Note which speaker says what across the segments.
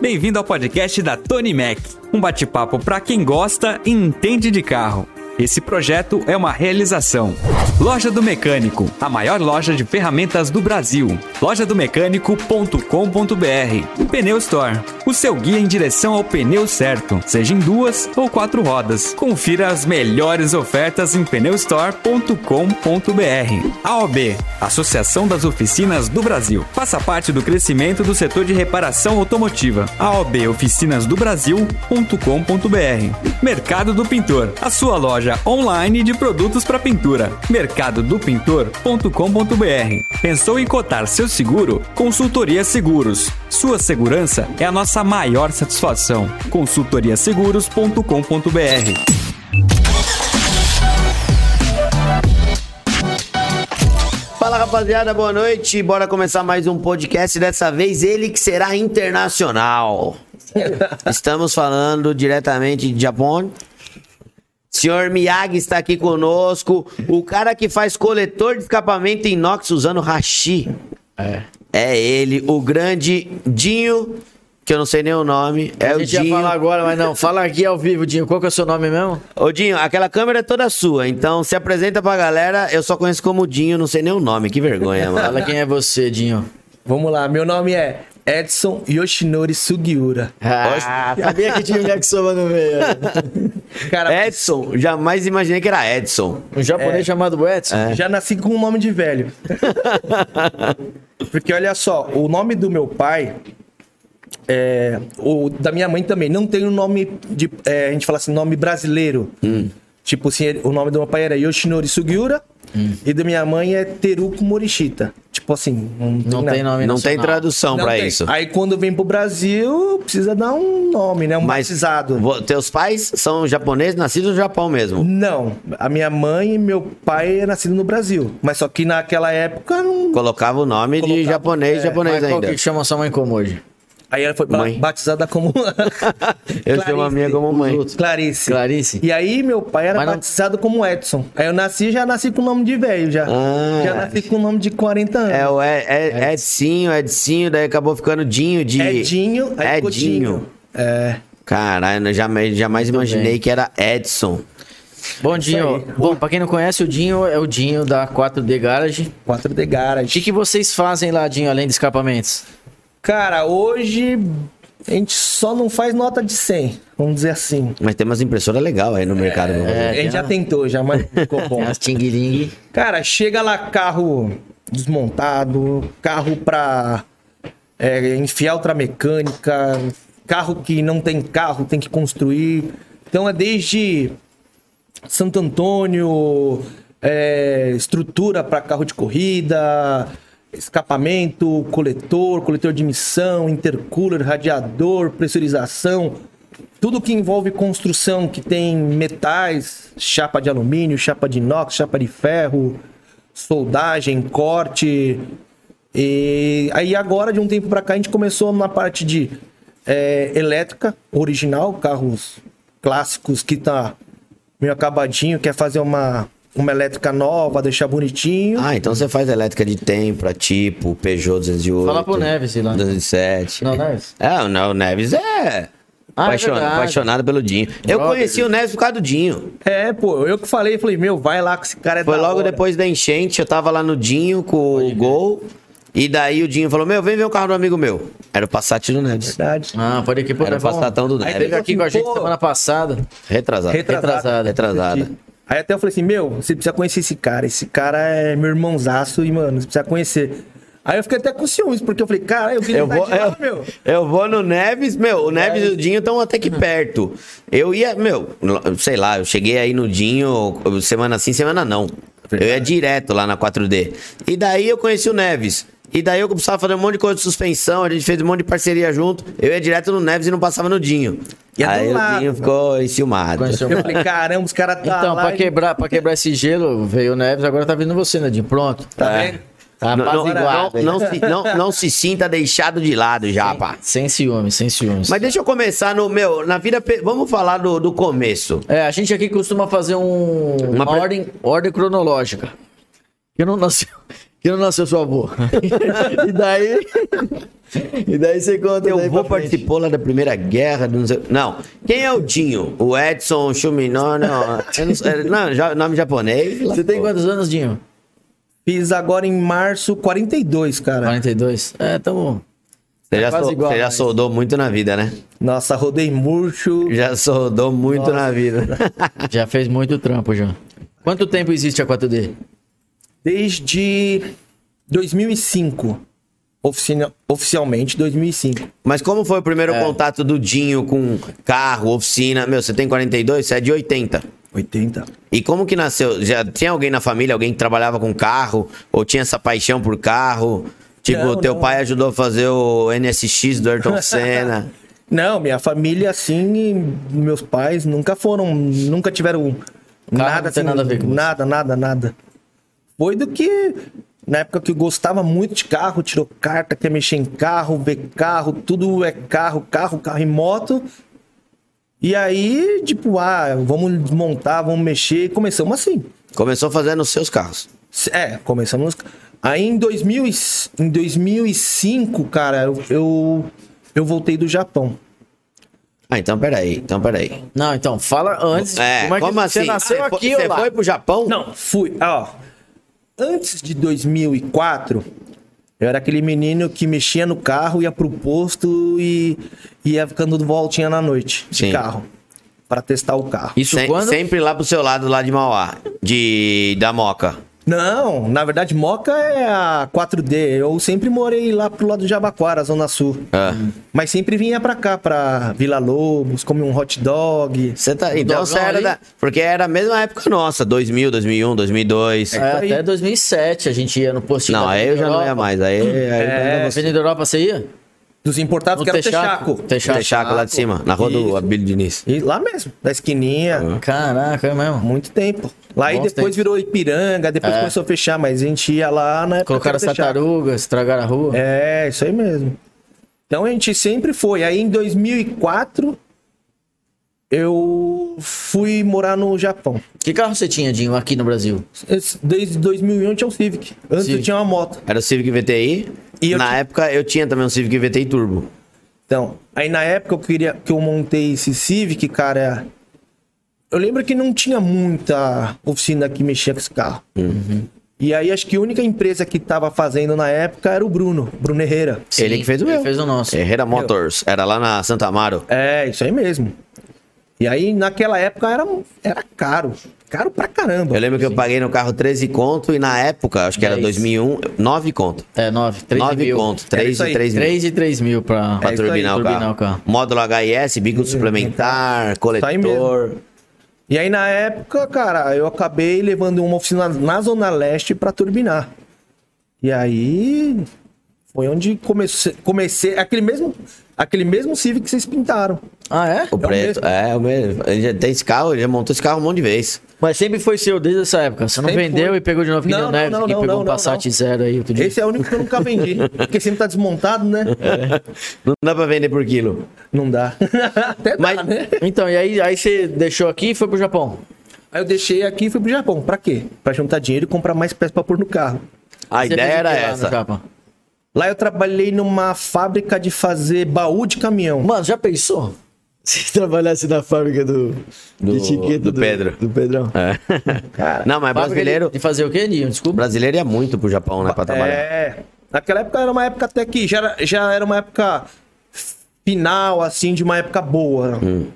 Speaker 1: Bem-vindo ao podcast da Tony Mac, um bate-papo para quem gosta e entende de carro. Esse projeto é uma realização. Loja do Mecânico, a maior loja de ferramentas do Brasil. Lojadomecânico.com.br. Pneu Store, o seu guia em direção ao pneu certo, seja em duas ou quatro rodas. Confira as melhores ofertas em pneustore.com.br. AOB, Associação das Oficinas do Brasil. Faça parte do crescimento do setor de reparação automotiva. aoboficinasdobrasil.com.br. Mercado do Pintor, a sua loja online de produtos para pintura. mercadodopintor.com.br. Pensou em cotar seu seguro? Consultoria Seguros. Sua segurança é a nossa maior satisfação. consultoriaseguros.com.br.
Speaker 2: Fala rapaziada, boa noite. Bora começar mais um podcast. Dessa vez ele que será internacional. Estamos falando diretamente de Japão. Senhor Miyagi está aqui conosco. O cara que faz coletor de escapamento inox usando hashi. É. ele, o grande Dinho, que eu não sei nem o nome. É
Speaker 3: A
Speaker 2: o
Speaker 3: gente ia
Speaker 2: Dinho.
Speaker 3: falar agora, mas não. Fala aqui ao vivo, Dinho. Qual que é o seu nome mesmo?
Speaker 2: Ô Dinho, aquela câmera é toda sua, então se apresenta pra galera. Eu só conheço como Dinho, não sei nem o nome. Que vergonha, mano.
Speaker 3: Fala quem é você, Dinho.
Speaker 4: Vamos lá, meu nome é Edson Yoshinori Sugiura.
Speaker 2: Ah,
Speaker 3: sabia que tinha um Yakisoba no meio.
Speaker 4: Cara,
Speaker 2: Edson, jamais imaginei que era Edson.
Speaker 3: Um japonês chamado Edson.
Speaker 4: já nasci com um nome de velho. Porque olha só, o nome do meu pai, é, o da minha mãe também, não tem um nome de. é, a gente fala assim, nome brasileiro.
Speaker 3: Hum.
Speaker 4: Tipo assim, ele- o nome do meu pai era Yoshinori Sugiura
Speaker 3: Hum.
Speaker 4: e da minha mãe é Teruko Morishita. Tipo assim,
Speaker 3: Não
Speaker 4: nada.
Speaker 3: tem nome
Speaker 2: Não tem
Speaker 3: nacional.
Speaker 2: tradução
Speaker 4: Não
Speaker 2: pra
Speaker 4: tem.
Speaker 2: isso.
Speaker 4: Aí quando vem pro Brasil, precisa dar um nome, né? Um batizado.
Speaker 2: vo- teus pais são japoneses, nascidos no Japão mesmo.
Speaker 4: Não, a minha mãe e meu pai é nascido no Brasil, mas só que naquela época não.
Speaker 2: Colocava o nome de
Speaker 4: Colocava, É,
Speaker 2: japonês, japonês
Speaker 3: Mas qual
Speaker 2: ainda.
Speaker 3: que chama sua mãe como hoje?
Speaker 4: Aí ela foi ba-
Speaker 2: Mãe.
Speaker 4: batizada como
Speaker 2: Eu tenho uma minha como mãe.
Speaker 4: Clarice.
Speaker 3: Clarice.
Speaker 4: E aí meu pai era
Speaker 3: Mas não-
Speaker 4: batizado como Edson. Aí eu nasci já nasci com o nome de velho já.
Speaker 2: Ah.
Speaker 4: já nasci com o nome de 40 anos.
Speaker 2: É o é, é, Edinho, Edinho, daí acabou ficando Dinho de.
Speaker 4: Edinho, aí ficou
Speaker 2: Edinho.
Speaker 4: Dinho. É.
Speaker 2: Caralho, eu jamais, jamais imaginei que era Edson.
Speaker 3: Bom, Dinho. Bom, pra quem não conhece, o Dinho é o Dinho da 4D Garage.
Speaker 4: 4D
Speaker 3: O que,
Speaker 4: Garage.
Speaker 3: que vocês fazem lá, Dinho, além de escapamentos?
Speaker 4: Cara, hoje a gente só não faz nota de 100, vamos dizer assim.
Speaker 2: Mas tem umas impressoras legais aí no mercado. meu
Speaker 4: a
Speaker 2: brother.
Speaker 4: gente
Speaker 3: tem
Speaker 4: já
Speaker 3: uma-
Speaker 4: tentou, já, mas não ficou bom.
Speaker 2: É,
Speaker 3: Tem as ting-ling.
Speaker 4: Cara, chega lá carro desmontado, carro pra é, enfiar outra mecânica, carro que não tem carro, tem que construir. Então é desde Santo Antônio, é, estrutura para carro de corrida, escapamento, coletor, coletor de missão, intercooler, radiador, pressurização, tudo que envolve construção, que tem metais, chapa de alumínio, chapa de inox, chapa de ferro, soldagem, corte. E aí agora, de um tempo para cá, a gente começou na parte de é, elétrica original, carros clássicos que tá meio acabadinho, quer fazer uma, uma elétrica nova, deixar bonitinho.
Speaker 2: Ah, então você faz elétrica de tempra, tipo, Peugeot 208.
Speaker 3: Fala pro Neves, sei lá.
Speaker 2: 207.
Speaker 3: Não, Neves?
Speaker 2: É, o Ne- o Neves é.
Speaker 3: Ah, é
Speaker 2: apaixonado,
Speaker 3: verdade.
Speaker 2: apaixonado pelo Dinho. Eu
Speaker 3: Brother.
Speaker 2: conheci o Neves por causa do Dinho.
Speaker 4: É, pô, eu que falei, falei, meu, vai lá com esse cara é
Speaker 2: Foi
Speaker 4: da
Speaker 2: logo
Speaker 4: hora.
Speaker 2: depois da enchente, eu tava lá no Dinho com o Gol. E daí o Dinho falou: Meu, vem ver o carro do amigo meu. Era o Passat do Neves.
Speaker 4: Verdade.
Speaker 3: Ah, pode aqui, pô.
Speaker 2: Era o
Speaker 3: tá bom.
Speaker 2: Passatão do
Speaker 3: Aí
Speaker 2: Neves.
Speaker 3: teve aqui com a gente
Speaker 4: Pô.
Speaker 3: semana passada.
Speaker 2: Retrasado.
Speaker 4: Retrasado.
Speaker 2: Retrasado.
Speaker 4: Aí até eu falei assim, meu, você precisa conhecer esse cara. Esse cara é meu irmãozaço e, mano, você precisa conhecer. Aí eu fiquei até com ciúmes, porque eu falei, cara, eu queria
Speaker 2: Eu
Speaker 4: estar
Speaker 2: vou,
Speaker 4: tá de lá,
Speaker 2: eu,
Speaker 4: meu. É,
Speaker 2: eu vou no Neves, meu, o Neves e o Dinho estão até que perto. Eu ia, meu, l- sei lá, eu cheguei aí no Dinho semana sim, semana não. Eu ia direto lá na 4D. E daí eu conheci o Neves. E daí eu precisava fazer um monte de coisa de suspensão, a gente fez um monte de parceria junto. Eu ia direto no Neves e não passava no Dinho.
Speaker 4: E é do
Speaker 2: aí o
Speaker 4: lado.
Speaker 2: Dinho ficou enciumado.
Speaker 3: Conheceu-
Speaker 4: Eu falei, caramba, os caras tá
Speaker 3: Então,
Speaker 4: lá
Speaker 3: pra
Speaker 4: e-
Speaker 3: quebrar, pra quebrar esse gelo, veio o Neves, agora tá vindo você, Nadinho. Pronto.
Speaker 2: É.
Speaker 4: Tá vendo?
Speaker 3: Tá
Speaker 2: Não, não,
Speaker 3: apaziguado.
Speaker 2: não, não se, não, não se sinta deixado de lado já, pá.
Speaker 3: Sem ciúmes, sem ciúmes.
Speaker 2: Mas deixa eu começar no meu, na vida. pe- Vamos falar do, do começo.
Speaker 3: É, a gente aqui costuma fazer um, uma,
Speaker 2: pre-
Speaker 3: ordem, ordem cronológica. Eu não nasci, que não nasceu seu avô. e daí. E daí você conta.
Speaker 2: Teu
Speaker 3: daí
Speaker 2: avô
Speaker 3: pra frente.
Speaker 2: participou lá da Primeira Guerra. do Não, sei- não. quem é o Dinho? O Edson Chuminó? Não, eu não, sei- é, não ja- nome japonês.
Speaker 3: Você tem quantos anos, Dinho?
Speaker 4: Fiz agora em março 42, cara.
Speaker 3: 42. É, tá bom.
Speaker 2: Você já,
Speaker 3: quase
Speaker 2: sol-
Speaker 3: igual,
Speaker 2: você já
Speaker 3: mas-
Speaker 2: soldou muito na vida, né?
Speaker 4: Nossa, rodei murcho.
Speaker 2: Já soldou muito na vida.
Speaker 3: Já fez muito trampo, já. Quanto tempo existe a 4D?
Speaker 4: Desde 2005. Oficina, oficialmente, 2005.
Speaker 2: Mas como foi o primeiro
Speaker 3: É.
Speaker 2: contato do Dinho com carro, oficina? Meu, você tem 42? Você é de 80.
Speaker 4: 80.
Speaker 2: E como que nasceu? Já tinha alguém na família, alguém que trabalhava com carro? Ou tinha essa paixão por carro? Tipo,
Speaker 4: Não,
Speaker 2: teu
Speaker 4: não.
Speaker 2: pai ajudou a fazer o NSX do Ayrton Senna.
Speaker 4: Não, minha família, assim, e meus pais nunca foram, nunca tiveram um. nada,
Speaker 3: não tem
Speaker 4: assim,
Speaker 3: nada a ver com isso.
Speaker 4: nada, nada, nada. Foi do que, na época que eu gostava muito de carro, tirou carta, quer mexer em carro, ver carro, tudo é carro, carro, carro e moto. E aí, tipo, ah, vamos desmontar, vamos mexer, começamos assim.
Speaker 2: Começou fazendo os seus carros.
Speaker 4: É, começamos. Aí em, 2000, e- em 2005, cara, eu, eu, eu voltei do Japão.
Speaker 2: Ah, então peraí, então peraí.
Speaker 3: Não, então, fala antes.
Speaker 2: É, como,
Speaker 3: é que
Speaker 2: assim?
Speaker 3: Você nasceu
Speaker 2: Ah,
Speaker 3: aqui,
Speaker 2: Você
Speaker 3: ô lá.
Speaker 2: foi pro Japão?
Speaker 4: Não, fui. Ó, antes de 2004, eu era aquele menino que mexia no carro, ia pro posto e e ia ficando voltinha na noite de
Speaker 2: Sim.
Speaker 4: carro Pra testar o carro.
Speaker 3: Isso
Speaker 2: Se-
Speaker 3: quando?
Speaker 2: Sempre lá pro seu lado, lá de Mauá. De... Da Moca.
Speaker 4: Não, na verdade, Moca é a 4D. Eu sempre morei lá pro lado de Jabaquara, Zona Sul.
Speaker 2: Ah.
Speaker 4: Mas sempre vinha pra cá, pra Vila Lobos, comi um hot dog.
Speaker 2: Você tá... Então
Speaker 3: dogão
Speaker 2: você era
Speaker 3: ali?
Speaker 2: da... Porque era a mesma época nossa. 2000, 2001, 2002.
Speaker 3: É, até 2007 a gente ia no postinho.
Speaker 2: Não,
Speaker 3: da
Speaker 2: aí eu
Speaker 3: Avenida
Speaker 2: já não ia
Speaker 3: Europa.
Speaker 2: mais. Aí, aí
Speaker 3: Na É, Avenida Europa você ia?
Speaker 4: Dos importados, que era o Texaco.
Speaker 3: Texaco.
Speaker 2: Texaco lá de cima, na rua do
Speaker 4: Isso.
Speaker 2: Abílio Diniz.
Speaker 4: E lá mesmo, da esquininha.
Speaker 3: Caraca, é mesmo.
Speaker 4: Muito tempo. Lá e
Speaker 3: Bons
Speaker 4: depois
Speaker 3: tempos.
Speaker 4: virou Ipiranga, depois
Speaker 3: É.
Speaker 4: começou a fechar, mas a gente ia lá na época.
Speaker 3: Colocaram as
Speaker 4: que era fechado.
Speaker 3: tartarugas, estragaram a rua.
Speaker 4: É, isso aí mesmo. Então a gente sempre foi. Aí em 2004 eu fui morar no Japão.
Speaker 3: Que carro você tinha, Dinho, aqui no Brasil?
Speaker 4: Esse- Desde 2001 eu tinha um Civic. Antes
Speaker 3: Civic.
Speaker 4: eu tinha uma moto.
Speaker 2: Era o Civic VTI.
Speaker 4: E eu
Speaker 2: na
Speaker 4: ti-
Speaker 2: época eu tinha também um Civic VTI Turbo.
Speaker 4: Então, aí na época eu queria que eu montei esse Civic, cara. Eu lembro que não tinha muita oficina que mexia com esse carro. E aí acho que a única empresa que tava fazendo na época era o Bruno, Bruno Herrera.
Speaker 2: Ele que fez o
Speaker 3: ele
Speaker 2: meu. É.
Speaker 3: fez o nosso.
Speaker 2: Herrera Motors. Era lá na Santa Amaro.
Speaker 4: É, isso aí mesmo. E aí naquela época era, era caro. Caro pra caramba.
Speaker 2: Eu lembro que eu paguei no carro 13 conto e na época, acho que era
Speaker 3: Dez.
Speaker 2: 2001, 9 um, conto.
Speaker 3: É, 9, 3
Speaker 2: 9
Speaker 3: mil.
Speaker 2: conto,
Speaker 4: Era
Speaker 2: 3
Speaker 4: isso
Speaker 2: e
Speaker 4: aí,
Speaker 2: 3 mil.
Speaker 3: 3 e 3 mil pra...
Speaker 2: Pra
Speaker 4: É isso aí,
Speaker 2: turbinar, o, carro.
Speaker 3: turbinar o carro.
Speaker 2: Módulo HIS, bico suplementar,
Speaker 4: Tá aí mesmo.
Speaker 2: coletor.
Speaker 4: E aí na época, cara, eu acabei levando uma oficina na Zona Leste pra turbinar. E aí foi onde comecei, comecei aquele mesmo aquele mesmo Civic que vocês pintaram.
Speaker 3: Ah, é?
Speaker 2: O preto. É, o mesmo. Ele já tem esse carro, ele já montou esse carro um monte de vez.
Speaker 3: Mas sempre foi seu desde essa época. Você não
Speaker 4: Sempre
Speaker 3: vendeu
Speaker 4: foi.
Speaker 3: e pegou de novo que
Speaker 4: Não,
Speaker 3: deu
Speaker 4: não,
Speaker 3: neve,
Speaker 4: não,
Speaker 3: que
Speaker 4: não,
Speaker 3: pegou
Speaker 4: não,
Speaker 3: um
Speaker 4: não,
Speaker 3: Passat
Speaker 4: não.
Speaker 3: zero aí outro dia. É.
Speaker 4: Esse é o único que eu nunca vendi, porque sempre tá desmontado, né?
Speaker 2: Não dá pra vender por quilo.
Speaker 4: Não dá. Até dá,
Speaker 2: Mas-
Speaker 4: né?
Speaker 3: Então, e aí, aí você deixou aqui e foi pro Japão.
Speaker 4: Aí eu deixei aqui e fui pro Japão. Pra quê? Pra juntar dinheiro e comprar mais peças pra pôr no carro.
Speaker 2: A
Speaker 3: Você
Speaker 2: ideia
Speaker 3: fez o
Speaker 2: era
Speaker 3: que lá no
Speaker 2: essa.
Speaker 3: Japão?
Speaker 4: Lá eu trabalhei numa fábrica de fazer baú de caminhão.
Speaker 3: Mano, já pensou? Se trabalhasse na fábrica do...
Speaker 2: Do-
Speaker 3: de etiqueta
Speaker 2: do Pedro.
Speaker 3: Do Pedrão.
Speaker 2: É. Não, mas
Speaker 3: Fábrica
Speaker 2: brasileiro.
Speaker 3: De, de fazer o quê, Ninho? Desculpa.
Speaker 2: Brasileiro ia muito pro Japão, né, pra trabalhar.
Speaker 4: É. Naquela época era uma época até que já era, já era uma época final, assim, de uma época boa. né?
Speaker 2: Hum.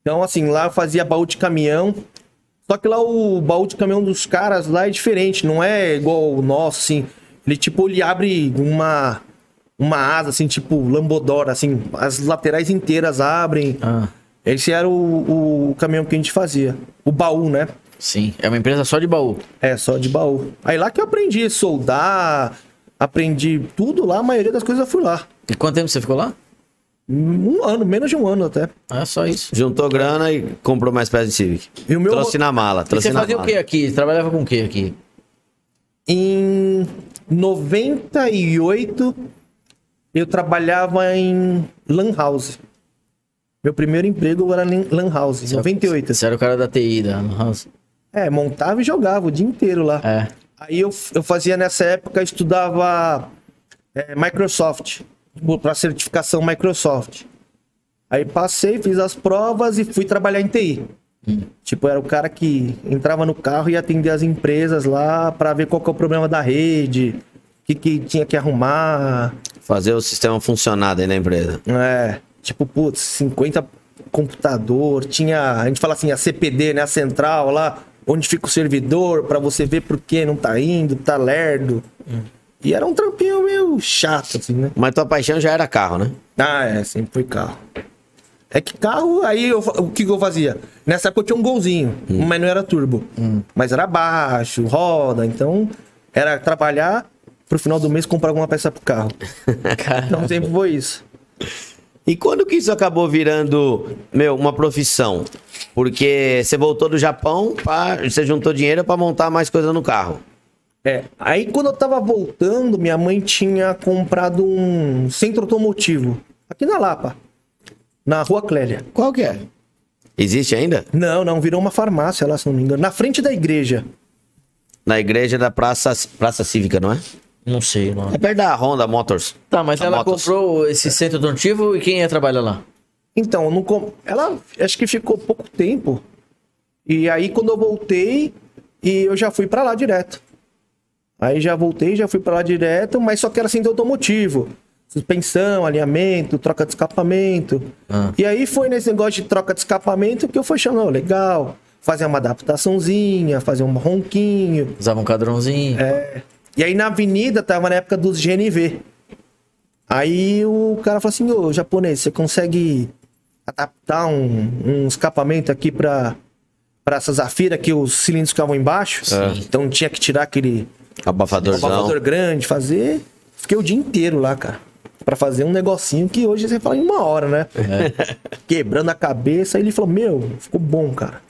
Speaker 4: Então, assim, lá eu fazia baú de caminhão. Só que lá o baú de caminhão dos caras lá é diferente, não é igual o nosso, assim. Ele, tipo, ele abre uma, uma asa, assim, tipo lambodora, assim. As laterais inteiras abrem.
Speaker 3: Ah,
Speaker 4: Esse era o, o caminhão que a gente fazia. O baú, né?
Speaker 3: sim. É uma empresa só de baú.
Speaker 4: É, só de baú. Aí lá que eu aprendi a soldar, aprendi tudo lá, a maioria das coisas eu fui lá.
Speaker 3: E quanto tempo você ficou lá?
Speaker 4: Um ano, menos de um ano até.
Speaker 3: Ah, só isso.
Speaker 2: Juntou grana e comprou mais peças de Civic.
Speaker 4: E o meu-
Speaker 2: Trouxe na mala.
Speaker 3: E
Speaker 2: Trouxe
Speaker 3: você
Speaker 2: na
Speaker 3: fazia o
Speaker 2: mala.
Speaker 3: quê aqui? Trabalhava com o quê aqui?
Speaker 4: Em 98, eu trabalhava em Lan House. Meu primeiro emprego era em Lan House, em 98.
Speaker 3: Você era o cara da TI, da House.
Speaker 4: É, montava e jogava o dia inteiro lá.
Speaker 3: É.
Speaker 4: Aí eu, eu fazia nessa época, eu estudava é, Microsoft, para certificação Microsoft. Aí passei, fiz as provas e fui trabalhar em TI. Tipo, era o cara que entrava no carro e atendia as empresas lá para ver qual que é o problema da rede, o que, que tinha que arrumar.
Speaker 2: Fazer o sistema funcionar dentro da empresa.
Speaker 4: É, tipo, putz, 50 computador, tinha, a gente fala assim, a CPD, né, a central lá, onde fica o servidor, pra você ver por que não tá indo, tá lerdo. E era um trampinho meio chato, assim, né?
Speaker 2: Mas tua paixão já era carro, né?
Speaker 4: Ah, é, sempre foi carro. É que carro, aí eu fa- o que que eu fazia? Nessa época eu tinha um golzinho, mas não era turbo. Mas era baixo, roda, então era trabalhar pro final do mês comprar alguma peça pro carro. Então sempre foi isso.
Speaker 2: E quando que isso acabou virando, meu, uma profissão? Porque você voltou do Japão, pra, você juntou dinheiro pra montar mais coisa no carro.
Speaker 4: É, aí quando eu tava voltando, minha mãe tinha comprado um centro automotivo aqui na Lapa, na Rua Clélia.
Speaker 5: Qual que é?
Speaker 2: Existe ainda?
Speaker 4: Não, não, virou uma farmácia lá, se não me engano, na frente da igreja.
Speaker 2: Na igreja da Praça, Praça Cívica, não é?
Speaker 3: Não sei,
Speaker 2: É
Speaker 3: mano.
Speaker 2: perto da Honda Motors.
Speaker 3: Tá, mas
Speaker 2: A
Speaker 3: ela
Speaker 2: Motos.
Speaker 3: comprou
Speaker 2: É.
Speaker 3: esse centro dontivo e quem ia trabalhar lá?
Speaker 4: Então, eu não com... ela acho que ficou pouco tempo. E aí quando eu voltei, e eu já fui pra lá direto. Aí já voltei, já fui pra lá direto, mas só que era centro automotivo. Suspensão, alinhamento, troca de escapamento.
Speaker 3: Ah.
Speaker 4: E aí foi nesse negócio de troca de escapamento que eu fui achando, "Não, legal, fazer uma adaptaçãozinha, fazer um ronquinho.
Speaker 3: Usava um cadrãozinho.
Speaker 4: É. E aí na avenida tava na época dos GNV. Aí o cara falou assim, ô japonês, você consegue adaptar um, um escapamento aqui pra, pra essa zafira que os cilindros ficavam embaixo? Então tinha que tirar aquele
Speaker 2: Abafadorzão.
Speaker 4: abafador grande, fazer. Fiquei o dia inteiro lá, cara. Pra fazer um negocinho que hoje você fala em uma hora, né? Quebrando a cabeça. Aí ele falou: Meu, ficou bom, cara.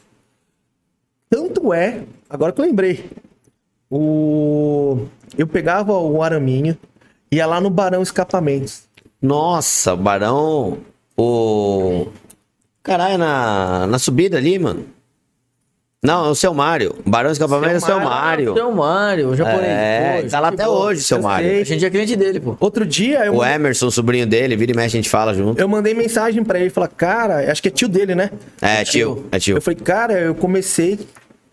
Speaker 4: Tanto é, agora que eu lembrei. O... Eu pegava o araminho, ia lá no Barão Escapamentos.
Speaker 2: Nossa, o Barão. O. Caralho, é na, na subida ali, mano. Não, é o seu Mário. Barão Escapamento é o seu Mário.
Speaker 3: Seu um Mário, o japonês.
Speaker 2: É,
Speaker 3: Pô, tipo,
Speaker 2: tá lá
Speaker 3: que
Speaker 2: até
Speaker 3: bom.
Speaker 2: hoje, seu
Speaker 3: Eu
Speaker 2: Mário.
Speaker 3: sei, A gente é cliente dele, pô.
Speaker 4: Outro dia eu,
Speaker 2: O Emerson, sobrinho dele, vira e mexe, a gente fala junto.
Speaker 4: eu mandei mensagem pra ele falar: Cara, acho que é tio dele, né?
Speaker 2: É, tio, é tio.
Speaker 4: Eu falei, cara, eu comecei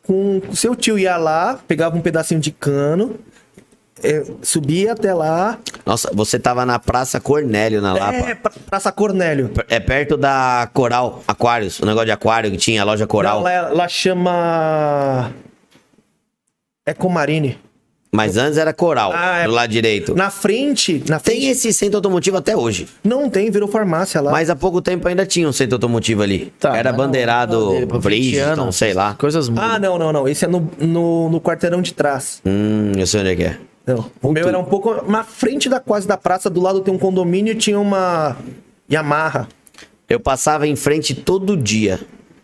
Speaker 4: com. o Seu tio ia lá, pegava um pedacinho de cano, eh, subia até lá.
Speaker 2: Nossa, você tava na Praça Cornélio, na
Speaker 4: É,
Speaker 2: Lapa.
Speaker 4: pra- Praça Cornélio.
Speaker 2: É perto da Coral, Aquários, o negócio de aquário que tinha, a loja Coral.
Speaker 4: Não, é- lá, lá chama. É Comarine.
Speaker 2: Mas antes era Coral,
Speaker 4: Ah, é-
Speaker 2: do lado direito.
Speaker 4: Na frente. Na frente.
Speaker 2: Tem esse centro automotivo até hoje.
Speaker 4: Não tem, virou farmácia lá.
Speaker 2: Mas há pouco tempo ainda tinha um centro automotivo ali. Era
Speaker 3: Tá, mas não, não,
Speaker 2: bandeirado
Speaker 3: dele, pô, 20
Speaker 2: Bridgeton,
Speaker 3: anos,
Speaker 2: sei lá.
Speaker 3: Coisas muito.
Speaker 4: Ah, não, não, não. Esse é no, no, no quarteirão de trás.
Speaker 2: Hum, eu sei onde é que é.
Speaker 4: Não. O meu era um pouco. Na frente da quase da praça, do lado tem um condomínio e tinha uma Yamaha.
Speaker 2: Eu passava em frente todo dia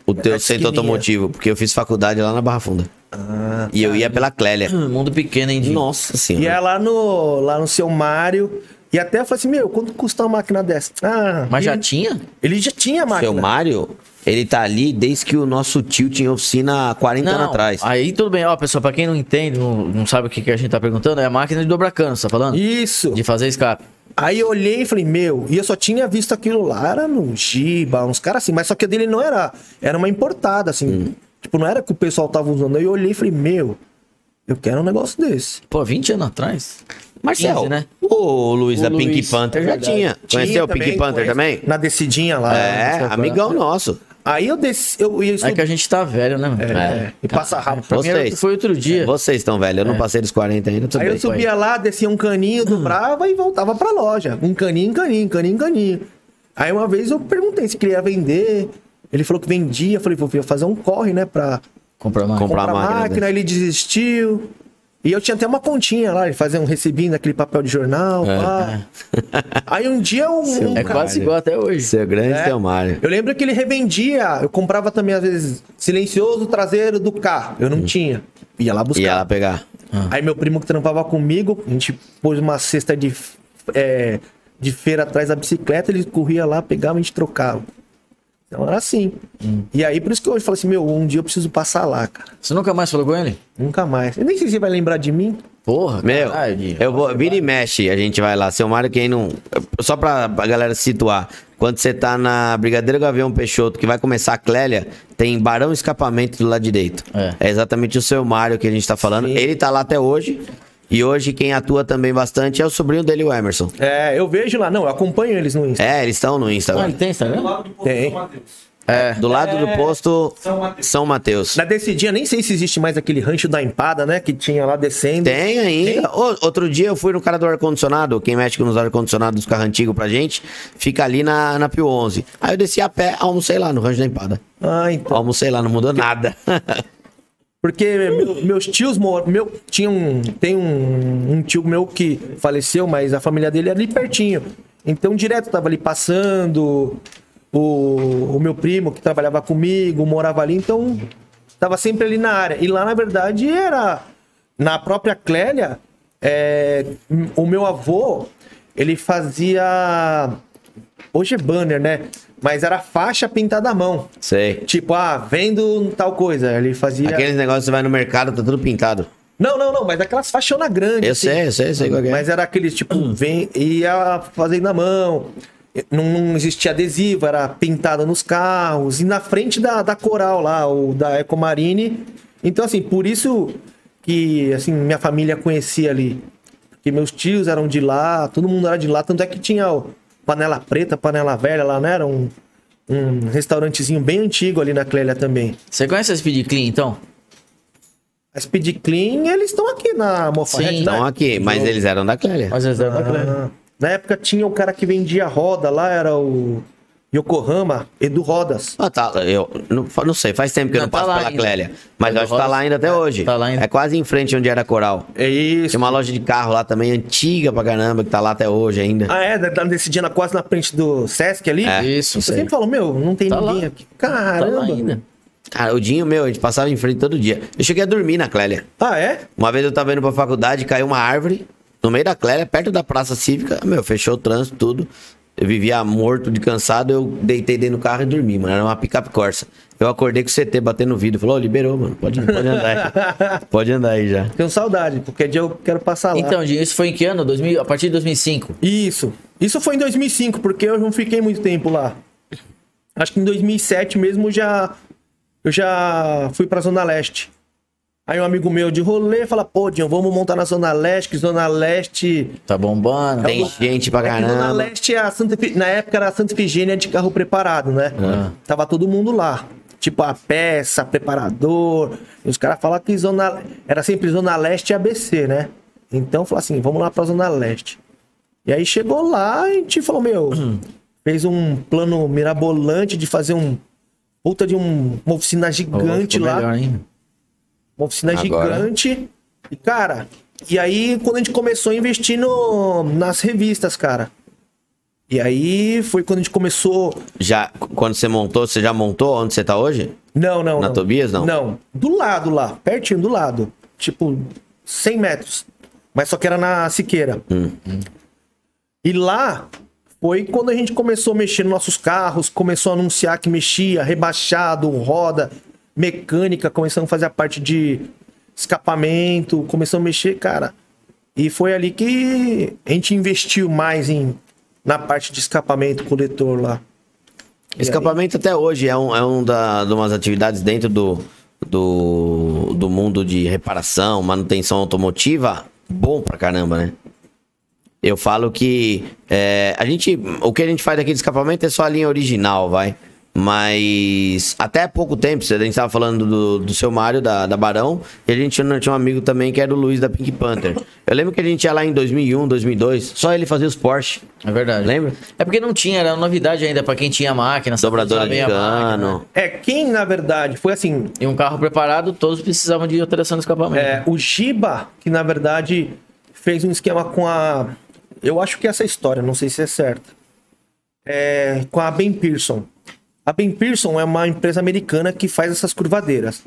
Speaker 2: o teu
Speaker 4: esquininha.
Speaker 2: centro automotivo, porque eu fiz faculdade lá na Barra Funda.
Speaker 4: Ah,
Speaker 2: E eu ia pela Clélia.
Speaker 3: Mundo pequeno, hein, Dinho?
Speaker 2: Ah. Nossa
Speaker 4: E
Speaker 2: senhora.
Speaker 4: é lá no, lá no seu Mário. E até eu falei assim, meu, quanto custa uma máquina dessa? Ah,
Speaker 3: Mas já
Speaker 4: ele-
Speaker 3: tinha?
Speaker 4: Ele já tinha a máquina.
Speaker 2: Seu Mário, ele tá ali desde que o nosso tio tinha oficina há 40 anos atrás.
Speaker 3: Aí tudo bem, ó, pessoal, pra quem não entende, não, não sabe o que, que a gente tá perguntando, é a máquina de dobrar cano, você tá falando?
Speaker 4: Isso.
Speaker 3: De fazer escape.
Speaker 4: Aí eu olhei e falei, meu, e eu só tinha visto aquilo lá, era no Giba, uns caras assim, mas só que a dele não era, era uma importada, assim.
Speaker 2: Hum.
Speaker 4: Tipo, não era que o pessoal tava usando. Aí eu olhei e falei, meu, eu quero um negócio desse.
Speaker 3: Pô, 20 anos atrás.
Speaker 2: Marcel,
Speaker 3: 15, né?
Speaker 2: o Luiz
Speaker 3: O
Speaker 2: da Pink
Speaker 3: Luiz,
Speaker 2: Panther
Speaker 3: é
Speaker 2: já
Speaker 3: verdade.
Speaker 2: tinha. Conheceu o
Speaker 4: Tinha
Speaker 2: Pink Panther
Speaker 4: conhece-
Speaker 2: também?
Speaker 4: Na descidinha lá.
Speaker 2: é,
Speaker 4: né?
Speaker 2: amigão nosso.
Speaker 4: Aí eu desci, eu ia
Speaker 3: É que a gente tá velho, né, mano?
Speaker 4: É, e passa rápido.
Speaker 3: Pra mim era-
Speaker 2: Vocês.
Speaker 3: foi outro dia.
Speaker 2: Vocês estão velho, eu não passei dos 40 ainda, tudo
Speaker 4: Aí eu
Speaker 2: bem.
Speaker 4: subia lá, descia um caninho, dobrava e voltava pra loja. Um caninho, caninho, caninho, caninho. Aí uma vez eu perguntei se queria vender. Ele falou que vendia. Eu falei, vou fazer um corre, né? Pra
Speaker 3: Comprar mais.
Speaker 2: Comprar
Speaker 4: comprar a
Speaker 2: a máquina
Speaker 4: máquina. Ele desistiu. E eu tinha até uma continha lá, ele fazia um recebinho daquele papel de jornal. pá. Aí um dia um- um
Speaker 3: É quase igual até hoje.
Speaker 2: Seu grande
Speaker 4: É.
Speaker 2: seu Mário.
Speaker 4: eu lembro que ele revendia. Eu comprava também, às vezes, silencioso traseiro do carro. Eu não tinha. Ia lá buscar.
Speaker 2: E ela pegar.
Speaker 4: Aí meu primo que trampava comigo, a gente pôs uma cesta de, é, de feira atrás da bicicleta, ele corria lá, pegava e a gente trocava. Então era assim. E aí, por isso que hoje eu falo assim, meu, um dia eu preciso passar lá, cara.
Speaker 3: Você nunca mais falou com ele?
Speaker 4: Nunca mais. Eu nem sei se você vai lembrar de mim.
Speaker 3: Porra,
Speaker 2: Meu,
Speaker 3: caralho, Dinho.
Speaker 2: eu vou, vira e mexe, a gente vai lá. Seu Mário, quem não. Só pra, pra galera se situar. Quando você tá na Brigadeiro Gavião Peixoto, que vai começar a Clélia, tem Barão Escapamento do lado direito.
Speaker 3: É.
Speaker 2: É, exatamente o seu Mário que a gente tá falando. Ele tá lá até hoje. E hoje quem atua também bastante é o sobrinho dele, o Emerson.
Speaker 4: É, eu vejo lá. Não, eu acompanho eles no Insta.
Speaker 2: É, eles estão no Insta.
Speaker 3: Ah, ele
Speaker 2: agora.
Speaker 3: tem Instagram?
Speaker 4: Tem.
Speaker 3: É.
Speaker 2: Do lado do posto, São Mateus.
Speaker 4: Na descidinha, nem sei se existe mais aquele rancho da empada, né? Que tinha lá descendo.
Speaker 2: Tem ainda. Ô, outro dia eu fui no cara do ar-condicionado, quem mexe com os ar-condicionados dos carros antigos pra gente, fica ali na, na Pio 11. Aí eu desci a pé, almocei lá no Rancho da Empada.
Speaker 4: Ah, então.
Speaker 2: Almocei lá, não mudou nada.
Speaker 4: Porque meu- meus tios moram. Meu, tinha um, tem um, um tio meu que faleceu, mas a família dele era ali pertinho. Então, direto tava ali passando. O, o meu primo que trabalhava comigo morava ali, então tava sempre ali na área. E lá, na verdade, era. Na própria Clélia, é, m- o meu avô, ele fazia. Hoje é banner, né? Mas era faixa pintada à mão.
Speaker 2: Sei.
Speaker 4: Tipo, ah, vendo tal coisa. Ele fazia.
Speaker 2: Aqueles negócios que você vai no mercado, tá tudo pintado.
Speaker 4: Não, não, não, mas aquelas faixona grande.
Speaker 2: Eu sei, eu sei, eu sei qual que é.
Speaker 4: Mas era aqueles, tipo, vem e ia fazendo na mão. Não, não existia adesivo, era pintada nos carros. E na frente da, da Coral lá, ou da Ecomarine. Então, assim, por isso que, assim, minha família conhecia ali. Porque meus tios eram de lá, todo mundo era de lá. Tanto é que tinha o Panela Preta, Panela Velha lá, né? Era um, um restaurantezinho bem antigo ali na Clélia também.
Speaker 3: Você conhece a Speed Clean, então?
Speaker 4: A Speed Clean, eles estão aqui na Mofarrete,
Speaker 3: Sim.
Speaker 4: né?
Speaker 2: Estão Então aqui, mas eles eram da Clélia.
Speaker 3: é Mas é- tá eles eram da Clean.
Speaker 4: Ah, na época tinha o cara que vendia roda lá, era o Yokohama, Edu Rodas.
Speaker 2: Ah, tá, eu não, fa- não sei, faz tempo que eu
Speaker 3: Não,
Speaker 2: não
Speaker 3: tá
Speaker 2: passo
Speaker 3: lá
Speaker 2: pela
Speaker 3: ainda.
Speaker 2: Clélia. Mas eu acho que tá lá ainda até hoje.
Speaker 3: Tá lá ainda.
Speaker 2: É quase em frente onde era a Coral.
Speaker 4: É isso.
Speaker 2: Tinha uma loja de carro lá também, antiga pra caramba, que tá lá até hoje ainda.
Speaker 4: Ah, é, tá nesse dia na- quase na frente do Sesc ali.
Speaker 2: É.
Speaker 3: Isso,
Speaker 4: Eu
Speaker 3: sei.
Speaker 4: sempre falo, meu, não tem
Speaker 3: Tá
Speaker 4: ninguém
Speaker 3: lá.
Speaker 4: aqui.
Speaker 3: Tá lá
Speaker 4: Caramba.
Speaker 3: ainda.
Speaker 2: Cara, o Dinho, meu, a gente passava em frente todo dia. Eu cheguei a dormir na Clélia.
Speaker 4: ah, é?
Speaker 2: Uma vez eu tava indo pra faculdade, caiu uma árvore no meio da Clélia, perto da Praça Cívica. Meu, fechou o trânsito, tudo. Eu vivia morto de cansado, eu deitei dentro do carro e dormi, mano. Era uma picape Corsa. Eu acordei com o CT batendo no vidro. Falou, "Ô, liberou, mano. Pode, pode andar aí. Pode andar aí já.
Speaker 4: Tenho saudade, porque dia eu quero passar lá.
Speaker 3: Então, Dinho, isso foi em que ano? 2000, a partir de 2005.
Speaker 4: Isso. Isso foi em 2005, porque eu não fiquei muito tempo lá. Acho que em 2007 mesmo eu já eu já fui pra Zona Leste. Aí um amigo meu de rolê fala: "Pô, Dinho, vamos montar na Zona Leste, que Zona Leste
Speaker 3: Tá bombando.
Speaker 2: Tem gente pra
Speaker 4: É que Zona
Speaker 2: caramba.
Speaker 4: Leste, é a Santa, Efi- na época era a Santa Efigênia de carro preparado, né? Tava todo mundo lá. Tipo, a peça, preparador. E os caras falavam que zona, era sempre Zona Leste e ABC, né? Então, falou assim, vamos lá pra Zona Leste. E aí chegou lá e a gente falou, meu, fez um plano mirabolante de fazer um... Puta de um, uma oficina
Speaker 3: Pô,
Speaker 4: gigante
Speaker 3: ficou
Speaker 4: lá
Speaker 3: melhor ainda.
Speaker 4: uma oficina
Speaker 2: Agora.
Speaker 4: gigante. E, cara, e aí quando a gente começou a investir no, nas revistas, cara. E aí foi quando a gente começou.
Speaker 2: Já, quando você montou, você já montou onde você tá hoje?
Speaker 4: Não, não.
Speaker 2: Na
Speaker 4: não.
Speaker 2: Tobias, não?
Speaker 4: Não. Do lado lá, pertinho do lado. Tipo, 100 metros. Mas só que era na Siqueira.
Speaker 2: Hum.
Speaker 4: E lá foi quando a gente começou a mexer nos nossos carros, começou a anunciar que mexia, rebaixado, roda, mecânica, começamos a fazer a parte de escapamento, começamos a mexer, cara. E foi ali que a gente investiu mais em na parte de escapamento, coletor lá.
Speaker 2: Escapamento até hoje é um, é um da, de umas atividades dentro do, do, do mundo de reparação, manutenção automotiva, bom pra caramba, né? Eu falo que é, a gente, o que a gente faz aqui de escapamento é só a linha original, vai. Mas até há pouco tempo, a gente estava falando do, do seu Mário, da, da Barão, e a gente tinha tinha um amigo também que era o Luiz da Pink Panther. Eu lembro que a gente ia lá em 2001, 2002, só ele fazia os Porsche.
Speaker 3: É verdade.
Speaker 2: Lembra?
Speaker 3: É porque não tinha, era novidade ainda pra quem tinha máquina.
Speaker 2: Dobradora de
Speaker 3: sabia a máquina,
Speaker 2: cano.
Speaker 3: né?
Speaker 4: É, quem na verdade foi assim,
Speaker 3: E um carro preparado, todos precisavam de alteração do escapamento.
Speaker 4: É, o Giba, que na verdade fez um esquema com a. Eu acho que essa história, não sei se é certa. É, com a Ben Pearson. A Ben Pearson é uma empresa americana que faz essas curvadeiras.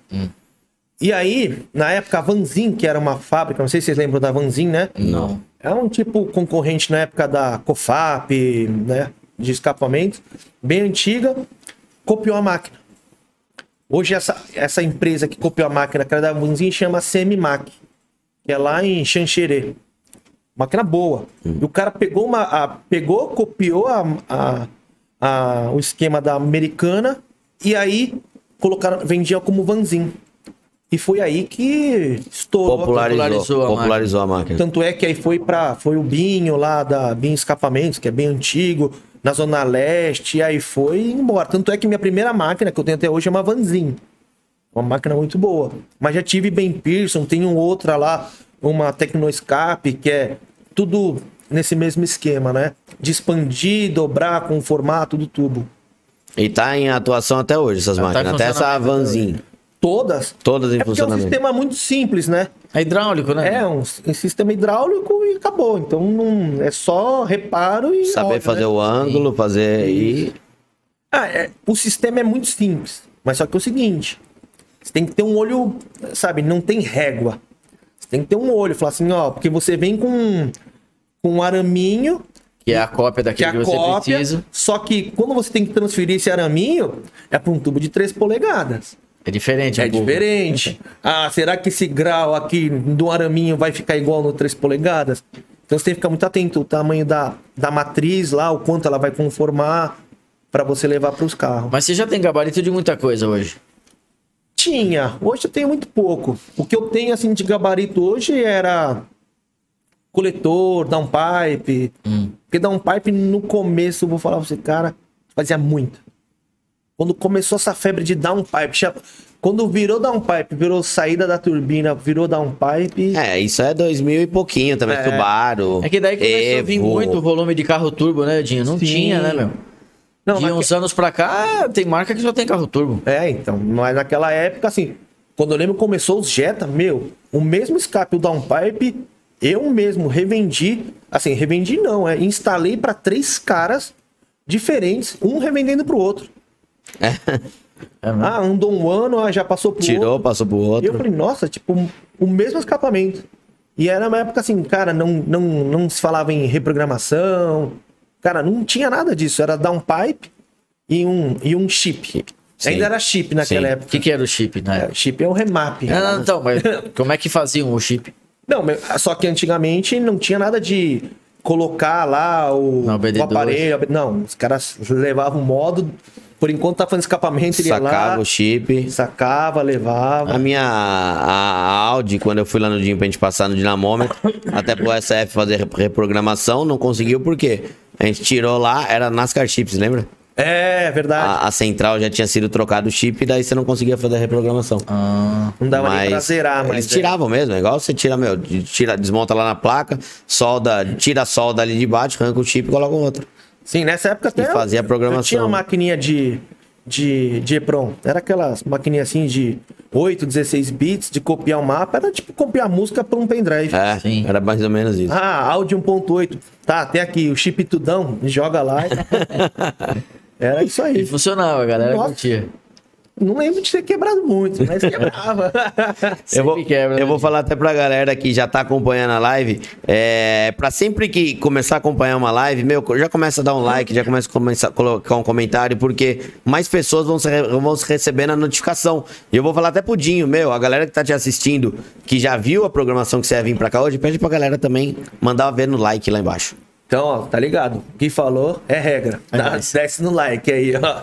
Speaker 4: E aí, na época, a Vanzin, que era uma fábrica, não sei se vocês lembram da Vanzin, né?
Speaker 3: Não.
Speaker 4: É um tipo concorrente na época da COFAP, né? De escapamento, bem antiga. copiou a máquina. Hoje essa, essa empresa que copiou a máquina Cradabunzinho chama CMMAC, que é lá em Xanxerê. Máquina boa. E o cara pegou uma. a- pegou, copiou a, a- a- o esquema da americana e aí colocaram, vendiam como vanzinho. E foi aí que estourou.
Speaker 2: Popularizou,
Speaker 3: popularizou a
Speaker 2: popularizou a máquina.
Speaker 4: Tanto é que aí foi para foi o Binho lá da Binho Escapamentos, que é bem antigo, na Zona Leste, e aí foi embora. Tanto é que minha primeira máquina que eu tenho até hoje é uma Vanzin. Uma máquina muito boa. Mas já tive Ben Pearson, tenho outra lá, uma Tecnoscape, que é tudo nesse mesmo esquema, né? De expandir, dobrar com o formato do tubo.
Speaker 2: E tá em atuação até hoje essas
Speaker 3: Tá em
Speaker 2: máquinas. Até essa
Speaker 3: funcionamento até
Speaker 2: vanzinha.
Speaker 4: Todas.
Speaker 2: Todas em
Speaker 4: É porque é um
Speaker 2: funcionamento.
Speaker 4: sistema muito simples, né?
Speaker 3: É hidráulico, né?
Speaker 4: É um, um sistema hidráulico e acabou. Então não, é só reparo e.
Speaker 2: Saber
Speaker 4: óbvio,
Speaker 2: fazer
Speaker 4: né?
Speaker 2: o ângulo,
Speaker 3: É
Speaker 2: fazer. E...
Speaker 4: Ah, é, o sistema é muito simples, mas só que é o seguinte: você tem que ter um olho, sabe, não tem régua. Você tem que ter um olho, falar assim, ó, porque você vem com, com um araminho,
Speaker 3: Que é a cópia
Speaker 4: que é
Speaker 3: daquele
Speaker 4: a
Speaker 3: que, você
Speaker 4: cópia,
Speaker 3: precisa.
Speaker 4: só que quando você tem que transferir esse araminho, é para um tubo de 3 polegadas.
Speaker 3: É diferente.
Speaker 4: É
Speaker 3: um pouco.
Speaker 4: diferente. Ah, será que esse grau aqui do araminho vai ficar igual no 3 polegadas? Então você tem que ficar muito atento ao tamanho da, da matriz lá, o quanto ela vai conformar para você levar para os carros.
Speaker 3: Mas você já tem gabarito de muita coisa hoje.
Speaker 4: Tinha. Hoje eu tenho muito pouco. O que eu tenho assim de gabarito hoje era coletor, downpipe.
Speaker 3: Hum.
Speaker 4: Porque downpipe no começo, eu vou falar pra você, cara, fazia muito. Quando começou essa febre de downpipe, já- quando virou downpipe, virou saída da turbina, virou um downpipe.
Speaker 2: É, isso é 2000 e pouquinho também.
Speaker 4: É.
Speaker 2: Subaru.
Speaker 3: É que daí começou a vir
Speaker 2: Evo.
Speaker 3: muito volume de carro turbo, né, Dinho? Não
Speaker 4: Sim.
Speaker 3: tinha, né, meu?
Speaker 4: Não,
Speaker 3: de
Speaker 4: naque-
Speaker 3: uns anos pra cá, tem marca que só tem carro turbo.
Speaker 4: É, então, mas naquela época, assim, quando eu lembro que começou os Jetta, meu, o mesmo escape, o downpipe, eu mesmo revendi, assim, revendi não, é, instalei pra três caras diferentes, um revendendo pro outro.
Speaker 3: É, né?
Speaker 4: Ah, andou um ano, ah, já passou pro
Speaker 2: Hum. Tirou, passou pro
Speaker 4: outro. E eu
Speaker 2: outro.
Speaker 4: falei, nossa, tipo, o mesmo escapamento. E era uma época assim, cara, não, não, não se falava em reprogramação, cara, não tinha nada disso, era downpipe e um, e um chip.
Speaker 2: Sim.
Speaker 4: Ainda era chip naquela
Speaker 2: Sim.
Speaker 4: época.
Speaker 3: O que, que era o chip, né?
Speaker 4: É, chip é o remap.
Speaker 3: Não,
Speaker 2: Ah.
Speaker 3: não, então, mas como é que faziam o chip?
Speaker 4: Não, mas- só que antigamente não tinha nada de colocar lá o,
Speaker 3: Não, BD2.
Speaker 4: o aparelho. ab- Não, os caras levavam o modo. Por enquanto tá fazendo escapamento, ele ia
Speaker 2: Sacava
Speaker 4: lá,
Speaker 2: o chip. Ah.
Speaker 4: sacava, levava.
Speaker 3: Ah.
Speaker 2: A minha a Audi, quando eu fui lá no Dinho pra gente passar no dinamômetro, até pro SF fazer rep- reprogramação, não conseguiu, por quê? A gente tirou lá, era NASCAR Chips, lembra?
Speaker 4: É, verdade.
Speaker 3: Ah.
Speaker 2: A, a central já tinha sido trocado o chip, daí você não conseguia fazer a reprogramação.
Speaker 3: Ah,
Speaker 4: não dava nem pra zerar, né? mas.
Speaker 2: Eles tiravam mesmo, é igual você tira, meu, de- tira, desmonta lá na placa, solda, tira a solda ali de baixo, arranca o chip e coloca o outro.
Speaker 4: Sim, nessa época até.
Speaker 2: E fazia a
Speaker 4: eu-
Speaker 2: programação.
Speaker 4: Eu tinha uma maquininha de, de, de EPROM. Era aquelas maquininhas assim de 8, 16 bits, de copiar o mapa. Era tipo copiar música pra um pendrive.
Speaker 2: É,
Speaker 3: Sim.
Speaker 2: era mais ou menos isso.
Speaker 4: Ah, áudio 1.8. Tá, até aqui, o chip tudão, joga lá. Era isso
Speaker 3: e
Speaker 4: aí.
Speaker 3: funcionava, a galera
Speaker 4: Nossa.
Speaker 3: curtia.
Speaker 4: Não lembro de ter quebrado muito, mas quebrava.
Speaker 2: Eu vou,
Speaker 3: Sempre quebra, né,
Speaker 2: eu vou
Speaker 3: gente?
Speaker 2: falar até pra galera que já tá acompanhando a live. É, pra sempre que começar a acompanhar uma live, meu, já começa a dar um like, já começa a começar a colocar um comentário, porque mais pessoas vão, se, re- vão se recebendo a notificação. E eu vou falar até pro Dinho, meu, a galera que tá te assistindo, que já viu a programação que você ia vir pra cá hoje, pede pra galera também mandar ver no like lá embaixo.
Speaker 4: Então, ó, tá ligado? O que falou é regra. Dá- desce no like aí, ó.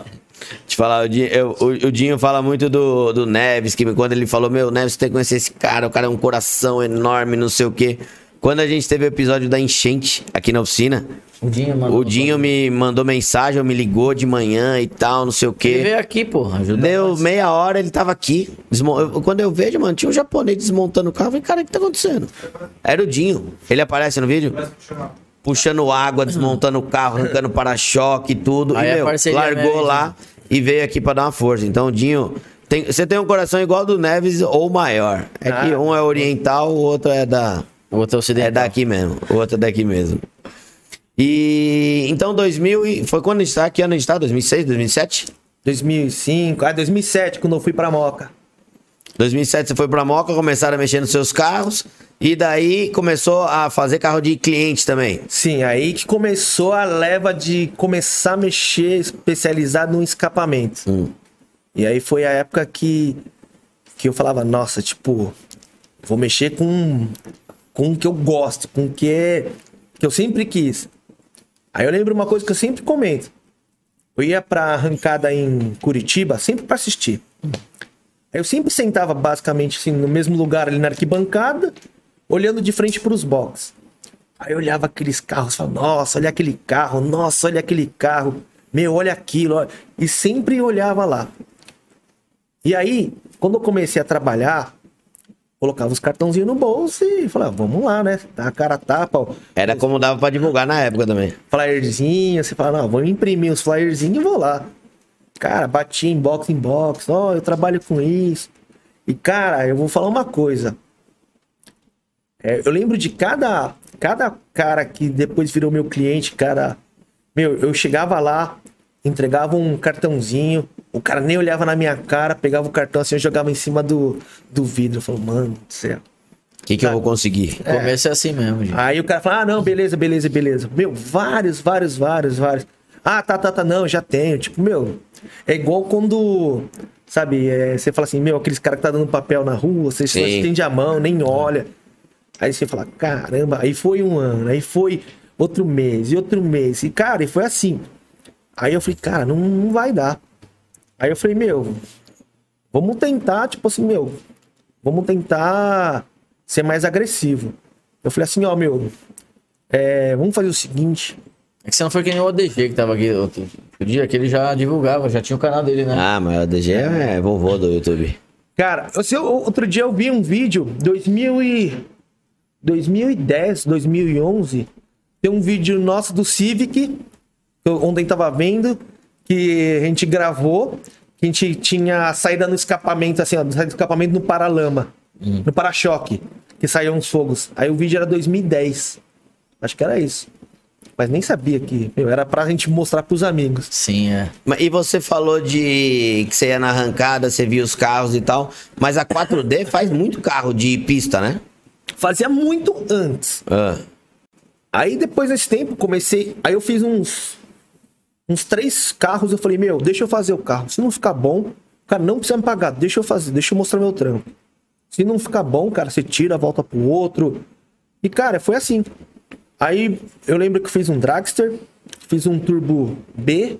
Speaker 2: Te falar, o Dinho, eu- o- o Dinho fala muito do, do Neves, que quando ele falou, meu, Neves, você tem que conhecer esse cara, o cara é um coração enorme, não sei o quê. Quando a gente teve o episódio da enchente aqui na oficina,
Speaker 3: O Dinho, mano.
Speaker 2: o Dinho me mandou mensagem, me ligou de manhã e tal, não sei o
Speaker 3: Ele
Speaker 2: quê.
Speaker 3: veio aqui, porra. Ajudou.
Speaker 2: Deu meia hora, ele tava aqui. Desmo- eu- quando eu vejo, mano, tinha um japonês desmontando o carro. Eu falei, cara, o que tá acontecendo? Era o Dinho. Ele aparece no vídeo? Puxando água, desmontando o carro, arrancando para-choque e tudo.
Speaker 3: Aí
Speaker 2: e,
Speaker 3: é
Speaker 2: meu,
Speaker 3: parceria
Speaker 2: largou
Speaker 3: mesmo. né?
Speaker 2: lá e veio aqui pra dar uma força. Então, Dinho, tem- você tem um coração igual ao do Neves ou maior. É que
Speaker 3: Ah.
Speaker 2: um é oriental, o outro é da...
Speaker 3: O outro
Speaker 2: É
Speaker 3: ocidental.
Speaker 2: daqui mesmo. O outro é daqui mesmo. E então 2000 e foi quando a gente tá, que ano a gente tá? 2006, 2007?
Speaker 4: 2005, ah, 2007, quando eu fui pra Moca.
Speaker 2: 2007 você foi pra Moca, começaram a mexer nos seus carros. E daí começou a fazer carro de cliente também.
Speaker 4: Sim, aí que começou a leva de começar a mexer especializado no escapamento. E aí foi a época que, que eu falava, nossa, tipo, vou mexer com, com o que eu gosto, com o que, é- que eu sempre quis. Aí eu lembro uma coisa que eu sempre comento. Eu ia pra arrancada em Curitiba, sempre pra assistir. Aí eu sempre sentava basicamente assim, no mesmo lugar ali na arquibancada, olhando de frente pros boxes. Aí eu olhava aqueles carros, falava, nossa, olha aquele carro, nossa, olha aquele carro, meu, olha aquilo, olha. e sempre olhava lá. E aí, quando eu comecei a trabalhar, colocava os cartãozinhos no bolso e falava, vamos lá, né? Tá a cara a tapa, ó.
Speaker 2: Era como dava pra divulgar na época também.
Speaker 4: flyerzinho, você fala, não, vou imprimir os flyerzinhos e vou lá. Cara, bati em box em box, ó, eu trabalho com isso. E cara, eu vou falar uma coisa. É, eu lembro de cada cada cara que depois virou meu cliente, cara. Meu, eu chegava lá, entregava um cartãozinho, o cara nem olhava na minha cara, pegava o cartão assim, eu jogava em cima do, do vidro. Eu falo, mano do céu.
Speaker 2: O que, que eu vou conseguir?
Speaker 3: O começo é assim mesmo, gente.
Speaker 4: Aí o cara fala, ah, não, beleza, beleza, beleza. Meu, vários, vários, vários, vários. Ah, tá, tá, tá, não, já tenho. Tipo, meu, é igual quando, sabe, é, você fala assim, meu, aqueles caras que tá dando papel na rua, você só
Speaker 2: Sim.
Speaker 4: estende a mão, nem olha. Aí você fala, caramba, aí foi um ano, aí foi outro mês, e outro mês. E, cara, e foi assim. Aí eu falei, cara, não, não vai dar. Aí eu falei, meu, vamos tentar, tipo assim, meu, vamos tentar ser mais agressivo. Eu falei assim, ó, meu, é, vamos fazer o seguinte.
Speaker 3: É que você não foi que nem o ODG que tava aqui outro outro dia, que ele já divulgava, já tinha o canal dele, né?
Speaker 2: Ah, mas o DG é vovô do YouTube.
Speaker 4: Cara, eu, sei- outro dia eu vi um vídeo, 2000 e, 2010, 2011, tem um vídeo nosso do Civic, que eu ontem tava vendo, que a gente gravou, que a gente tinha a saída no escapamento, assim, ó, saída do escapamento no paralama, no para-choque, que saíam uns fogos. Aí o vídeo era 2010, acho que era isso. Mas nem sabia que, meu, era pra gente mostrar pros amigos.
Speaker 3: Sim, é.
Speaker 2: Mas- E você falou de que você ia na arrancada, você via os carros e tal. Mas a 4D faz muito carro de pista, né?
Speaker 4: Fazia muito antes.
Speaker 2: Ah,
Speaker 4: Aí depois desse tempo comecei. Aí eu fiz uns. Uns três carros. Eu falei, meu, deixa eu fazer o carro. Se não ficar bom, cara, não precisa me pagar. Deixa eu fazer, deixa eu mostrar meu trampo. Se não ficar bom, cara, você tira, volta pro outro. E, cara, foi assim. Aí eu lembro que eu fiz um dragster, fiz um turbo B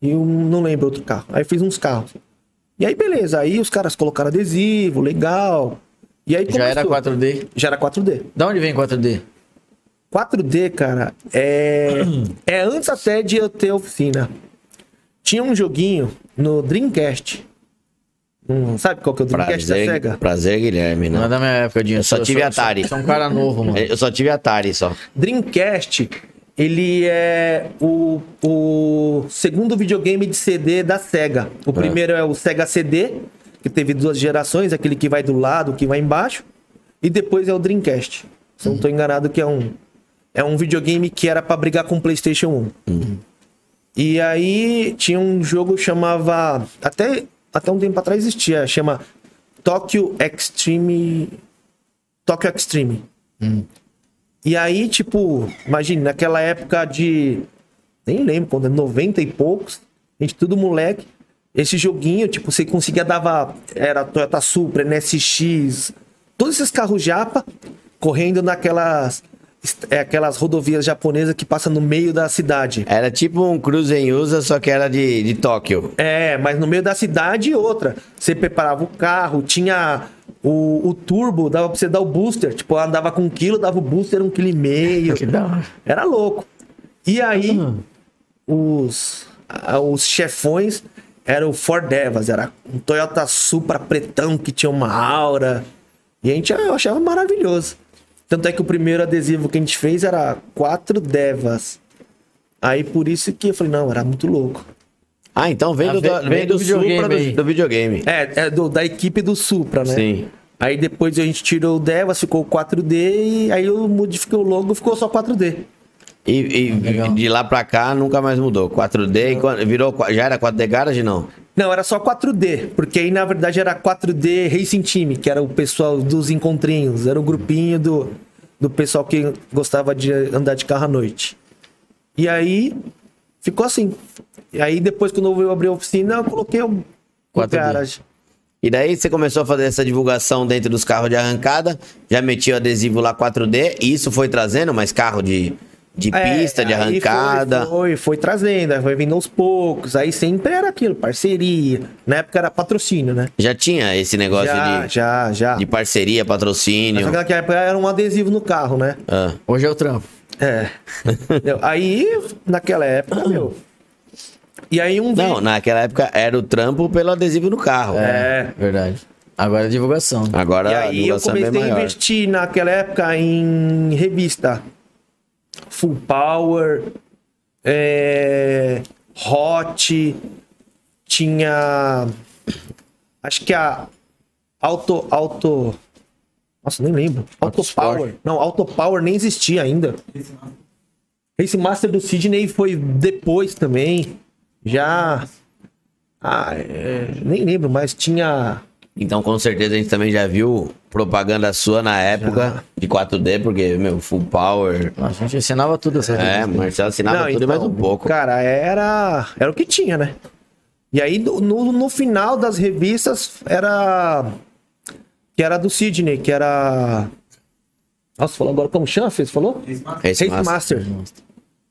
Speaker 4: e um, não lembro outro carro. Aí fiz uns carros. E aí, beleza. Aí os caras colocaram adesivo, legal. E aí
Speaker 3: Já era 4D.
Speaker 4: Já era 4D.
Speaker 3: Da onde vem 4D?
Speaker 4: 4D, cara, é... é antes até de eu ter oficina. Tinha um joguinho no Dreamcast. Hum, sabe qual que é o Dreamcast da
Speaker 2: prazer,
Speaker 4: SEGA?
Speaker 2: prazer, Guilherme.
Speaker 3: Não é
Speaker 2: Né?
Speaker 3: da minha época, Dinho.
Speaker 2: Eu só
Speaker 3: Sou-
Speaker 2: tive
Speaker 3: sou-
Speaker 2: Atari. É.
Speaker 3: Sou sou um cara novo, mano.
Speaker 2: Eu só tive Atari só.
Speaker 4: Dreamcast, ele é o, o segundo videogame de CD da SEGA. O primeiro é o SEGA CD, que teve duas gerações, aquele que vai do lado, que vai embaixo. E depois é o Dreamcast. Se eu não tô enganado que é um... É um videogame que era pra brigar com o PlayStation 1. E aí tinha um jogo que chamava. Até, até um tempo atrás existia, chama Tokyo Extreme. Tokyo Extreme. E aí, tipo, imagina, naquela época de. Nem lembro quando, 90 e poucos, a gente tudo moleque. Esse joguinho, tipo, você conseguia dava. Era Toyota Supra, NSX, todos esses carros japa correndo naquelas. É, aquelas rodovias japonesas que passam no meio da cidade.
Speaker 2: Era tipo um Cruze em USA, só que era de, de Tóquio.
Speaker 4: É, mas no meio da cidade e outra. Você preparava o carro, tinha o, o turbo, dava pra você dar o booster. Tipo, ela andava com um quilo, dava o booster um quilo e meio.
Speaker 3: Que da hora.
Speaker 4: Era louco. E aí, os, a- os chefões eram o Ford Evas, era um Toyota Supra pretão que tinha uma aura. E a gente ah, eu achava maravilhoso. Tanto é que o primeiro adesivo que a gente fez era quatro Devas. Aí por isso que eu falei, não, era muito louco.
Speaker 2: Ah, então vem
Speaker 3: Ah,
Speaker 2: do,
Speaker 3: vem-
Speaker 2: vem
Speaker 3: vem
Speaker 2: do,
Speaker 3: do videogame
Speaker 2: Supra do,
Speaker 3: aí.
Speaker 2: do videogame.
Speaker 4: É, é do- da equipe do Supra, né?
Speaker 2: Sim.
Speaker 4: Aí depois a gente tirou o Devas, ficou 4D e aí eu modifiquei o logo, ficou só 4D.
Speaker 2: E, e
Speaker 4: Ah,
Speaker 3: legal.
Speaker 2: de lá pra cá nunca mais mudou. 4D, e quando- virou, qua- já era 4D Garage, não?
Speaker 4: Não, era só 4D, porque aí na verdade era 4D Racing Team, que era o pessoal dos encontrinhos, era o grupinho do, do pessoal que gostava de andar de carro à noite. E aí ficou assim. E aí depois, quando eu abri a oficina, eu coloquei o, o
Speaker 3: 4D.
Speaker 4: garage.
Speaker 2: E daí você começou a fazer essa divulgação dentro dos carros de arrancada, já metia o adesivo lá 4D, e isso foi trazendo mais carro de, de
Speaker 4: É,
Speaker 2: pista, de
Speaker 4: aí foi,
Speaker 2: arrancada.
Speaker 4: Foi, foi, trazendo, aí foi vindo aos poucos. Aí sempre era aquilo, parceria. Na época era patrocínio, né?
Speaker 2: Já tinha esse negócio
Speaker 4: já,
Speaker 2: de,
Speaker 4: já, já.
Speaker 2: de parceria,
Speaker 4: Mas
Speaker 2: patrocínio.
Speaker 4: Só que naquela época era um adesivo no carro, né?
Speaker 2: Ah.
Speaker 3: Hoje é o trampo.
Speaker 4: É. Meu, aí, naquela época, meu. E aí um
Speaker 2: Não,
Speaker 4: vídeo-
Speaker 2: naquela época era o trampo pelo adesivo no carro.
Speaker 4: É.
Speaker 3: Verdade. Agora é divulgação.
Speaker 2: Agora
Speaker 4: E
Speaker 2: a
Speaker 4: aí eu
Speaker 2: divulgação é bem
Speaker 4: comecei a
Speaker 2: maior.
Speaker 4: investir naquela época em revista. Full Power, é, Hot, tinha. Acho que a Auto. Auto. Nossa, nem lembro. Auto,
Speaker 3: Autosport.
Speaker 4: Power. Não, Auto Power nem existia ainda. Esse Master do Sidney foi depois também. Já. Ah, é, nem lembro, mas tinha.
Speaker 2: Então com certeza a gente também já viu propaganda sua na época de 4D, porque, meu, full power.
Speaker 3: A gente ensinava tudo essa
Speaker 2: É,
Speaker 3: revista.
Speaker 2: Marcelo assinava tudo e mais um pouco.
Speaker 4: então, Cara, era, era o que tinha, né? E aí, do- no, no final das revistas, era. Que era do Sidney, que era. Nossa, falou agora como chama? Você falou?
Speaker 2: Race
Speaker 4: Race
Speaker 2: Master.
Speaker 4: Master.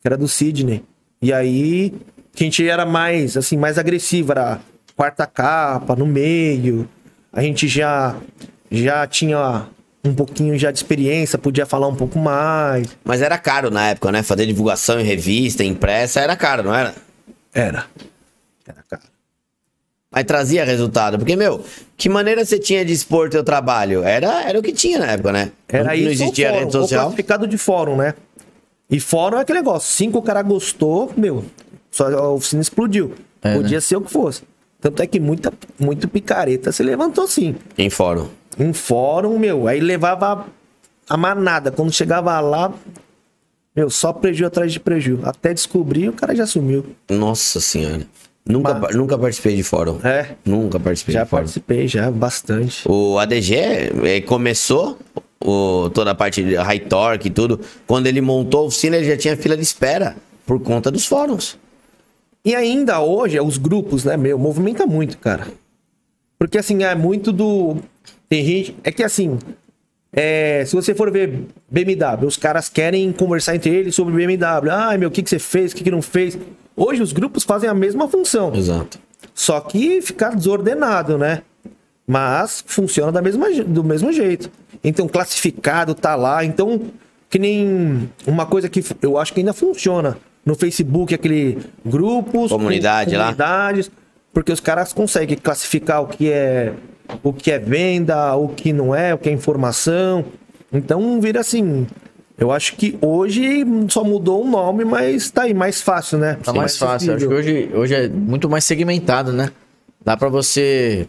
Speaker 4: Que era do Sidney. E aí, que a gente era mais, assim, mais agressivo. Era quarta capa, no meio. A gente já, já tinha um pouquinho já de experiência, podia falar um pouco mais.
Speaker 2: Mas era caro na época, né? Fazer divulgação em revista, impressa, era caro, não era?
Speaker 4: Era. Era, cara.
Speaker 2: Mas trazia resultado. Porque, meu, que maneira você tinha de expor teu trabalho? Era, era o que tinha na época, né? não,
Speaker 4: Era
Speaker 2: não
Speaker 4: isso ou
Speaker 2: existia
Speaker 4: fórum,
Speaker 2: rede
Speaker 4: ou
Speaker 2: social.
Speaker 4: classificado de fórum, né? E fórum é aquele negócio. Cinco o cara gostou, meu, só a oficina explodiu.
Speaker 3: É, né?
Speaker 4: Podia ser o que fosse. Tanto é que muita, muito picareta se levantou assim.
Speaker 2: Em fórum.
Speaker 4: Um fórum, meu, aí levava a manada. Quando chegava lá, meu, só preju atrás de preju. Até descobrir, o cara já sumiu.
Speaker 2: Nossa senhora. Nunca,
Speaker 4: Mas-
Speaker 2: par- nunca participei de fórum.
Speaker 4: É.
Speaker 2: Nunca participei
Speaker 4: Já
Speaker 2: de fórum.
Speaker 4: participei, já, bastante.
Speaker 2: O ADG eh, começou o- toda a parte de high torque e tudo. Quando ele montou a oficina, ele já tinha fila de espera por conta dos fóruns.
Speaker 4: E ainda hoje, os grupos, né, meu, movimenta muito, cara. Porque assim, é muito do. Tem gente. É que assim. é, se você for ver BMW, os caras querem conversar entre eles sobre BMW. Ai, meu, o que, que você fez? O que, que não fez? Hoje os grupos fazem a mesma função.
Speaker 2: Exato.
Speaker 4: Só que fica desordenado, né? Mas funciona da mesma, je- do mesmo jeito. Então, classificado tá lá. Então, que nem uma coisa que fu- eu acho que ainda funciona. No Facebook, aquele grupos.
Speaker 2: Comunidade
Speaker 4: com-
Speaker 2: lá.
Speaker 4: Comunidades. Porque os caras conseguem classificar o que é o que é venda, o que não é, o que é informação. Então, vira assim. Eu acho que hoje só mudou o nome, mas tá aí mais fácil, né?
Speaker 3: Tá mais fácil. Acho
Speaker 4: acessível.
Speaker 3: que hoje, hoje é muito mais segmentado, né? Dá pra você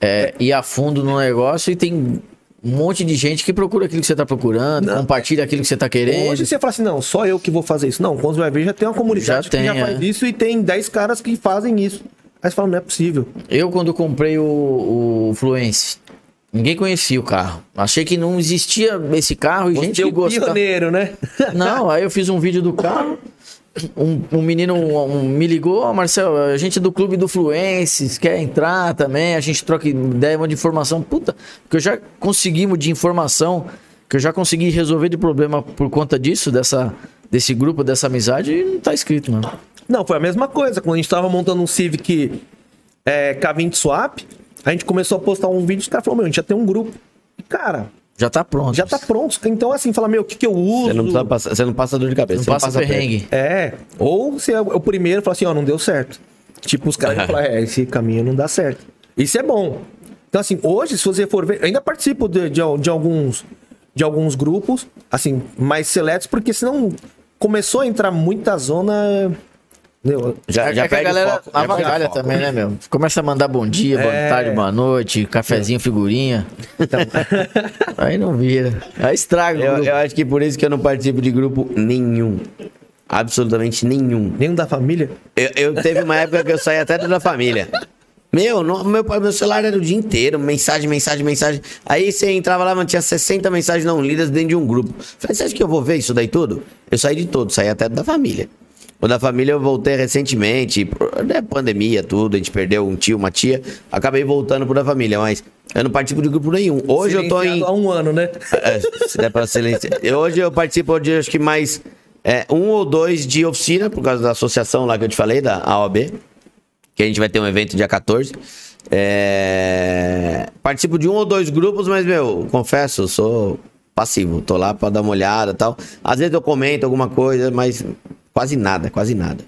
Speaker 3: é, ir a fundo no negócio e tem um monte de gente que procura aquilo que você tá procurando, compartilha aquilo que você tá querendo.
Speaker 4: Hoje você fala assim, não, só eu que vou fazer isso. Não, quando você vai ver, já tem uma comunidade
Speaker 3: Já
Speaker 4: que já
Speaker 3: tem,
Speaker 4: faz
Speaker 3: é.
Speaker 4: isso e tem 10 caras que fazem isso. Aí você fala, não é possível.
Speaker 3: Eu, quando comprei o, o Fluence, ninguém conhecia o carro. Achei que não existia esse carro e gente
Speaker 4: é
Speaker 3: que gostava.
Speaker 4: pioneiro, né?
Speaker 3: Não, aí eu fiz um vídeo do carro. Um, um menino um- um me ligou, "Ó, Marcelo, a gente é do clube do Fluenses, quer entrar também, a gente troca ideia, um monte de informação. Puta, que eu já conseguimos de informação, que eu já consegui resolver de problema por conta disso, dessa, desse grupo, dessa amizade, e não tá escrito, mano.
Speaker 4: Não, foi a mesma coisa. Quando a gente tava montando um Civic é, K20 Swap, a gente começou a postar um vídeo e os caras falaram, meu, a gente já tem um grupo. E, cara,
Speaker 3: Já tá pronto.
Speaker 4: já tá pronto. Então, assim, fala, meu, o que, que eu uso?
Speaker 2: Você não, precisa passar, você não passa dor de cabeça.
Speaker 3: Não
Speaker 2: você
Speaker 3: passa,
Speaker 2: perto.
Speaker 3: perrengue.
Speaker 4: É, ou se é o primeiro fala assim, ó, não deu certo. Tipo, os caras vão falar, é, esse caminho não dá certo. Isso é bom. Então, assim, hoje, se você for ver, eu ainda participo de, de, al- de alguns de alguns grupos, assim, mais seletos, porque senão começou a entrar muita zona. meu,
Speaker 2: Já,
Speaker 3: É
Speaker 2: já
Speaker 3: que a
Speaker 2: perde o
Speaker 3: galera
Speaker 2: foco, já perde o
Speaker 3: avacalha
Speaker 2: foco.
Speaker 3: também, né, meu? Começa a mandar bom dia, boa
Speaker 4: É.
Speaker 3: tarde, boa noite,
Speaker 2: É.
Speaker 3: cafezinho, figurinha. Então, aí não vira. Aí estraga. o
Speaker 2: Eu,
Speaker 3: grupo.
Speaker 2: eu acho que por isso que eu não participo de grupo nenhum. Absolutamente nenhum.
Speaker 4: Nenhum da família.
Speaker 2: Eu, eu- teve uma época que eu saí até da família. Meu, no- meu, meu celular era o dia inteiro, mensagem, mensagem, mensagem. Aí você entrava lá, mantinha 60 mensagens não lidas dentro de um grupo. Falei, você acha que eu vou ver isso daí tudo? Eu saí de todo, saí até da família. O da família eu voltei recentemente, por- né, pandemia, tudo, a gente perdeu um tio, uma tia. Acabei voltando pro da família, mas eu não participo de grupo nenhum. Hoje eu tô em.
Speaker 4: Silenciado Há um ano, né?
Speaker 2: É, se der pra silenciar. Hoje eu participo de acho que mais é, um ou dois de oficina, por causa da associação lá que eu te falei, da AOB, que a gente vai ter um evento dia 14. É, Participo de um ou dois grupos, mas, meu, confesso, eu sou passivo. Tô lá pra dar uma olhada e tal. Às vezes eu comento alguma coisa, mas quase nada, quase nada.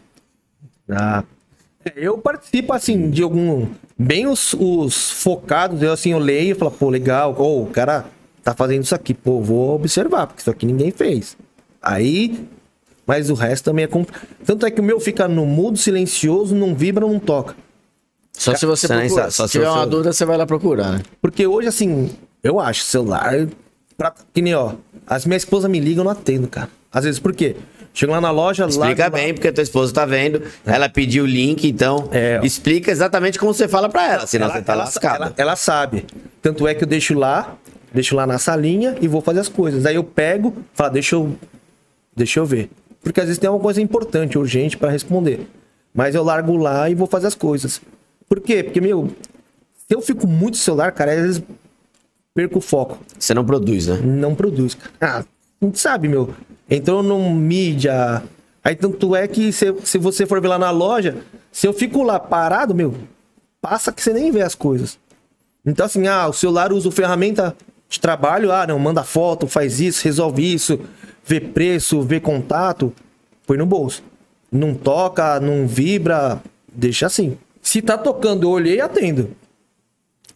Speaker 4: É, Eu participo, assim, de algum. Bem os, os focados, eu assim, eu leio e falo, pô, legal, ô, o cara tá fazendo isso aqui, pô, vou observar, porque isso aqui ninguém fez. Aí. Mas o resto também é. compl- Tanto é que o meu fica no mudo, silencioso, não vibra, não toca.
Speaker 3: Só se você
Speaker 2: Você nem
Speaker 3: procurar.
Speaker 2: sabe, só
Speaker 3: Se
Speaker 2: se
Speaker 3: tiver
Speaker 2: você-
Speaker 3: uma dúvida, você vai lá procurar, né?
Speaker 4: Porque hoje, assim, eu acho celular. Pra, que nem, ó. As minhas esposas me ligam, eu não atendo, cara. Às vezes, por quê? Chego lá na loja,
Speaker 2: Explica
Speaker 4: largo lá.
Speaker 2: bem, porque a tua esposa tá vendo. Ela pediu o link, então
Speaker 4: É.
Speaker 2: explica exatamente como você fala pra ela, senão você tá
Speaker 4: ela,
Speaker 2: lascado.
Speaker 4: ela- ela sabe. Tanto é que eu deixo lá, deixo lá na salinha e vou fazer as coisas. Aí eu pego, falo, deixa eu, deixa eu ver. Porque às vezes tem alguma coisa importante, urgente pra responder. Mas eu largo lá e vou fazer as coisas. Por quê? Porque, meu, se eu fico muito no celular, cara, às vezes perco o foco.
Speaker 2: Você não produz, né?
Speaker 4: Não produz, cara. Ah, não sabe, meu. Entrou no mídia. Aí tanto é que se, se você for ver lá na loja, se eu fico lá parado, meu, passa que você nem vê as coisas. Então, assim, ah, o celular usa ferramenta de trabalho, ah, não, manda foto, faz isso, resolve isso, vê preço, vê contato, põe no bolso. Não toca, não vibra, deixa assim. Se tá tocando, eu olhei e atendo.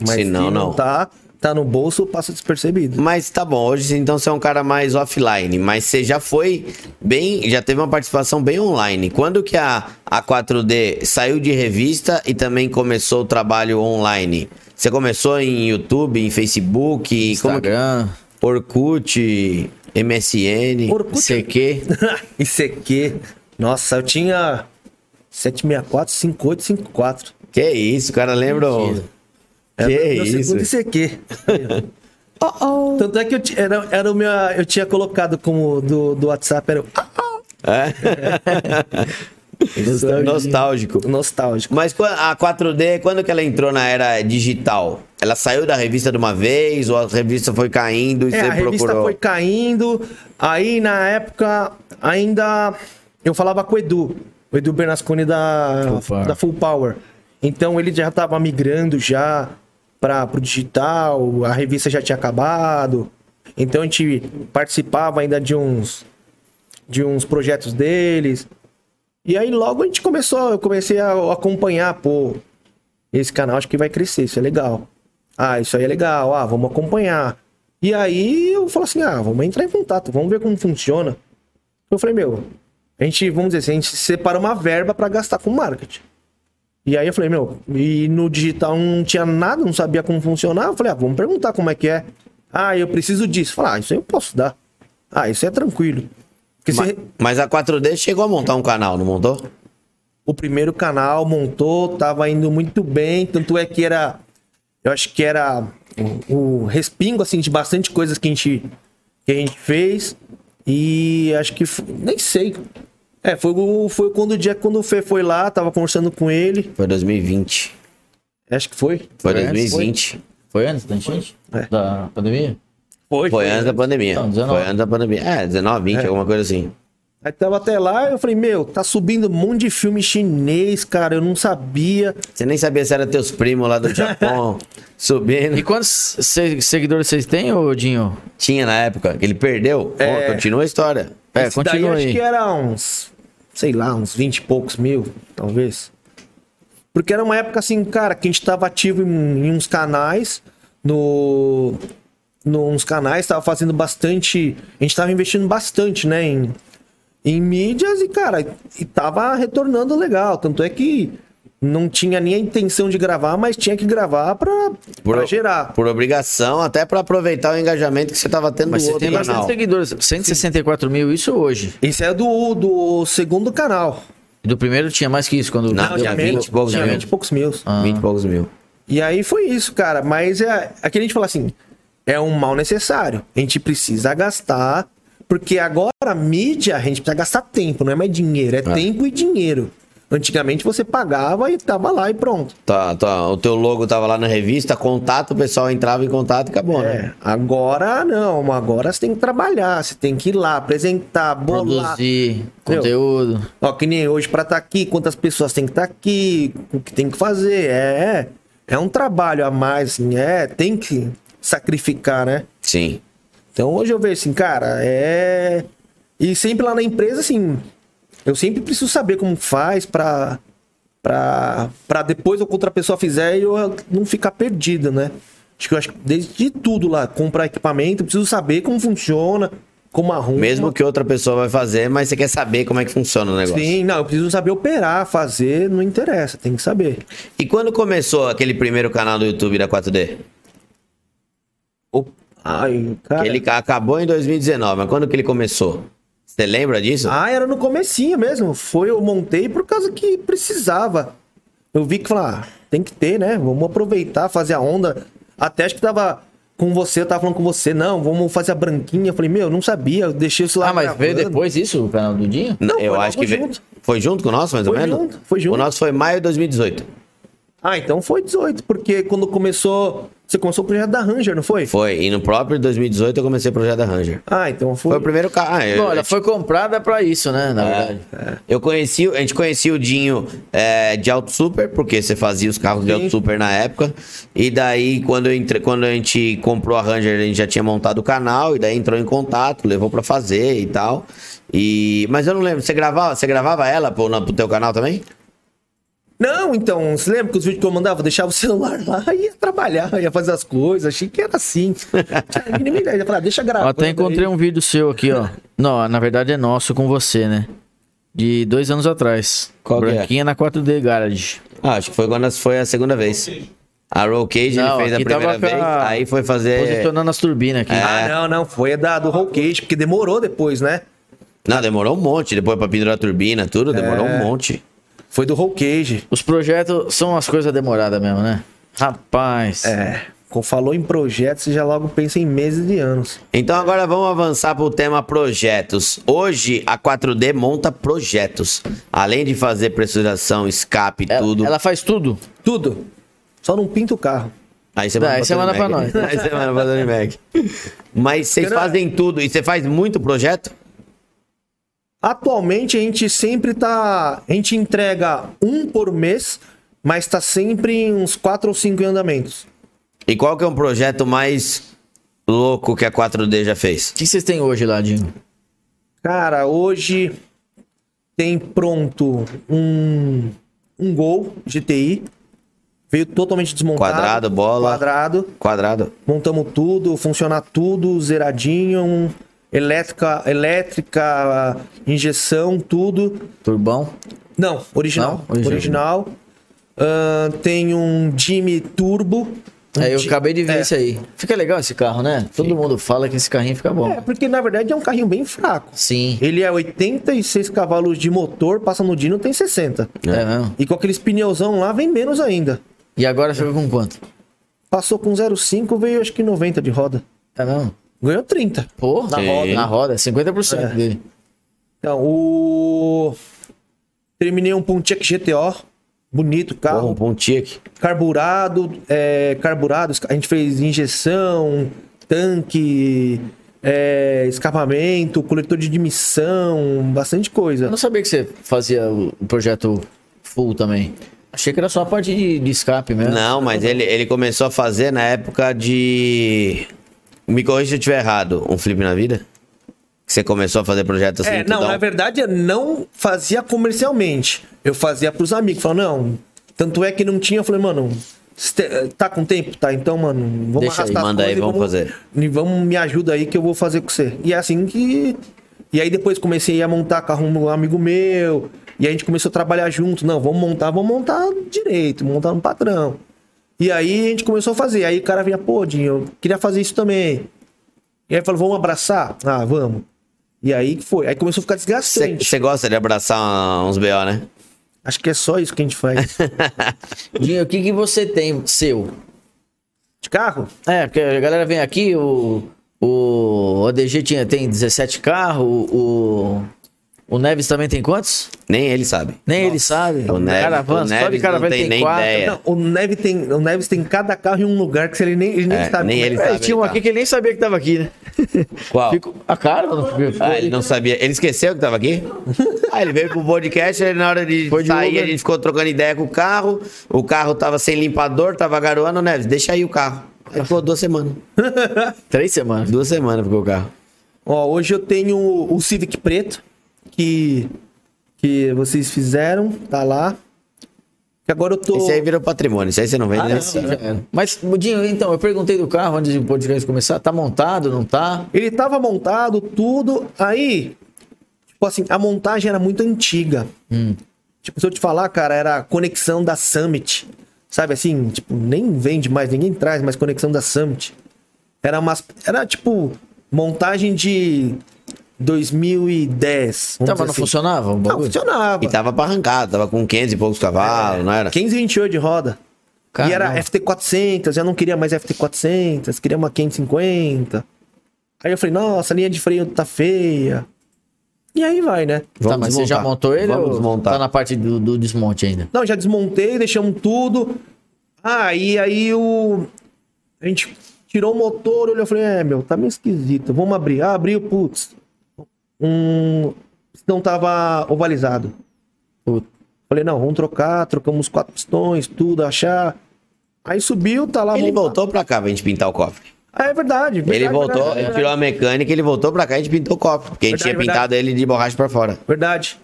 Speaker 4: Mas
Speaker 2: Se não, não.
Speaker 4: tá, tá no bolso, passa despercebido.
Speaker 2: Mas tá bom, hoje então você é um cara mais offline, mas você já foi bem, já teve uma participação bem online. Quando que a, a 4D saiu de revista e também começou o trabalho online? Você começou em YouTube, em Facebook, como que-
Speaker 3: Instagram.
Speaker 2: Orkut, MSN,
Speaker 4: Orkut.
Speaker 2: CQ.
Speaker 4: ICQ. Nossa, eu tinha 764, 5854.
Speaker 2: Que isso, o cara lembra? o- Que
Speaker 4: meu
Speaker 2: isso?
Speaker 4: segundo ICQ. Tanto é que eu, ti- era, era o meu, eu tinha colocado como do, do WhatsApp, era o
Speaker 2: É? Nostálgico.
Speaker 4: nostálgico.
Speaker 2: Mas quan- a 4D, quando que ela entrou na era digital? Ela saiu da revista de uma vez ou a revista foi caindo e
Speaker 4: É,
Speaker 2: você
Speaker 4: a revista
Speaker 2: procurou?
Speaker 4: foi caindo. Aí, na época, ainda eu falava com o Edu. O Edu Bernasconi da
Speaker 3: Full Power.
Speaker 4: da Full Power. Então, ele já tava migrando já para pro digital. A revista já tinha acabado. Então, a gente participava ainda de uns de uns projetos deles. E aí logo a gente começou, eu comecei a acompanhar, pô, esse canal acho que vai crescer, isso é legal. Ah, isso aí é legal, ah, vamos acompanhar. E aí eu falo assim, ah, vamos entrar em contato, vamos ver como funciona. Eu falei, meu, a gente, vamos dizer assim, a gente separa uma verba pra gastar com marketing. E aí eu falei, meu, e no digital não tinha nada, não sabia como funcionar. Eu falei, ah, vamos perguntar como é que é. Ah, eu preciso disso. Eu falei, ah, isso aí eu posso dar. Ah, isso é tranquilo. Porque
Speaker 2: Ma-
Speaker 4: você-
Speaker 2: Mas a 4D chegou a montar um canal, não montou?
Speaker 4: o primeiro canal montou, tava indo muito bem, tanto é que era, eu acho que era o, o respingo assim de bastante coisas que a gente que a gente fez e acho que fo- nem sei. É, foi, o- foi quando o dia quando o Fê foi lá, tava conversando com ele,
Speaker 2: Foi 2020.
Speaker 4: acho que foi.
Speaker 2: Foi
Speaker 3: Foi antes,
Speaker 2: 2020.
Speaker 3: Foi antes da gente?
Speaker 4: É.
Speaker 3: Da pandemia?
Speaker 2: Foi, né? antes da pandemia.
Speaker 3: Não, 19.
Speaker 2: foi antes da pandemia. É, 19, 20, alguma coisa assim.
Speaker 4: Aí tava até lá, eu falei, meu, tá subindo um monte de filme chinês, cara, eu não sabia.
Speaker 2: Você nem sabia se era teus primos lá do Japão subindo.
Speaker 3: E quantos se- seguidores vocês têm, ô Dinho?
Speaker 2: Tinha na época, que ele perdeu.
Speaker 4: É.
Speaker 2: Pô, continua a história.
Speaker 3: É,
Speaker 4: Esse daí
Speaker 3: continua
Speaker 4: acho
Speaker 3: aí.
Speaker 4: que era uns, sei lá, uns 20 e poucos mil, talvez. Porque era uma época assim, cara, que a gente tava ativo em, em uns canais, no, nos canais, tava fazendo bastante, a gente tava investindo bastante, né, em, em mídias e, cara, e tava retornando legal. Tanto é que não tinha nem a intenção de gravar, mas tinha que gravar pra, pra gerar.
Speaker 2: por obrigação, até pra aproveitar o engajamento que você tava tendo
Speaker 3: Mas
Speaker 2: do
Speaker 3: você
Speaker 2: outro
Speaker 3: tem bastante
Speaker 2: canal.
Speaker 3: seguidores. 164 mil, isso hoje.
Speaker 4: Esse é do, do segundo canal.
Speaker 3: E do primeiro tinha mais que isso quando
Speaker 2: Não,
Speaker 3: deu
Speaker 2: tinha
Speaker 3: a
Speaker 4: tinha 20,
Speaker 2: vinte e poucos
Speaker 3: né?
Speaker 4: tinha
Speaker 2: mil.
Speaker 4: 20 e poucos mil.
Speaker 3: Ah.
Speaker 2: 20 e poucos mil.
Speaker 4: E aí foi isso, cara. Mas é aqui a gente fala assim: é um mal necessário. A gente precisa gastar, porque agora a mídia, a gente precisa gastar tempo, não é mais dinheiro, é tempo e dinheiro. Antigamente você pagava e tava lá e pronto.
Speaker 2: Tá, tá. O teu logo tava lá na revista, contato, o pessoal entrava em contato e acabou,
Speaker 4: É,
Speaker 2: né?
Speaker 4: agora não, agora você tem que trabalhar, você tem que ir lá, apresentar, bolar.
Speaker 3: Produzir
Speaker 4: Meu.
Speaker 3: conteúdo.
Speaker 4: Ó, que nem hoje pra estar aqui, quantas pessoas tem que estar aqui, o que tem que fazer. É, é um trabalho a mais, assim, é, tem que sacrificar, né?
Speaker 2: Sim.
Speaker 4: Então hoje eu vejo assim, cara, é. E sempre lá na empresa, assim, eu sempre preciso saber como faz pra. Pra, pra depois o que outra pessoa fizer eu não ficar perdido, né? Acho que eu acho que desde de tudo lá, comprar equipamento, eu preciso saber como funciona, como arruma.
Speaker 2: Mesmo que outra pessoa vai fazer, mas você quer saber como é que funciona o negócio.
Speaker 4: Sim, não, eu preciso saber operar, fazer, não interessa, tem que saber.
Speaker 2: E quando começou aquele primeiro canal do YouTube da 4D?
Speaker 4: O- Ai, cara.
Speaker 2: Ele ca- acabou em 2019, mas quando que ele começou? Você lembra disso?
Speaker 4: Ah, era no comecinho mesmo. Foi, eu montei por causa que precisava. Eu vi que falar, ah, tem que ter, né? Vamos aproveitar, fazer a onda. Até acho que tava com você, eu tava falando com você, não, vamos fazer a branquinha. Eu falei, meu, não sabia, eu deixei isso lá.
Speaker 3: Ah, mas veio
Speaker 4: gravando.
Speaker 3: depois isso, o canal do Dinho?
Speaker 2: Não,
Speaker 4: não,
Speaker 2: eu
Speaker 4: foi
Speaker 2: acho que
Speaker 4: logo
Speaker 2: veio-
Speaker 4: junto.
Speaker 2: foi junto com o nosso, mais ou
Speaker 4: Foi
Speaker 2: menos?
Speaker 4: junto, foi junto.
Speaker 2: O nosso foi maio de 2018.
Speaker 4: Ah, então foi 18, porque quando começou. Você começou o projeto da Ranger, não foi?
Speaker 2: Foi, e no próprio 2018 eu comecei o projeto da Ranger.
Speaker 4: Ah, então foi.
Speaker 2: Foi o primeiro canal. Ah, eu-
Speaker 3: Bom, ela foi comprada pra isso, né? Na
Speaker 2: É.
Speaker 3: verdade.
Speaker 2: Eu conheci, a gente conhecia o Dinho é, de Auto Super, porque você fazia os carros de Auto Super na época. E daí, quando, eu entre, quando a gente comprou a Ranger, a gente já tinha montado o canal, e daí entrou em contato, levou pra fazer e tal. E, mas eu não lembro, você gravava, você gravava ela pro, na- pro teu canal também?
Speaker 4: Não, então, você lembra que os vídeos que eu mandava, eu deixava o celular lá, ia trabalhar, ia fazer as coisas, achei que era assim. Tinha a mínima ideia, eu falei, ah, deixa gravar.
Speaker 3: Eu até encontrei um vídeo seu aqui, ó. Não, na verdade é nosso com você, né? De dois anos atrás.
Speaker 2: Qual que é?
Speaker 3: Branquinha na 4D Garage.
Speaker 2: Ah, acho que foi quando foi a segunda vez. A Roll Cage
Speaker 3: Não,
Speaker 2: ele fez a
Speaker 3: aqui
Speaker 2: primeira
Speaker 3: tava com
Speaker 2: vez,
Speaker 3: a-
Speaker 2: aí foi fazer.
Speaker 3: Posicionando as turbinas
Speaker 2: É.
Speaker 3: aqui.
Speaker 4: Ah, não, não, foi a da, do Roll Cage, porque demorou depois, né?
Speaker 2: Não, demorou um monte, depois pra pendurar a turbina, tudo, demorou um monte.
Speaker 4: Foi do Roll Cage.
Speaker 3: Os projetos são as coisas demoradas mesmo, né? Rapaz.
Speaker 4: É, quando falou em projeto, você já logo pensa em meses e anos.
Speaker 2: Então agora vamos avançar para o tema projetos. Hoje a 4D monta projetos. Além de fazer pressurização, escape,
Speaker 3: Ela,
Speaker 2: tudo.
Speaker 3: ela faz tudo.
Speaker 4: Tudo. Só não pinta o carro.
Speaker 2: Aí você
Speaker 3: Dá, aí você manda
Speaker 2: Tony
Speaker 3: pra
Speaker 2: Mac. Aí você manda pra Tony Mac. Mas vocês
Speaker 4: Cara,
Speaker 2: fazem tudo e você faz muito projeto?
Speaker 4: Atualmente a gente sempre tá. A gente entrega um por mês, mas tá sempre em uns quatro ou cinco em andamentos.
Speaker 2: E qual que é um projeto mais louco que a 4D já fez?
Speaker 3: O que vocês têm hoje lá, Dinho?
Speaker 4: Cara, hoje tem pronto um, um Gol GTI. Veio totalmente desmontado.
Speaker 2: Quadrado, bola.
Speaker 4: Quadrado.
Speaker 2: Quadrado.
Speaker 4: Montamos tudo, funciona tudo, zeradinho, um- elétrica, elétrica, injeção, tudo.
Speaker 3: Turbão?
Speaker 4: Não, original.
Speaker 3: Não, original.
Speaker 4: original. Ahn, tem um Jimmy Turbo.
Speaker 3: É, eu
Speaker 4: Di-
Speaker 3: acabei de ver
Speaker 4: É.
Speaker 3: isso aí. Fica legal esse carro, né? Todo mundo fala que esse carrinho fica bom.
Speaker 4: É, porque na verdade é um carrinho bem fraco.
Speaker 3: Sim.
Speaker 4: Ele é 86 cavalos de motor, passa no Dino, tem 60.
Speaker 3: É mesmo.
Speaker 4: E com aqueles pneuzão lá, vem menos ainda.
Speaker 3: E agora fica com quanto?
Speaker 4: Passou com 0,5, veio acho que 90 de roda.
Speaker 3: É mesmo?
Speaker 4: Ganhou 30.
Speaker 3: Pô, na
Speaker 2: Sim.
Speaker 3: roda, na roda, 50%
Speaker 4: É.
Speaker 3: dele.
Speaker 4: Então, o. Terminei um Pontiac GTO. Bonito
Speaker 2: Porra, um
Speaker 4: carro.
Speaker 2: Pontiac.
Speaker 4: Carburado. É, carburado. A gente fez injeção, tanque, é, escapamento, coletor de admissão, bastante
Speaker 3: Eu
Speaker 4: coisa.
Speaker 3: não sabia que você fazia o o projeto full também. Achei que era só a parte de, de escape mesmo.
Speaker 2: Não, mas ele, ele começou a fazer na época de. Me corrija se eu estiver errado. Um flip na vida? Que você começou a fazer projeto assim?
Speaker 4: É, não,
Speaker 2: tudão?
Speaker 4: na verdade eu não fazia comercialmente. Eu fazia pros amigos. Falando, não. Tanto é que não tinha. Eu falei, mano, ste- tá com tempo? Tá, então, mano, vamos
Speaker 3: Deixa aí,
Speaker 4: arrastar as
Speaker 2: manda aí,
Speaker 4: coisas e
Speaker 2: vamos fazer.
Speaker 4: E vamos, me ajuda aí que eu vou fazer com você. E é assim que. E aí depois comecei a montar carro um amigo meu. E a gente começou a trabalhar junto. Não, vamos montar, vamos montar direito, montar um padrão. E aí a gente começou a fazer. Aí o cara vinha, pô, Dinho, eu queria fazer isso também. E aí falou, vamos abraçar? Ah, vamos. E aí que foi. Aí começou a ficar
Speaker 2: Você
Speaker 4: desgastante.
Speaker 2: você gosta de abraçar uns BO, né?
Speaker 4: Acho que é só isso que a gente faz.
Speaker 3: Dinho, o que, que você tem seu?
Speaker 4: De carro?
Speaker 3: É, porque a galera vem aqui, o, o ADG tinha, tem 17 carros, o, o, o Neves também tem quantos?
Speaker 2: Nem ele sabe.
Speaker 3: Nem ele sabe.
Speaker 2: O Neves- o
Speaker 3: caravana, só de
Speaker 2: Neves não
Speaker 3: caravana
Speaker 2: tem
Speaker 3: tem,
Speaker 2: nem
Speaker 3: quatro.
Speaker 2: ideia. É.
Speaker 4: Não, o Neves tem, o Neves tem cada carro em um lugar que ele nem, ele nem
Speaker 2: É,
Speaker 4: sabe.
Speaker 2: nem
Speaker 4: como é
Speaker 2: ele
Speaker 4: que é.
Speaker 3: É,
Speaker 2: sabe.
Speaker 3: tinha um
Speaker 2: tá.
Speaker 3: aqui que ele nem sabia que tava aqui, né?
Speaker 2: Qual?
Speaker 3: Ficou- a cara não ficou.
Speaker 2: Ah, ele não sabia. Ele esqueceu que tava aqui? ah, ele veio pro podcast, aí na hora de
Speaker 3: Foi de
Speaker 2: sair,
Speaker 3: Uber.
Speaker 2: a gente ficou trocando ideia com o carro. O carro tava sem limpador, tava garoando, Neves, deixa aí o carro. Aí ficou duas semanas.
Speaker 3: Três semanas.
Speaker 2: Duas semanas ficou o carro.
Speaker 4: Ó, hoje eu tenho o Civic preto que que vocês fizeram, tá lá. Que agora eu tô
Speaker 2: Esse é aí virou patrimônio, esse aí você não vende, né?
Speaker 3: Sim, já era. Mas, Budinho, então, eu perguntei do carro antes do podcast começar. Tá montado, não tá?
Speaker 4: Ele tava montado, tudo. Aí, tipo assim, a montagem era muito antiga. Tipo, se eu te falar, cara, era a conexão da Summit. Sabe assim, tipo, nem vende mais, ninguém traz mais conexão da Summit. Era umas. Era tipo, montagem de 2010.
Speaker 3: Tá, mas
Speaker 4: vamos
Speaker 3: não
Speaker 4: dizer assim.
Speaker 3: funcionava o
Speaker 4: Não,
Speaker 3: bagulho?
Speaker 4: funcionava.
Speaker 2: E tava pra arrancar, tava com 500 e poucos cavalos, não era?
Speaker 4: 1528 de roda. E
Speaker 3: Caramba.
Speaker 4: era FT400, eu não queria mais FT400, queria uma 550. Aí eu falei, nossa, a linha de freio tá feia. E aí vai, né?
Speaker 3: tá, mas você já
Speaker 2: desmontar.
Speaker 3: montou ele
Speaker 2: Vamos
Speaker 3: ou
Speaker 2: desmontar.
Speaker 3: tá na parte do, do desmonte ainda?
Speaker 4: Não, já desmontei, deixamos tudo. Ah, e aí o... A gente tirou o motor, olhou, eu falei, é, meu, tá meio esquisito, vamos abrir. Ah, abriu, putz. Um... Não tava ovalizado.
Speaker 3: Puta.
Speaker 4: Falei, não, vamos trocar, trocamos quatro pistões, tudo, achar. Aí subiu, tá lá...
Speaker 2: Ele
Speaker 4: montado.
Speaker 2: voltou pra cá pra gente pintar o cofre.
Speaker 4: Ah, é verdade.
Speaker 2: Ele
Speaker 4: verdade,
Speaker 2: voltou,
Speaker 4: verdade,
Speaker 2: ele
Speaker 4: verdade.
Speaker 2: tirou a mecânica, ele voltou pra cá e a gente pintou o cofre. Porque a gente
Speaker 4: Verdade,
Speaker 2: tinha pintado ele de borracha pra fora.
Speaker 4: Verdade.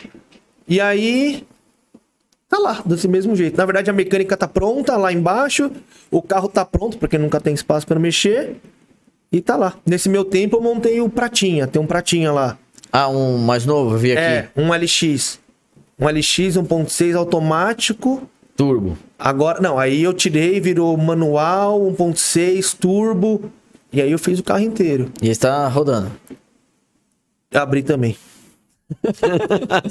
Speaker 4: E aí. Tá lá, desse mesmo jeito. Na verdade, a mecânica tá pronta lá embaixo. O carro tá pronto, porque nunca tem espaço pra mexer. E tá lá. Nesse meu tempo, eu montei o Pratinha. Tem um Pratinha lá.
Speaker 3: Ah, um mais novo, eu vi aqui.
Speaker 4: É, um LX. Um LX 1.6 automático.
Speaker 3: Turbo.
Speaker 4: Agora, não, aí eu tirei, virou manual 1.6 turbo. E aí eu fiz o carro inteiro.
Speaker 3: E está rodando.
Speaker 4: Abri também.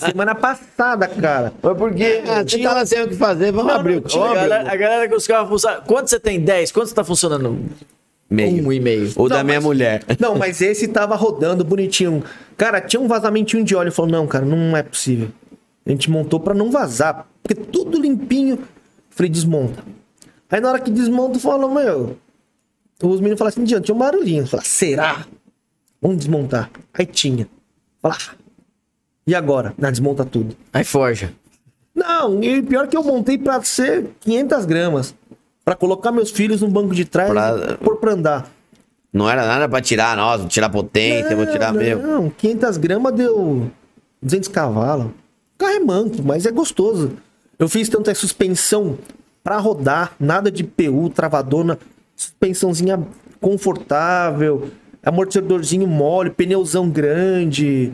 Speaker 4: Semana passada, cara.
Speaker 2: Foi porque
Speaker 3: É,
Speaker 2: ah, você
Speaker 3: um-
Speaker 2: tava sem o que fazer, vamos abrir o
Speaker 3: a,
Speaker 2: cofre.
Speaker 3: galera, a galera que os carros funcionam. Quanto você tem? 10? Quanto tá funcionando?
Speaker 2: Meio.
Speaker 3: Um e meio.
Speaker 2: Ou da
Speaker 4: Não,
Speaker 2: minha
Speaker 4: mas-
Speaker 2: mulher.
Speaker 4: Não, mas esse tava rodando bonitinho. Cara, tinha um vazamentinho de óleo. Falou, não, cara, não é possível. A gente montou pra não vazar, porque tudo limpinho. Falei, desmonta. Aí na hora que desmonta, falou, meu. Os meninos falaram assim, diante, tinha um barulhinho. Falaram, será? Vamos desmontar. Aí tinha. Fala, "Ah, e agora? Não, desmonta tudo.
Speaker 3: Aí forja.
Speaker 4: Não, e pior que eu montei pra ser 500 gramas. Pra colocar meus filhos no banco de trás
Speaker 2: Pra-
Speaker 4: e pôr pra andar.
Speaker 2: Não era nada pra tirar, nossa, vou tirar potência, vou tirar
Speaker 4: não,
Speaker 2: meu.
Speaker 4: Não, 500 gramas deu 200 cavalos. O carro é manco, mas é gostoso. Eu fiz tanto é suspensão pra rodar, nada de PU, travadona, suspensãozinha confortável, amortecedorzinho mole, pneuzão grande.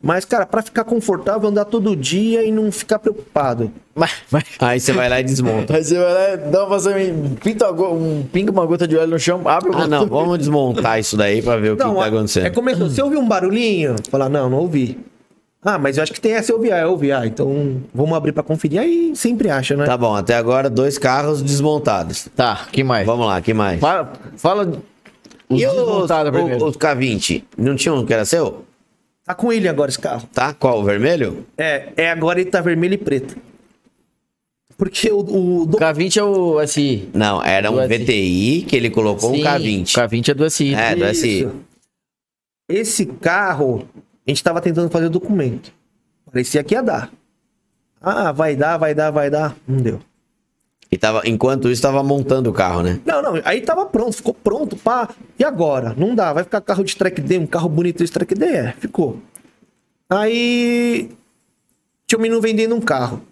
Speaker 4: Mas, cara, pra ficar confortável, andar todo dia e não ficar preocupado.
Speaker 3: Mas, mas,
Speaker 2: Aí você vai lá e desmonta.
Speaker 3: mas você vai lá, dá uma vazamento, pinta, uma go- um, pinga uma gota de óleo no chão, abre o
Speaker 2: Ah, não,
Speaker 3: motor.
Speaker 2: vamos desmontar isso daí pra ver o que,
Speaker 4: Não,
Speaker 2: que tá
Speaker 4: é
Speaker 2: acontecendo.
Speaker 4: começou. Se eu ouvir um barulhinho, falar, não, não ouvi. Ah, mas eu acho que tem essa eu ouvi, ah, eu ouvi. Ah, então vamos abrir pra conferir. Aí sempre acha, né?
Speaker 2: Tá bom, até agora dois carros desmontados.
Speaker 3: Tá, que mais?
Speaker 2: Vamos lá, que mais?
Speaker 3: Fala, fala os
Speaker 2: E os,
Speaker 3: desmontados primeiro.
Speaker 2: o- os K20? Não tinha um que era seu?
Speaker 4: Tá com ele agora esse carro.
Speaker 2: Tá? Qual? O vermelho?
Speaker 4: É, é agora ele tá vermelho e preto. Porque o, o
Speaker 3: O
Speaker 4: do-
Speaker 3: K20 é o SI.
Speaker 2: Não, era um
Speaker 3: Do SI.
Speaker 2: VTI que ele colocou um
Speaker 3: Sim,
Speaker 2: K20.
Speaker 3: O K20 é do SI.
Speaker 2: É, do SI.
Speaker 4: Isso. esse carro, a gente tava tentando fazer o documento. Parecia que ia dar. Ah, vai dar, vai dar, vai dar. Não deu.
Speaker 2: E tava, enquanto isso, tava montando o carro, né?
Speaker 4: Não, não, aí tava pronto, ficou pronto, pá. E agora? Não dá, vai ficar carro de track day, um carro bonito de track day? É, ficou. Aí. Tinha um menino vendendo um carro.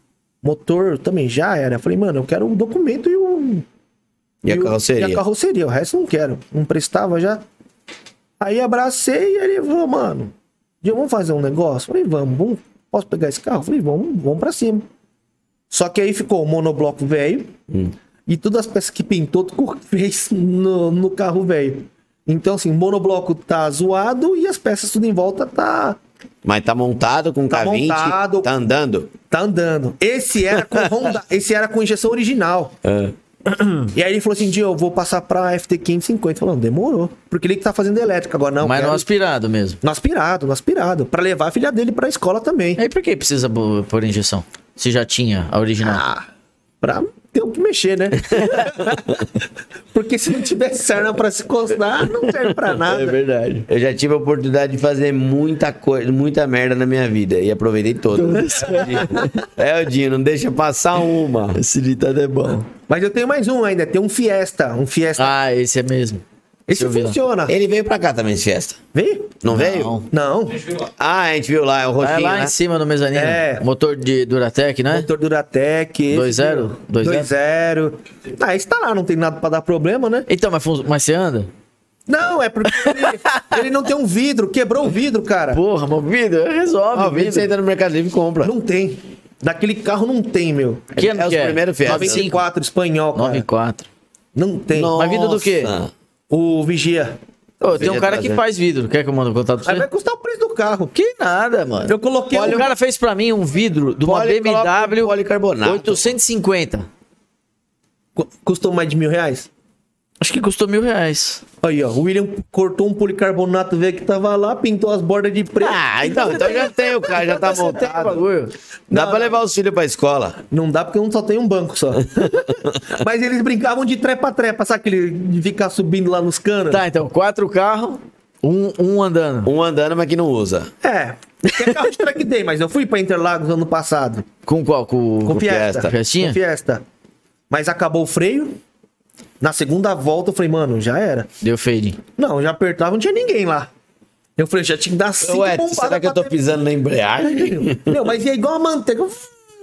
Speaker 4: Motor também já era. Eu Falei, mano, eu quero o documento e um o.
Speaker 2: E a
Speaker 4: o-
Speaker 2: carroceria?
Speaker 4: E a carroceria, o resto eu não quero. Não prestava já. Aí abracei e ele falou, mano, Diego, vamos fazer um negócio? Eu Falei, vamos, vamos. Posso pegar esse carro? Eu Falei, vamos, vamos pra cima. Só que aí ficou o monobloco velho
Speaker 2: Hum.
Speaker 4: e todas as peças que pintou, tu fez no, no carro velho. Então, assim, o monobloco tá zoado e as peças tudo em volta tá
Speaker 2: Mas tá montado com
Speaker 4: Tá
Speaker 2: K20,
Speaker 4: montado.
Speaker 2: tá andando.
Speaker 4: Tá andando. Esse era com Honda, esse era com injeção original.
Speaker 3: É.
Speaker 4: E aí ele falou assim: Dia, eu vou passar pra FT550. Falando, demorou. Porque ele que tá fazendo elétrica agora, não.
Speaker 3: Mas
Speaker 4: quero-
Speaker 3: não aspirado mesmo.
Speaker 4: no aspirado, no aspirado. Pra levar a filha dele pra escola também.
Speaker 3: Aí por que precisa bo- pôr injeção? Se já tinha a original.
Speaker 4: Ah, pra ter o que mexer, né? Porque se não tiver sarna pra se coçar, não serve pra nada.
Speaker 5: É
Speaker 3: É
Speaker 5: verdade.
Speaker 2: Eu já tive a oportunidade de fazer muita coisa, muita merda na minha vida. E aproveitei todas.
Speaker 4: Então,
Speaker 2: é, o Dinho, não deixa passar uma.
Speaker 5: Esse ditado é bom.
Speaker 4: Mas eu tenho mais um ainda, tem um Fiesta, um Fiesta.
Speaker 3: Ah, esse é mesmo.
Speaker 4: Esse
Speaker 3: eu vi lá. É?
Speaker 4: funciona.
Speaker 2: Ele veio pra cá também, esse festa.
Speaker 4: Vem?
Speaker 2: Não, veio?
Speaker 4: Não.
Speaker 2: Ah, a gente viu lá, é o
Speaker 3: Ah, É
Speaker 2: roxinho,
Speaker 3: lá
Speaker 2: né?
Speaker 3: em cima no mezanino.
Speaker 4: É.
Speaker 3: Motor de Duratec, né?
Speaker 4: Motor Duratec. esse-
Speaker 3: 2-0? 2-0?
Speaker 4: 2-0. Ah, esse tá lá, não tem nada pra dar problema, né?
Speaker 3: Então, mas, fun- mas você anda?
Speaker 4: Não, é porque ele, ele não tem um vidro, quebrou o vidro, cara.
Speaker 3: Porra, movido, resolve.
Speaker 2: Ó, o vídeo
Speaker 3: vidro.
Speaker 2: você entra no Mercado Livre e compra.
Speaker 4: Não tem. Daquele carro não tem, meu.
Speaker 3: Que
Speaker 2: é
Speaker 3: ano
Speaker 2: os
Speaker 3: que é?
Speaker 2: primeiros Fiesta.
Speaker 3: 95?
Speaker 4: 94 espanhol, cara.
Speaker 3: 94.
Speaker 4: Não tem.
Speaker 3: Mas vidro do quê?
Speaker 2: Nossa.
Speaker 4: O Vigia.
Speaker 3: Ô, tem um cara que
Speaker 2: Trazer.
Speaker 3: faz vidro. Quer que eu mando o contato pra
Speaker 4: Aí vai
Speaker 3: você?
Speaker 4: custar o preço do carro.
Speaker 3: Que nada, mano.
Speaker 4: Eu coloquei
Speaker 3: Olha,
Speaker 4: um-
Speaker 3: o cara fez pra mim um vidro de uma
Speaker 2: Poli-
Speaker 3: BMW
Speaker 2: policarbonato.
Speaker 3: 850.
Speaker 4: Cu- Custou mais de mil reais?
Speaker 3: Acho que custou mil reais.
Speaker 4: Aí, ó. O William cortou um policarbonato velho que tava lá, pintou as bordas de preto.
Speaker 2: Ah, então, então já tem o cara, já tá
Speaker 3: Tá
Speaker 2: montado.
Speaker 3: bagulho.
Speaker 2: Dá pra levar os filhos pra escola.
Speaker 4: Não dá porque um só tem um banco só. Mas eles brincavam de trepa-trepa, sabe aquele de ficar subindo lá nos canos?
Speaker 3: Tá, então, quatro carros, um, um andando.
Speaker 2: Um andando, mas que não usa.
Speaker 4: É. É carro de track day, mas eu fui pra Interlagos ano passado.
Speaker 3: Com qual? Com,
Speaker 4: Com Fiesta.
Speaker 2: Fiesta.
Speaker 3: Fiestinha?
Speaker 4: Com Fiesta. Mas acabou o freio. Na segunda volta eu falei, mano, já era.
Speaker 3: Deu fade.
Speaker 4: Não, já apertava, não tinha ninguém lá. Eu falei, já tinha que dar cinco
Speaker 2: Ué, será que eu tô
Speaker 4: pra ter-
Speaker 2: pisando na embreagem?
Speaker 4: Não, mas é igual a manteiga. Eu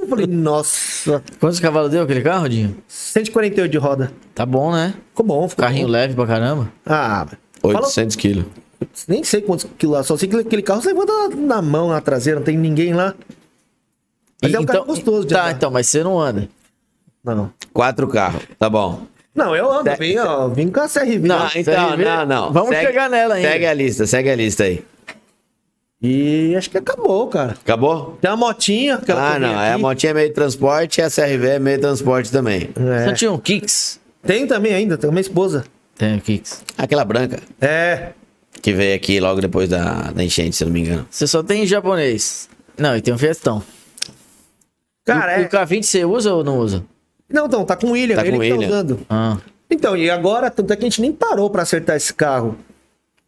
Speaker 4: falei, nossa.
Speaker 3: Quantos cavalos deu aquele carro, Dinho?
Speaker 4: 148 de roda.
Speaker 3: Tá bom, né?
Speaker 4: Ficou bom, ficou
Speaker 3: Carrinho
Speaker 4: bom.
Speaker 3: leve pra caramba.
Speaker 4: Ah, fala,
Speaker 2: 800 quilos.
Speaker 4: nem sei quantos quilos lá, só sei que aquele carro você levanta na mão, na traseira, não tem ninguém lá. Mas
Speaker 3: E-
Speaker 4: é um carro gostoso de
Speaker 3: Tá,
Speaker 4: andar.
Speaker 3: então, mas você não anda.
Speaker 4: Não.
Speaker 2: Quatro carros, tá bom.
Speaker 4: Não, eu ando, vem, ó, vim com a CRV.
Speaker 3: Não.
Speaker 4: lá.
Speaker 2: Ah, então,
Speaker 3: CRV?
Speaker 2: não, não.
Speaker 3: Vamos chegar nela ainda.
Speaker 2: Segue a lista, segue a lista aí.
Speaker 4: E acho que acabou, cara.
Speaker 2: Acabou?
Speaker 4: Tem uma motinha. aquela que
Speaker 2: Ah,
Speaker 4: eu vi
Speaker 2: não. É a
Speaker 4: aqui.
Speaker 2: motinha é meio de transporte e a CRV é meio de transporte também.
Speaker 3: Você
Speaker 4: É.
Speaker 3: não tinha um Kicks?
Speaker 4: Tem também ainda, tem uma esposa.
Speaker 3: Tem o Kicks.
Speaker 2: Aquela branca
Speaker 4: É.
Speaker 2: que veio aqui logo depois da, da enchente, se eu não me engano.
Speaker 3: Você só tem japonês. Não, e tem um Fiestão.
Speaker 4: Cara,
Speaker 3: E
Speaker 4: é.
Speaker 3: o K20 você usa ou não usa?
Speaker 4: Não, então, tá com o William,
Speaker 2: Tá
Speaker 4: ele
Speaker 2: com
Speaker 4: que
Speaker 2: o
Speaker 4: tá
Speaker 2: William.
Speaker 4: usando.
Speaker 3: Ah.
Speaker 4: Então, e agora, tanto é que a gente nem parou pra acertar esse carro.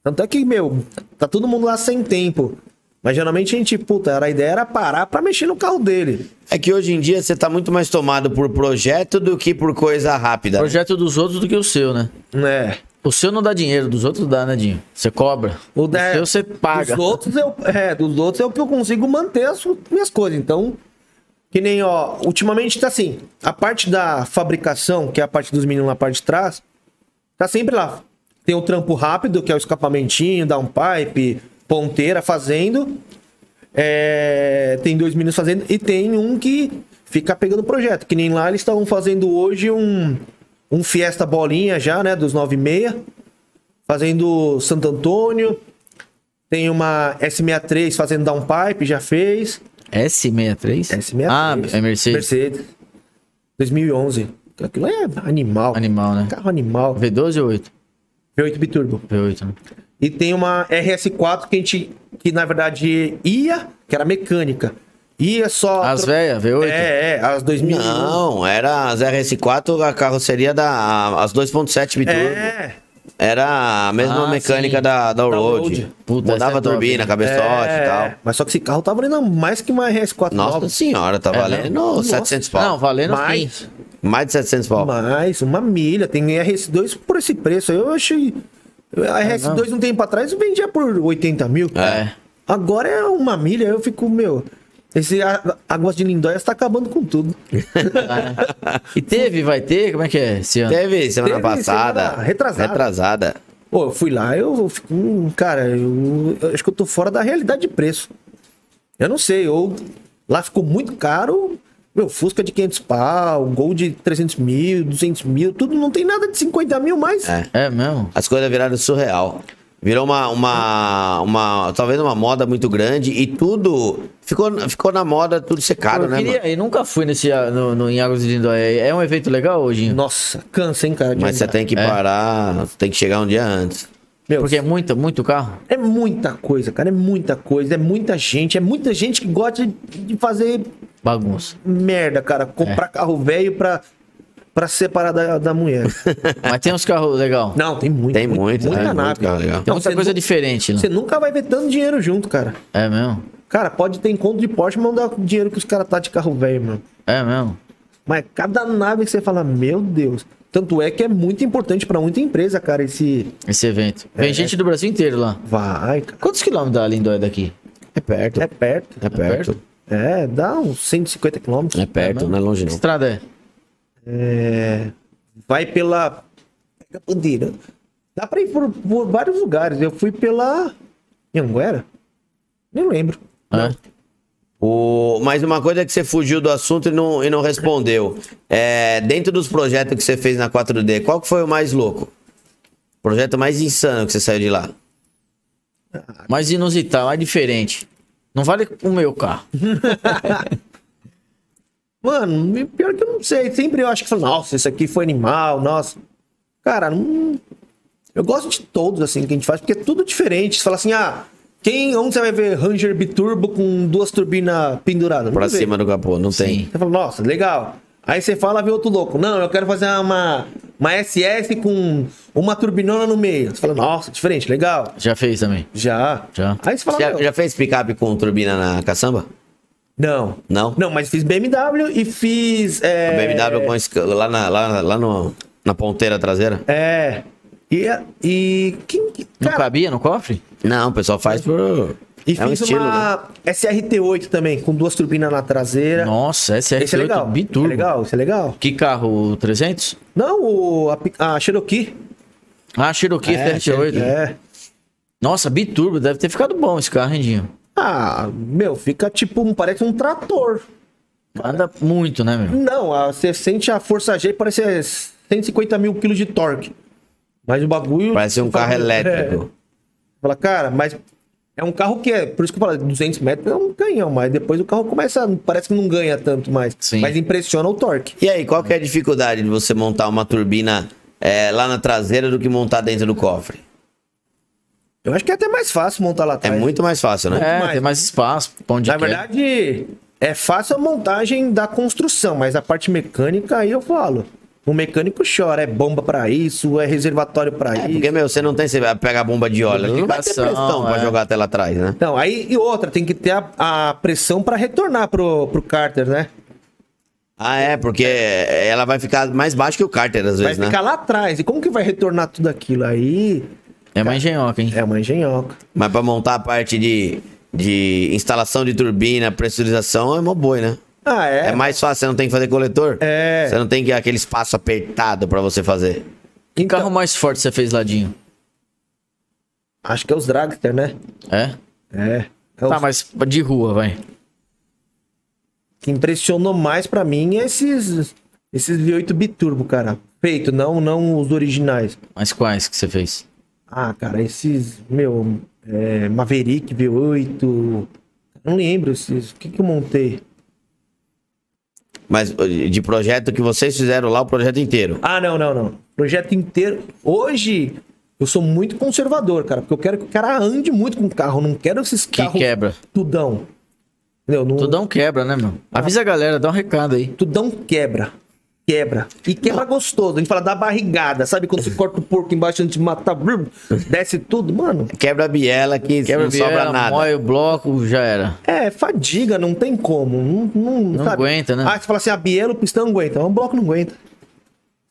Speaker 4: Tanto é que, meu, tá todo mundo lá sem tempo. Mas geralmente a gente, puta, era, a ideia era parar pra mexer no carro dele.
Speaker 2: É que hoje em dia você tá muito mais tomado por projeto do que por coisa
Speaker 4: É.
Speaker 2: rápida. né?
Speaker 3: Projeto dos outros do que o seu, né?
Speaker 4: Né?
Speaker 3: O seu não dá dinheiro, dos outros dá, né, Dinho? Você cobra. O,
Speaker 4: da-
Speaker 3: seu você paga.
Speaker 4: Dos outros eu, é, dos outros é o que eu consigo manter as su- minhas coisas. Então, que nem, ó, ultimamente tá assim, a parte da fabricação, que é a parte dos meninos na parte de trás, tá sempre lá. Tem o trampo rápido, que é o escapamentinho, downpipe, ponteira fazendo. É, tem dois meninos fazendo e tem um que fica pegando projeto. Que nem lá eles estavam fazendo hoje um, um Fiesta Bolinha já, né? Dos 9,6. Fazendo Santo Antônio. Tem uma S63 fazendo downpipe, já fez.
Speaker 3: S63?
Speaker 4: S63.
Speaker 3: Ah, é Mercedes.
Speaker 4: Mercedes. 2011. Aquilo é animal.
Speaker 3: Animal, né?
Speaker 4: Carro animal.
Speaker 3: V12 ou 8?
Speaker 4: V8 biturbo.
Speaker 3: V8, né?
Speaker 4: E tem uma RS4 que a gente, que na verdade ia, que era mecânica. Ia só.
Speaker 3: As velhas, V8?
Speaker 4: É, é, as 2000.
Speaker 2: Não, era as RS4, a carroceria da. a- As 2.7 biturbo.
Speaker 4: É.
Speaker 2: Era a mesma
Speaker 3: Ah,
Speaker 2: mecânica
Speaker 3: sim.
Speaker 2: da, da
Speaker 4: Allroad.
Speaker 2: Allroad.
Speaker 3: Puta, essa
Speaker 2: Mudava
Speaker 3: é top,
Speaker 2: turbina,
Speaker 3: né?
Speaker 2: cabeçote e
Speaker 4: é.
Speaker 2: tal.
Speaker 4: Mas só que esse carro tá valendo mais que uma RS4
Speaker 2: Nossa
Speaker 4: nova.
Speaker 2: senhora, tá
Speaker 3: É,
Speaker 2: valendo
Speaker 3: não.
Speaker 2: 700 pau.
Speaker 3: Não, valendo
Speaker 4: Mais.
Speaker 3: sim.
Speaker 2: Mais de 700 pau.
Speaker 4: Mais, uma milha. Tem RS2 por esse preço. Eu achei. A RS2 um tempo atrás eu vendia por 80 mil.
Speaker 2: É.
Speaker 4: Agora é uma milha, eu fico, meu. Esse a- Águas de Lindóia está acabando com tudo.
Speaker 3: E teve, vai ter? Como é que é esse ano?
Speaker 2: Teve semana
Speaker 4: Teve
Speaker 2: passada.
Speaker 4: semana retrasada.
Speaker 2: Retrasada.
Speaker 4: Pô, eu fui lá, eu fico. hum, Cara, eu, eu acho que eu tô fora da realidade de preço. Eu não sei, ou lá ficou muito caro. Meu, Fusca de 500 pau, Gol de 300 mil, 200 mil, tudo não tem nada de 50 mil mais.
Speaker 2: É.
Speaker 3: É mesmo?
Speaker 2: As coisas viraram surreal. Virou uma, uma, uma. Talvez uma moda muito grande e tudo. Ficou, ficou na moda tudo secado,
Speaker 3: eu
Speaker 2: né, mano?
Speaker 3: queria e nunca fui nesse ah, no, no, em Águas de Lindóia. É um evento legal hoje?
Speaker 4: Nossa, cansa, hein, cara? de
Speaker 2: Mas você
Speaker 4: andar.
Speaker 2: tem que parar, tem que chegar um dia antes.
Speaker 4: Meu,
Speaker 3: Porque é muito, muito carro.
Speaker 4: É muita coisa, cara. É muita coisa. É muita gente. É muita gente que gosta de fazer
Speaker 3: Bagunça.
Speaker 4: merda, cara.
Speaker 2: É.
Speaker 4: Comprar carro velho pra, pra separar da, da mulher.
Speaker 3: Mas tem uns carros legais.
Speaker 4: Não, tem muito.
Speaker 2: Tem muito, né?
Speaker 4: muita
Speaker 2: Muito
Speaker 4: nave.
Speaker 2: carro legal.
Speaker 3: Tem
Speaker 4: Não,
Speaker 3: muita
Speaker 4: você
Speaker 3: coisa
Speaker 4: nu-
Speaker 3: diferente
Speaker 2: né?
Speaker 3: lá.
Speaker 4: Você nunca vai ver tanto dinheiro junto, cara.
Speaker 3: É mesmo?
Speaker 4: Cara, pode ter encontro de Porsche, mas não dá o dinheiro que os caras tá de carro velho, mano.
Speaker 3: É mesmo?
Speaker 4: Mas cada nave que você fala, meu Deus. Tanto é que é muito importante pra muita empresa, cara, esse.
Speaker 3: Esse evento. Vem gente do Brasil inteiro lá.
Speaker 4: Vai, cara.
Speaker 3: Quantos quilômetros da Lindóia daqui?
Speaker 2: É perto.
Speaker 4: É perto.
Speaker 2: É perto.
Speaker 4: É, dá uns 150 quilômetros.
Speaker 2: É perto, não é longe
Speaker 3: Que
Speaker 2: não.
Speaker 3: estrada é?
Speaker 4: É, vai pela. Pega a bandeira. Dá pra ir por, por vários lugares. Eu fui pela. Anguera? Nem lembro.
Speaker 3: Hã?
Speaker 2: O, mas uma coisa é que você fugiu do assunto e não, e não respondeu. É, dentro dos projetos que você fez na 4D, qual que foi o mais louco? Projeto mais insano que você saiu de lá.
Speaker 3: Mais inusitado, mais diferente. Não vale o meu carro.
Speaker 4: Mano, e pior que eu não sei. Sempre eu acho que falo, nossa, isso aqui foi animal, nossa. Cara, não. Eu gosto de todos, assim, que a gente faz, porque é tudo diferente. Você fala assim, ah, quem, onde você vai ver Ranger Biturbo com duas turbinas penduradas? Não
Speaker 2: Pra
Speaker 4: vê.
Speaker 2: cima do capô, não tem.
Speaker 3: Sim.
Speaker 4: Você fala, nossa, legal. Aí você fala, vê outro louco. Não, eu quero fazer uma, uma SS com uma turbinona no meio. Você fala, nossa, diferente, legal.
Speaker 3: Já fez também.
Speaker 4: Já.
Speaker 3: Já.
Speaker 4: Aí você fala,
Speaker 2: Você já,
Speaker 4: "Meu,
Speaker 2: já fez picape com turbina na caçamba?
Speaker 4: não.
Speaker 2: Não?
Speaker 4: Não, mas fiz BMW e fiz. É,
Speaker 2: BMW com esc- lá, na, lá, lá no- na ponteira traseira?
Speaker 4: É. E. E. Quem, que-
Speaker 3: Não
Speaker 4: cara,
Speaker 3: cabia no cofre?
Speaker 2: Não, o pessoal faz por.
Speaker 4: e
Speaker 2: é um
Speaker 4: fiz
Speaker 2: estilo, né?
Speaker 4: uma SRT8 também, com duas turbinas na traseira.
Speaker 3: Nossa, esse
Speaker 4: Esse é legal.
Speaker 3: biturbo.
Speaker 4: É legal, esse é legal.
Speaker 3: Que carro? o 300?
Speaker 4: Não, o, a, Pi- a Cherokee.
Speaker 3: Ah, Cherokee
Speaker 2: É,
Speaker 3: TR8.
Speaker 4: É.
Speaker 3: Nossa, biturbo. Deve ter ficado bom esse carro, Rendinho.
Speaker 4: Ah, meu, fica tipo, um- parece um trator.
Speaker 3: Anda muito, né, meu?
Speaker 4: Não, a- você sente a força G parece é, 150 mil quilos de torque. Mas o bagulho.
Speaker 2: Parece um
Speaker 4: você fala,
Speaker 2: carro
Speaker 4: É,
Speaker 2: elétrico.
Speaker 4: fala, cara, mas é um carro que é. Por isso que eu falo, 200 metros é um canhão, mas depois o carro começa. Parece que não ganha tanto mais.
Speaker 3: Sim.
Speaker 4: Mas impressiona o torque.
Speaker 2: E aí, qual que é a dificuldade de você montar uma turbina é, lá na traseira do que montar dentro do cofre?
Speaker 4: Eu acho que é até mais fácil montar lá
Speaker 2: É
Speaker 4: atrás.
Speaker 2: muito mais fácil, né?
Speaker 3: É,
Speaker 4: mais.
Speaker 3: tem mais espaço. Pão de
Speaker 4: Na verdade, é fácil a montagem da construção, mas a parte mecânica aí eu falo. O mecânico chora, é bomba pra isso, é reservatório pra isso.
Speaker 2: Porque, meu, você não tem, você vai pegar a bomba de óleo, ele não vai ter
Speaker 3: Lubrificação,
Speaker 2: pressão pra
Speaker 3: é.
Speaker 2: jogar até lá atrás, né?
Speaker 4: Então, aí e outra, tem que ter a, a pressão pra retornar pro, pro Carter, né?
Speaker 2: Ah, é, porque ela vai ficar mais baixa que o cárter, às
Speaker 4: Vai
Speaker 2: vezes, né?
Speaker 4: ficar lá atrás. E como que vai retornar tudo aquilo? Aí
Speaker 3: É mais engenhoca, hein?
Speaker 4: é uma engenhoca.
Speaker 2: Mas pra montar a parte de, de instalação de turbina, pressurização, é mó boi, né?
Speaker 4: Ah, é?
Speaker 2: É. mais fácil, você não tem que fazer coletor.
Speaker 4: É.
Speaker 2: Você não tem que aquele espaço apertado pra você fazer.
Speaker 3: Que
Speaker 4: Então-
Speaker 3: carro mais forte você fez, Ladinho?
Speaker 4: Acho que é os Dragster, né?
Speaker 3: É?
Speaker 4: É. É
Speaker 3: Tá,
Speaker 4: os-
Speaker 3: mas de rua, vai.
Speaker 4: que impressionou mais pra mim é esses esses V8 biturbo, cara. Feito, não não os originais.
Speaker 3: Mas quais que você fez?
Speaker 4: Ah, cara, esses, meu, é, Maverick V8, não lembro esses, o que que eu montei?
Speaker 2: Mas de projeto que vocês fizeram lá, o projeto inteiro.
Speaker 4: Ah, não, não, não. Projeto inteiro. Hoje, eu sou muito conservador, cara, porque eu quero que o cara ande muito com o carro. Não quero esses
Speaker 3: Que
Speaker 4: carros
Speaker 3: quebra.
Speaker 4: tudão. Entendeu? Não-
Speaker 3: Tudão quebra, né, meu? Avisa a galera, dá um recado aí.
Speaker 4: Tudão quebra. Quebra. E quebra gostoso. A gente fala da barrigada, sabe? Quando você corta o porco embaixo antes de matar, brum, desce tudo. Mano,
Speaker 2: Quebra a biela que
Speaker 3: Quebra
Speaker 2: não
Speaker 3: a biela,
Speaker 2: sobra nada.
Speaker 3: mói o bloco, já era.
Speaker 4: é fadiga, não tem como. Não, não,
Speaker 3: Não aguenta, né?
Speaker 4: Ah, você fala assim, a biela, o pistão não aguenta. Mas o bloco não aguenta.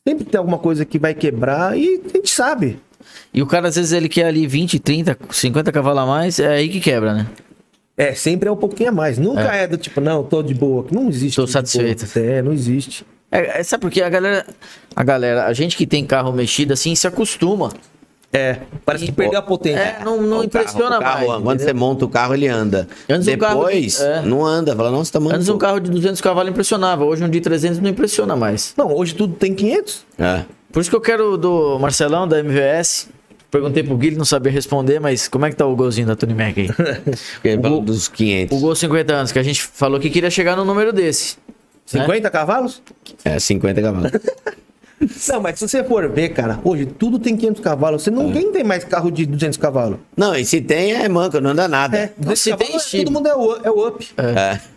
Speaker 4: Sempre tem alguma coisa que vai quebrar e a gente sabe.
Speaker 3: E o cara, às vezes, ele quer ali 20, 30, 50 cavalos a mais, é aí que quebra, né?
Speaker 4: É, sempre é um pouquinho a mais. Nunca é, do tipo, não, tô de boa. Não existe.
Speaker 3: Tô
Speaker 4: tô de boa.
Speaker 3: satisfeito.
Speaker 4: É, não existe.
Speaker 3: É, é, sabe por quê? A galera, a galera, a gente que tem carro mexido assim, se acostuma.
Speaker 4: É, parece que perdeu a potência.
Speaker 3: É, não, não
Speaker 2: O carro-
Speaker 3: impressiona
Speaker 2: o carro,
Speaker 3: mais.
Speaker 2: Quando você monta o carro, ele anda.
Speaker 3: Antes um carro-
Speaker 2: Depois,
Speaker 3: é.
Speaker 2: não anda. Fala, nossa, tá muito.
Speaker 3: Antes um carro de 200 cavalos impressionava, hoje um de 300 não impressiona mais.
Speaker 4: Não, hoje tudo tem 500.
Speaker 2: É.
Speaker 3: Por isso que eu quero do Marcelão, da MVS, Perguntei pro Gui, ele não sabia responder, mas como é que tá o golzinho da Tony Mac aí?
Speaker 2: Porque pelo- dos 500.
Speaker 3: O gol 50 anos, que a gente falou que queria chegar num número desse. né?
Speaker 4: 50 cavalos?
Speaker 2: É, 50 cavalos.
Speaker 4: Não, mas se você for ver, cara, hoje tudo tem 500 cavalos. Você não ninguém tem mais carro de 200 cavalos.
Speaker 2: Não, e se tem é manca, não anda nada. É.
Speaker 4: 200
Speaker 3: se
Speaker 4: cavalos,
Speaker 3: tem
Speaker 4: é-
Speaker 3: Steve.
Speaker 4: todo mundo é o, é o up.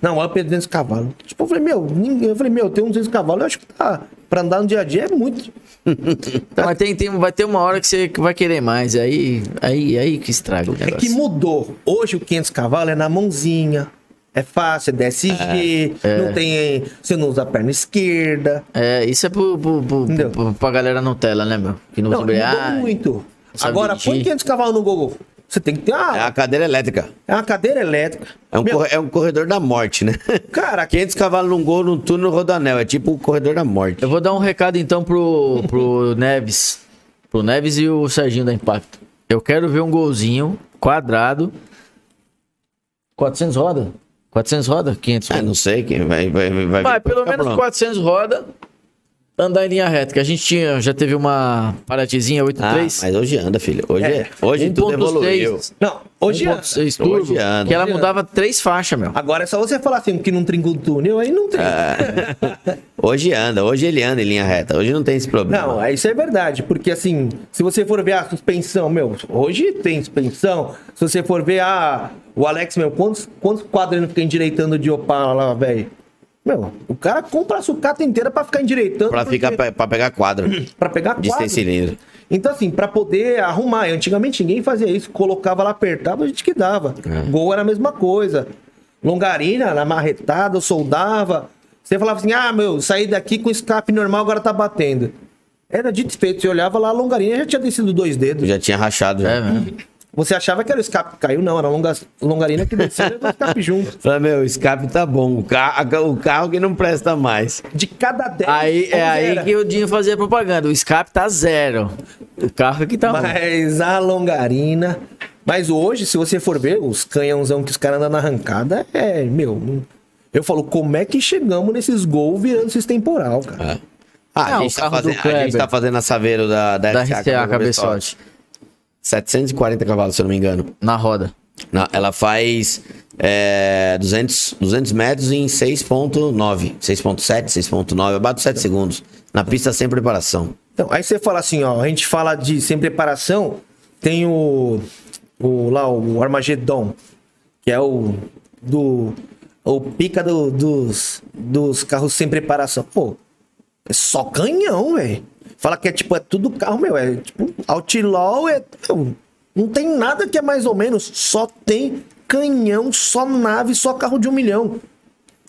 Speaker 4: Não, o up é 200 cavalos. Tipo, eu falei, meu, ninguém, eu falei, meu, tem uns 200 cavalos, eu acho que tá, pra andar no dia a dia é muito.
Speaker 3: Então, mas tem, tem- vai ter uma hora que você vai querer mais. Aí, aí, aí que estraga o
Speaker 4: É
Speaker 3: negócio.
Speaker 4: que mudou. Hoje o 500 cavalos é na mãozinha. É fácil, é DSG,
Speaker 2: É,
Speaker 4: não tem. Você não usa a perna esquerda.
Speaker 3: É, isso é pro, pro, pro,
Speaker 4: Entendeu?
Speaker 3: pro- pra galera Nutella, né, meu? Que não, Ah,
Speaker 4: Não,
Speaker 3: não
Speaker 4: mudou
Speaker 3: muito.
Speaker 4: muito.
Speaker 3: sabe
Speaker 4: Agora, põe
Speaker 3: dirigir.
Speaker 4: 500 cavalos no Google. Você tem que ter
Speaker 2: É
Speaker 4: uma,
Speaker 2: uma cadeira elétrica.
Speaker 4: é uma cadeira elétrica.
Speaker 2: É um,
Speaker 4: Meu,
Speaker 2: corre- é um corredor da morte, né?
Speaker 4: Cara,
Speaker 2: 500 cavalos num gol, num túnel, rodanel. É tipo o corredor da morte.
Speaker 3: Eu vou dar um recado então pro, pro Neves. Pro Neves e o Serginho da Impacto. Eu quero ver um golzinho quadrado. 400 roda? 400 roda? 500
Speaker 2: Ah,
Speaker 3: roda.
Speaker 2: não sei quem vai. Vai, vai, vai
Speaker 3: Vai,
Speaker 2: ver,
Speaker 3: pelo
Speaker 2: ficar
Speaker 3: menos
Speaker 2: pronto.
Speaker 3: 400 roda. Andar em linha reta, que a gente tinha, já teve uma paratizinha
Speaker 2: Ah,
Speaker 3: 8.3.
Speaker 2: mas hoje anda, filho. Hoje,
Speaker 4: É.
Speaker 2: hoje tudo
Speaker 3: 1.6,
Speaker 2: evoluiu.
Speaker 4: não, hoje
Speaker 2: um
Speaker 4: é.
Speaker 3: 1.6 turbo,
Speaker 2: Hoje anda.
Speaker 3: que ela
Speaker 4: Hoje é
Speaker 3: mudava três faixas, meu.
Speaker 4: Agora é só você falar assim, que não trinca o túnel, aí não tem.
Speaker 2: É. Hoje anda, hoje ele anda em linha reta. Hoje não tem esse problema.
Speaker 4: Não, é- isso é verdade, porque assim, se você for ver a suspensão, meu, hoje tem suspensão. Se você for ver a o Alex, meu, quantos, quantos quadros ele fica endireitando de Opala lá, velho? Meu, o cara compra a sucata inteira pra ficar endireitando.
Speaker 2: pra,
Speaker 4: porque-
Speaker 2: ficar, pra, pra pegar quadro.
Speaker 4: pra pegar
Speaker 2: de
Speaker 4: quadro.
Speaker 2: seis cilindros.
Speaker 4: Então, assim, pra poder arrumar. Antigamente ninguém fazia isso, colocava lá, apertava, a gente que dava.
Speaker 3: É.
Speaker 4: Gol era a mesma coisa. Longarina, na marretada, soldava. Você falava assim, ah, meu, saí daqui com escape normal, agora tá batendo. Era dito e feito, você olhava lá, a longarina já tinha descido dois dedos.
Speaker 2: Já tinha rachado. Já.
Speaker 3: É, meu.
Speaker 4: Você achava que era o escape que caiu, não, era a longa- longarina que desceu e o escape junto.
Speaker 2: Falei, meu, o escape tá bom. O carro, o carro que não presta mais.
Speaker 4: De cada dez.
Speaker 3: Aí, é
Speaker 4: onze
Speaker 3: aí
Speaker 4: era.
Speaker 3: que o Dinho fazia propaganda. O escape tá zero. O carro aqui tá ruim.
Speaker 4: Mas é, a longarina. Mas hoje, se você for ver, os canhãozão que os caras andam na arrancada, é, meu. não- Eu falo, como é que chegamos nesses gols virando esses temporal, cara?
Speaker 2: Ah, Ah,
Speaker 3: Ah,
Speaker 2: a,
Speaker 3: o
Speaker 2: gente tá
Speaker 3: carro do
Speaker 2: fazendo, a gente
Speaker 3: Kleber.
Speaker 2: tá fazendo a Saveiro da, da,
Speaker 3: Da
Speaker 2: RCA
Speaker 3: RCA
Speaker 2: Cabeçote.
Speaker 3: cabeçote.
Speaker 2: 740 cavalos, se eu não me engano.
Speaker 3: Na roda.
Speaker 2: Na- ela faz é, 200, 200 metros em 6.9. 6.7, 6.9. Eu bato 7 segundos. Na pista sem preparação.
Speaker 4: Então, aí você fala assim, ó, a gente fala de sem preparação, tem o. o lá, o Armagedon, que é o. do. o pica do- dos, dos carros sem preparação. Pô, é só canhão, velho. Fala que é tipo, é tudo carro, meu, é tipo, outlaw é. meu, não tem nada que é mais ou menos, só tem canhão, só nave, só carro de um milhão.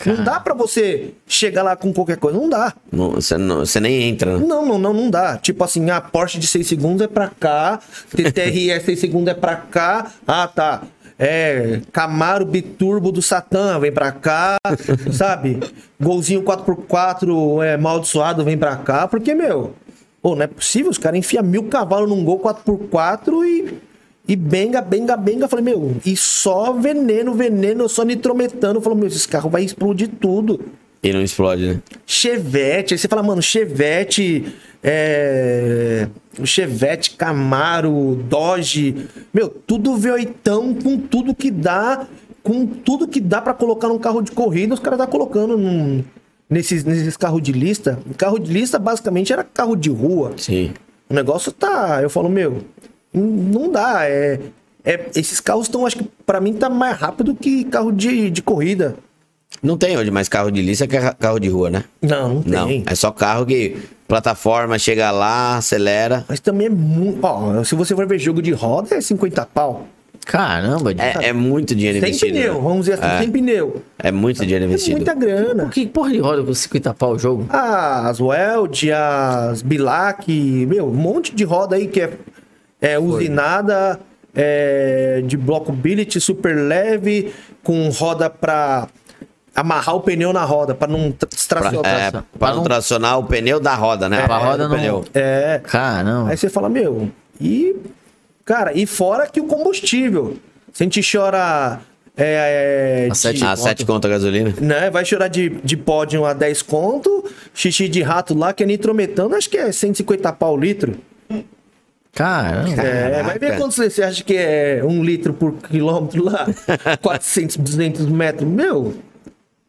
Speaker 4: Não dá pra você chegar lá com qualquer coisa, não dá.
Speaker 2: Não- Você não- você nem entra. né?
Speaker 4: Não, não, não, não dá. Tipo assim, a Porsche de 6 segundos é pra cá, TTRS 6 segundos é pra cá. Ah, tá. É, Camaro Biturbo do Satã vem pra cá, sabe? Golzinho 4x4 é, maldiçoado vem pra cá, porque, meu, pô, não é possível, os caras enfiam mil cavalos num gol 4x4 e, e benga, benga, benga. Eu Falei, meu, e só veneno, veneno, só nitrometano. Eu Falei, meu, esse carro vai explodir tudo.
Speaker 2: E não explode, né?
Speaker 4: Chevette, aí você fala, mano, Chevette, é... Chevette, Camaro, Dodge, meu, tudo V8 com tudo que dá, com tudo que dá pra colocar num carro de corrida, os caras tá colocando num- nesses, nesses carros de lista. Carro de lista basicamente era carro de rua.
Speaker 2: Sim.
Speaker 4: O negócio tá. Eu falo, meu, n- não dá. É, é- esses carros estão, acho que pra mim tá mais rápido que carro de, de corrida.
Speaker 2: Não tem hoje mais carro de lista que é carro de rua, né?
Speaker 4: Não, não
Speaker 2: Não.
Speaker 4: tem.
Speaker 2: É só carro que plataforma chega lá, acelera.
Speaker 4: Mas também é muito. Ó, se você for ver jogo de roda, é 50 pau.
Speaker 3: Caramba, Dinho.
Speaker 2: É, é muito dinheiro
Speaker 4: Sem
Speaker 2: investido.
Speaker 4: pneu,
Speaker 2: né?
Speaker 4: vamos dizer assim,
Speaker 2: é,
Speaker 4: sem pneu.
Speaker 2: é muito dinheiro
Speaker 4: É
Speaker 2: investido.
Speaker 4: muita grana.
Speaker 3: Que porra de roda com 50 pau o jogo?
Speaker 4: As Weld, as Bilac, meu, um monte de roda aí que é, é usinada, é, de bloco billet super leve, com roda pra amarrar o pneu na roda, pra não tra-
Speaker 2: Pra,
Speaker 4: tracionar.
Speaker 2: é,
Speaker 3: tração.
Speaker 2: pra não tracionar o pneu da roda, né?
Speaker 3: Pra roda
Speaker 2: do
Speaker 3: não-
Speaker 2: pneu.
Speaker 4: É,
Speaker 3: Caramba.
Speaker 4: Aí você fala, meu, e. Cara, e fora que o combustível. Se a gente chora. É, é,
Speaker 3: A sete-
Speaker 4: de-
Speaker 2: Ah, 7 conto a gasolina.
Speaker 4: né, vai chorar de, de pódio a 10 conto, xixi de rato lá, que é nitrometano, acho que é 150 pau o litro.
Speaker 3: Caramba.
Speaker 4: É, vai ver
Speaker 2: Caraca.
Speaker 4: quanto você você acha que é um litro por quilômetro lá? 400, 200 metros. Meu,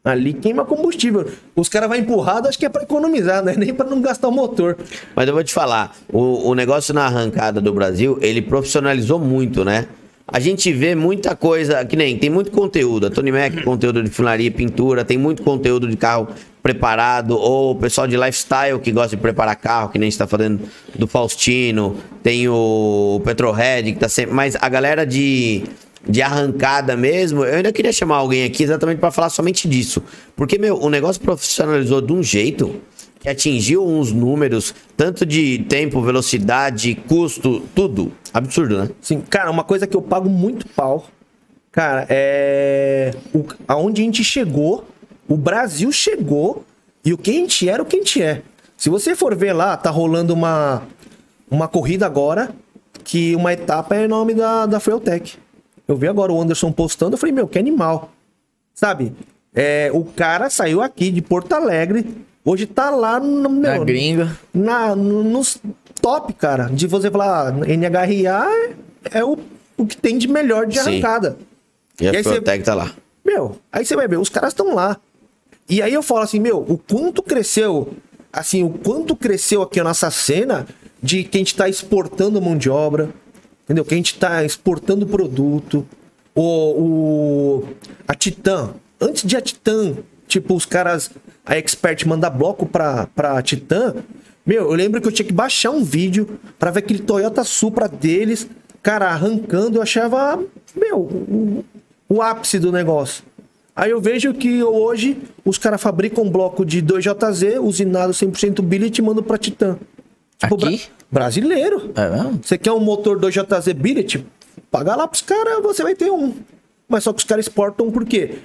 Speaker 4: ali queima combustível. Os caras vão empurrado, acho que é pra economizar, né? Nem pra não gastar o motor.
Speaker 2: Mas eu vou te falar, o, o negócio na arrancada do Brasil, ele profissionalizou muito, né? A gente vê muita coisa, que nem, tem muito conteúdo, a Tony Mac, conteúdo de funilaria e pintura, tem muito conteúdo de carro preparado, ou o pessoal de lifestyle que gosta de preparar carro, que nem a gente tá falando do Faustino, tem o Petrohead, que tá sempre, mas a galera de de arrancada mesmo, eu ainda queria chamar alguém aqui exatamente pra falar somente disso. Porque, meu, o negócio profissionalizou de um jeito que atingiu uns números, tanto de tempo, velocidade, custo, tudo. Absurdo, né?
Speaker 4: Assim, cara, uma coisa que eu pago muito pau, cara, é. O, aonde a gente chegou, o Brasil chegou e o que a gente era, o que a gente é. Se você for ver lá, tá rolando uma, uma corrida agora, que uma etapa é nome da, da Freeltech. Eu vi agora o Anderson postando, eu falei, meu, que animal. Sabe? É, o cara saiu aqui de Porto Alegre, hoje tá lá no.
Speaker 3: Na
Speaker 4: meu,
Speaker 3: gringa.
Speaker 4: na, no- nos top, cara, de você falar ah, NHRA é, é o, o que tem de melhor de
Speaker 2: Sim.
Speaker 4: arrancada.
Speaker 2: E
Speaker 4: E
Speaker 2: a
Speaker 4: aí cê-
Speaker 2: Fiotec tá lá.
Speaker 4: Meu, aí você vai ver, os caras estão lá. E aí eu falo assim, meu, o quanto cresceu, assim, o quanto cresceu aqui a nossa cena de que a gente tá exportando mão de obra, entendeu? Que a gente tá exportando produto. O, o a Titã, antes de a Titã, tipo, os caras, a Expert mandar bloco pra, pra Titã, meu, eu lembro que eu tinha que baixar um vídeo pra ver aquele Toyota Supra deles, cara, arrancando, eu achava, meu, o- o ápice do negócio. Aí eu vejo que hoje os caras fabricam um bloco de 2JZ, usinado 100% billet e mandam pra Titan.
Speaker 3: Aqui?
Speaker 4: brasileiro.
Speaker 3: É mesmo?
Speaker 4: Você quer um motor 2JZ billet? Paga lá pros caras, você vai ter um. Mas só que os caras exportam por quê?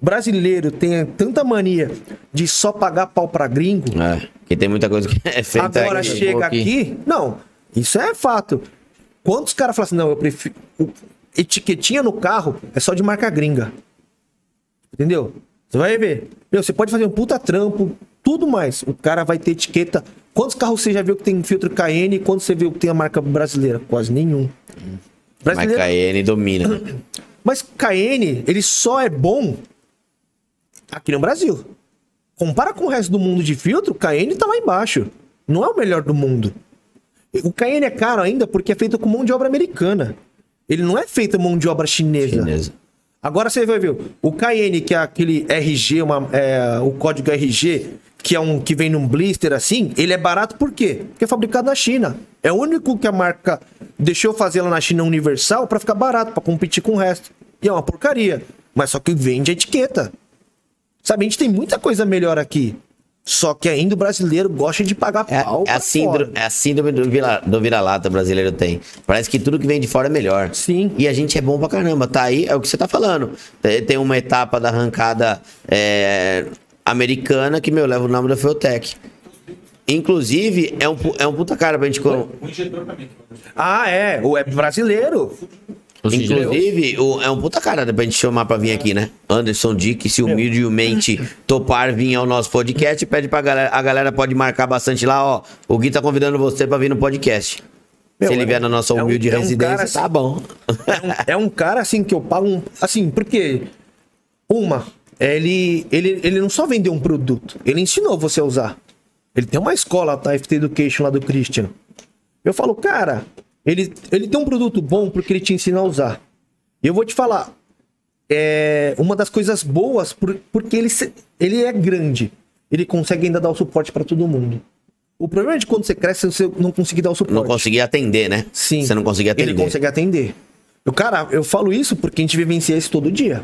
Speaker 4: Brasileiro tem tanta mania de só pagar pau pra gringo
Speaker 2: É. Que tem muita coisa que é feita
Speaker 4: Agora
Speaker 2: aqui.
Speaker 4: chega
Speaker 3: aqui.
Speaker 4: aqui. Não, isso é fato. Quantos caras falam assim, não, eu prefiro. o- Etiquetinha no carro é só de marca gringa. Entendeu? Você vai ver. Meu, você pode fazer um puta trampo, tudo mais. O cara vai ter etiqueta. Quantos carros você já viu que tem filtro KN e quantos você viu que tem a marca brasileira? Quase nenhum.
Speaker 2: Mas
Speaker 4: Brasileiro
Speaker 2: KN domina. né?
Speaker 4: mas KN, ele só é bom aqui no Brasil. Compara com o resto do mundo de filtro, o KN tá lá embaixo. Não é o melhor do mundo. O KN é caro ainda porque é feito com mão de obra americana. Ele não é feito mão de obra chinesa.
Speaker 2: Chinesa.
Speaker 4: Agora você vai ver o KN, que é aquele RG, uma- é, o código RG, que é um que vem num blister assim, ele é barato por quê? Porque é fabricado na China. É o único que a marca deixou fazer lá na China universal pra ficar barato, pra competir com o resto. E é uma porcaria, mas só que vende a etiqueta. Sabe, a gente tem muita coisa melhor aqui. Só que ainda o brasileiro gosta de pagar
Speaker 2: É,
Speaker 4: pau.
Speaker 2: é, a
Speaker 4: pra
Speaker 2: síndrome,
Speaker 4: fora.
Speaker 2: é a síndrome do vira- do vira-lata brasileiro tem. Parece que tudo que vem de fora é melhor.
Speaker 4: Sim.
Speaker 2: E a gente é bom pra caramba. Tá aí, é o que você tá falando. Te- Tem uma etapa da arrancada é, americana que, meu, leva o nome da Fiotec. Inclusive, é um, pu- é um puta cara pra gente... colo-
Speaker 4: Ah, é. O é brasileiro.
Speaker 2: Inclusive, o- é um puta cara pra gente chamar pra vir aqui, né? Anderson Dick, se humildemente topar vir ao nosso podcast, pede pra galera. A galera pode marcar bastante lá, ó. O Gui tá convidando você pra vir no podcast.
Speaker 4: Meu,
Speaker 2: se ele
Speaker 4: é
Speaker 2: vier
Speaker 4: um-
Speaker 2: na nossa
Speaker 4: é um-
Speaker 2: humilde
Speaker 4: é um
Speaker 2: residência,
Speaker 4: cara
Speaker 2: tá
Speaker 4: assim-
Speaker 2: bom.
Speaker 4: é um cara assim que eu pago um, assim, porque uma, ele, ele ele não só vendeu um produto, ele ensinou você a usar. Ele tem uma escola, tá, FT Education lá do Christian. Eu falo, cara, ele ele tem um produto bom porque ele te ensina a usar. E eu vou te falar, é uma das coisas boas por- porque ele se- ele é grande. Ele consegue ainda dar o suporte pra todo mundo. O problema é de quando você cresce, você não conseguir dar o suporte.
Speaker 2: Não consegui atender, né?
Speaker 4: Sim.
Speaker 2: Você não conseguia atender.
Speaker 4: Ele consegue atender. Eu, cara, eu falo isso porque a gente vivencia isso todo dia.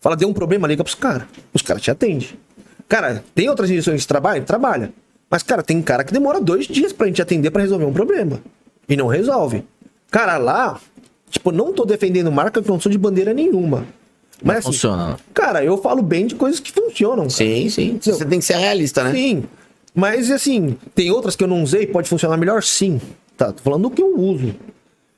Speaker 4: Fala, deu um problema, liga pros caras. Os caras te atendem. Cara, tem outras direções de trabalho? Trabalha. Mas, cara, tem cara que demora dois dias pra gente atender pra resolver um problema. E não resolve. Cara, lá, tipo, não tô defendendo marca que eu não sou de bandeira nenhuma. Mas, assim,
Speaker 3: funciona.
Speaker 4: Cara, eu falo bem de coisas que funcionam. cara.
Speaker 2: né? Sim, sim.
Speaker 4: Não.
Speaker 2: Você tem que ser realista, né?
Speaker 4: Sim. Mas assim, tem outras que eu não usei, pode funcionar melhor? Sim. Tá, tô falando do que eu uso.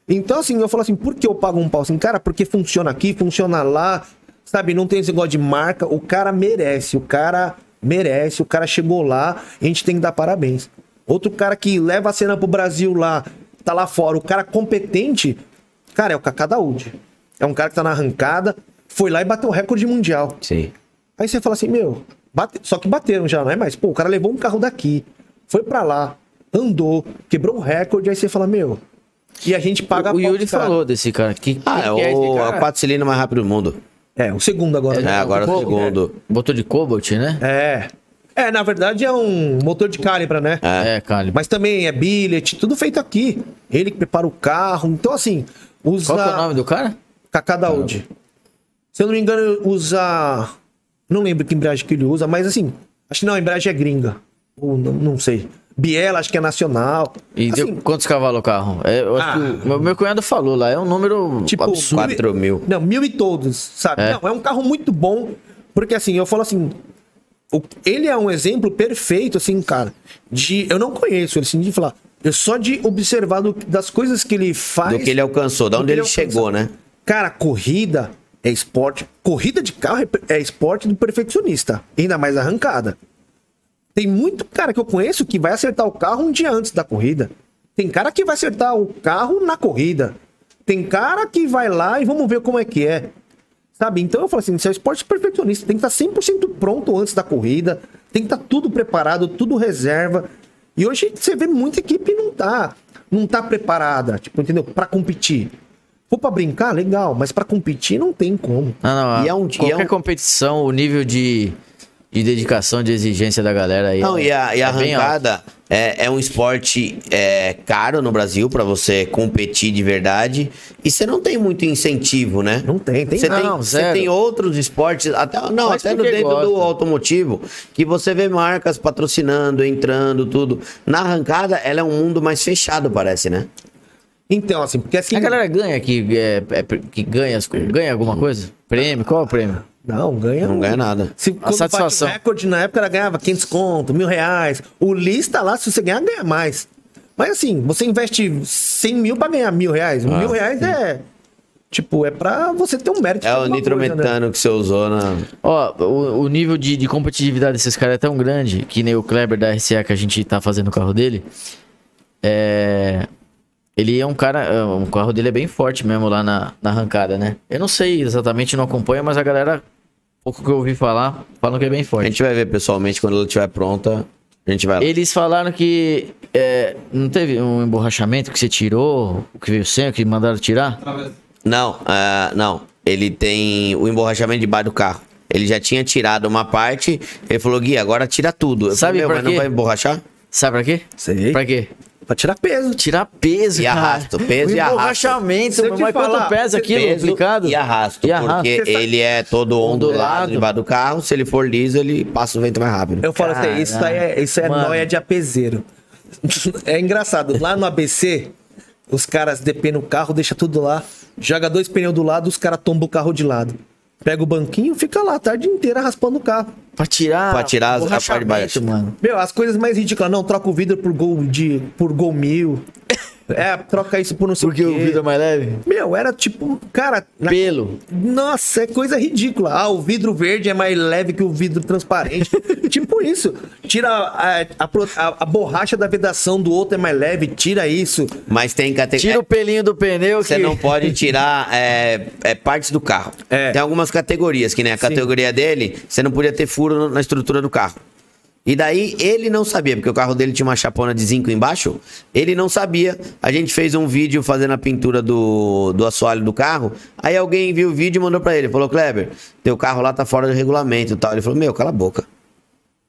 Speaker 4: Então, assim, eu falo assim, por que eu pago um pau assim? Cara, porque funciona aqui, funciona lá, sabe? Não tem esse negócio de marca. O cara merece, o cara merece, o cara chegou lá, a gente tem que dar parabéns. Outro cara que leva a cena pro Brasil lá, tá lá fora. O cara competente, cara, é o Kaká Daoud. É um cara que tá na arrancada, foi lá e bateu o recorde mundial.
Speaker 2: Sim.
Speaker 4: Aí você fala assim, meu, bate- só que bateram já, não é mais? Pô, o cara levou um carro daqui, foi pra lá, andou, quebrou um recorde, aí você fala, meu. E a gente paga
Speaker 3: o
Speaker 4: pau
Speaker 3: Yuri
Speaker 4: pro cara.
Speaker 3: falou desse cara. Que,
Speaker 2: Ah,
Speaker 3: que
Speaker 2: é o,
Speaker 3: que esse
Speaker 2: é
Speaker 3: cara?
Speaker 2: o quatro cilindros mais rápido do mundo.
Speaker 4: É, o segundo agora.
Speaker 2: É,
Speaker 4: né?
Speaker 2: agora o segundo.
Speaker 3: Botou de Cobalt, né?
Speaker 4: É. É, na verdade é um motor de cálibra, né?
Speaker 3: É, cara.
Speaker 4: Mas também é bilhete, tudo feito aqui. Ele que prepara o carro. Então, assim, usa.
Speaker 3: Qual que é o nome do cara?
Speaker 4: Kaká Daoud. Se eu não me engano, usa. Não lembro que embreagem que ele usa, mas assim. Acho que não, a embreagem é gringa. Ou não, não sei. Biela, acho que é nacional.
Speaker 3: E
Speaker 4: assim,
Speaker 3: deu quantos cavalos o carro? É, eu acho
Speaker 4: Ah.
Speaker 3: que o meu, meu cunhado falou lá, é um número
Speaker 4: Tipo,
Speaker 3: absurdo.
Speaker 4: mil e-
Speaker 2: 4 mil.
Speaker 4: Não, mil e todos, sabe?
Speaker 3: É.
Speaker 4: Não, é um carro muito bom, porque assim, eu falo assim, o- ele é um exemplo perfeito, assim, cara, de. Eu não conheço ele, assim, de falar. Eu só de observar do- das coisas que ele faz.
Speaker 2: Do que ele alcançou, da
Speaker 4: do
Speaker 2: onde
Speaker 4: que
Speaker 2: ele
Speaker 4: alcança.
Speaker 2: chegou, né?
Speaker 4: Cara, corrida é esporte. Corrida de carro é, é esporte do perfeccionista, ainda mais arrancada. Tem muito cara que eu conheço que vai acertar o carro um dia antes da corrida. Tem cara que vai acertar o carro na corrida. Tem cara que vai lá e vamos ver como é que é. Sabe? Então eu falo assim, isso é esporte perfeccionista. Tem que estar 100% pronto antes da corrida. Tem que estar tudo preparado, tudo reserva. E hoje você vê muita equipe não tá, não tá preparada, tipo, entendeu? Pra competir. Ou pra brincar, legal, mas pra competir não tem como.
Speaker 3: Não,
Speaker 2: E
Speaker 3: não, a-
Speaker 2: é um- e é
Speaker 3: qualquer
Speaker 2: um-
Speaker 3: competição, o nível de, de dedicação, de exigência da galera aí.
Speaker 2: Não,
Speaker 3: é-
Speaker 2: e a, e a
Speaker 3: é bem alto.
Speaker 2: arrancada é, é um esporte é, caro no Brasil pra você competir de verdade. E você não tem muito incentivo, né?
Speaker 4: Não tem, tem
Speaker 2: Você
Speaker 3: não,
Speaker 2: tem, você
Speaker 3: zero.
Speaker 2: tem outros esportes, até, não,
Speaker 3: Faz
Speaker 2: até no
Speaker 3: porque
Speaker 2: dentro do
Speaker 3: gosta.
Speaker 2: automotivo, que você vê marcas patrocinando, entrando, tudo. Na arrancada, ela é um mundo mais fechado, parece, né?
Speaker 4: Então, assim, porque assim.
Speaker 3: A galera ganha que, é, é pre- que ganha, as co- ganha alguma coisa? Prêmio? Qual é o prêmio?
Speaker 4: Não, ganha.
Speaker 2: Não
Speaker 4: um-
Speaker 2: ganha nada.
Speaker 4: Se, quando
Speaker 3: satisfação.
Speaker 4: bate o recorde na época, ela ganhava 500 conto, mil reais. O lista lá, se você ganhar, ganha mais. Mas assim, você investe 100 mil pra ganhar mil reais.
Speaker 2: Ah,
Speaker 4: mil reais é. Tipo, é pra você ter um mérito.
Speaker 2: É
Speaker 4: pra
Speaker 2: o
Speaker 4: alguma coisa,
Speaker 2: nitrometano
Speaker 4: né?
Speaker 2: que você usou na.
Speaker 3: Ó, o, o nível de, de competitividade desses caras é tão grande que nem o Kleber da RCA que a gente tá fazendo o carro dele. É. Ele é um cara. é, O carro dele é bem forte mesmo lá na, na arrancada, né? Eu não sei exatamente, não acompanho, mas a galera, pouco que eu ouvi falar, falam que é bem
Speaker 2: A
Speaker 3: forte.
Speaker 2: gente vai ver pessoalmente quando ela estiver pronta. A gente vai lá.
Speaker 3: Eles falaram que é, não teve um emborrachamento que você tirou, o que veio sem, o que mandaram tirar.
Speaker 2: Não, ah, não. Ele tem o emborrachamento debaixo do carro. Ele já tinha tirado uma parte. Ele falou, Gui, agora tira tudo. Eu falei,
Speaker 3: Sabe
Speaker 2: "Meu,
Speaker 3: pra
Speaker 2: mas
Speaker 3: quê?
Speaker 2: não vai emborrachar?
Speaker 3: Sabe pra quê?
Speaker 4: Sei.
Speaker 3: Pra quê?
Speaker 4: Pra tirar peso.
Speaker 3: Tirar peso,
Speaker 2: E
Speaker 3: cara.
Speaker 2: arrasto, peso e arrasto.
Speaker 3: Emborrachamento,
Speaker 4: Se eu
Speaker 3: mas
Speaker 4: te
Speaker 3: quanto
Speaker 4: falar,
Speaker 3: pesa aquilo
Speaker 2: Peso
Speaker 3: aplicado?
Speaker 2: E arrasto,
Speaker 3: E arrasto.
Speaker 2: porque
Speaker 4: Você sabe-
Speaker 2: ele é todo ondulado,
Speaker 3: Ondulado.
Speaker 2: debaixo do carro. Se ele for liso, ele passa o vento mais rápido.
Speaker 4: Eu falo assim, isso aí é, isso é
Speaker 3: Mano.
Speaker 4: nóia de apezeiro. É engraçado. Lá no ABC, os caras depenam o carro, deixa tudo lá, joga dois pneus do lado, os caras tombam o carro de lado. Pega o banquinho, fica lá a tarde inteira raspando o carro.
Speaker 3: Pra tirar.
Speaker 2: Pra tirar as- a parte de
Speaker 3: emborrachamento,
Speaker 2: baixo.
Speaker 3: mano.
Speaker 4: Meu, as coisas mais ridículas. Não, troca o vidro por gol de. por gol mil. É, troca isso por não sei
Speaker 3: Porque
Speaker 4: o
Speaker 3: o
Speaker 4: quê.
Speaker 3: vidro é mais leve?
Speaker 4: Meu, era tipo, cara. na-
Speaker 3: Pelo.
Speaker 4: Nossa, é coisa ridícula. Ah, o vidro verde é mais leve que o vidro transparente. tipo isso. Tira a, a, pro- a- a borracha da vedação do outro é mais leve, tira isso.
Speaker 2: Mas tem categoria.
Speaker 3: Tira o pelinho do pneu
Speaker 2: Você
Speaker 3: que...
Speaker 2: não pode tirar é, é, partes do carro.
Speaker 4: É.
Speaker 2: Tem algumas categorias, que nem a categoria dele, você não podia ter furo no- na estrutura do carro. E daí ele não sabia, porque o carro dele tinha uma chapona de zinco embaixo. Ele não sabia. A gente fez um vídeo fazendo a pintura do, do assoalho do carro. Aí alguém viu o vídeo e mandou pra ele. Falou, Kleber, teu carro lá tá fora do regulamento e tal. Ele falou, meu, cala a boca.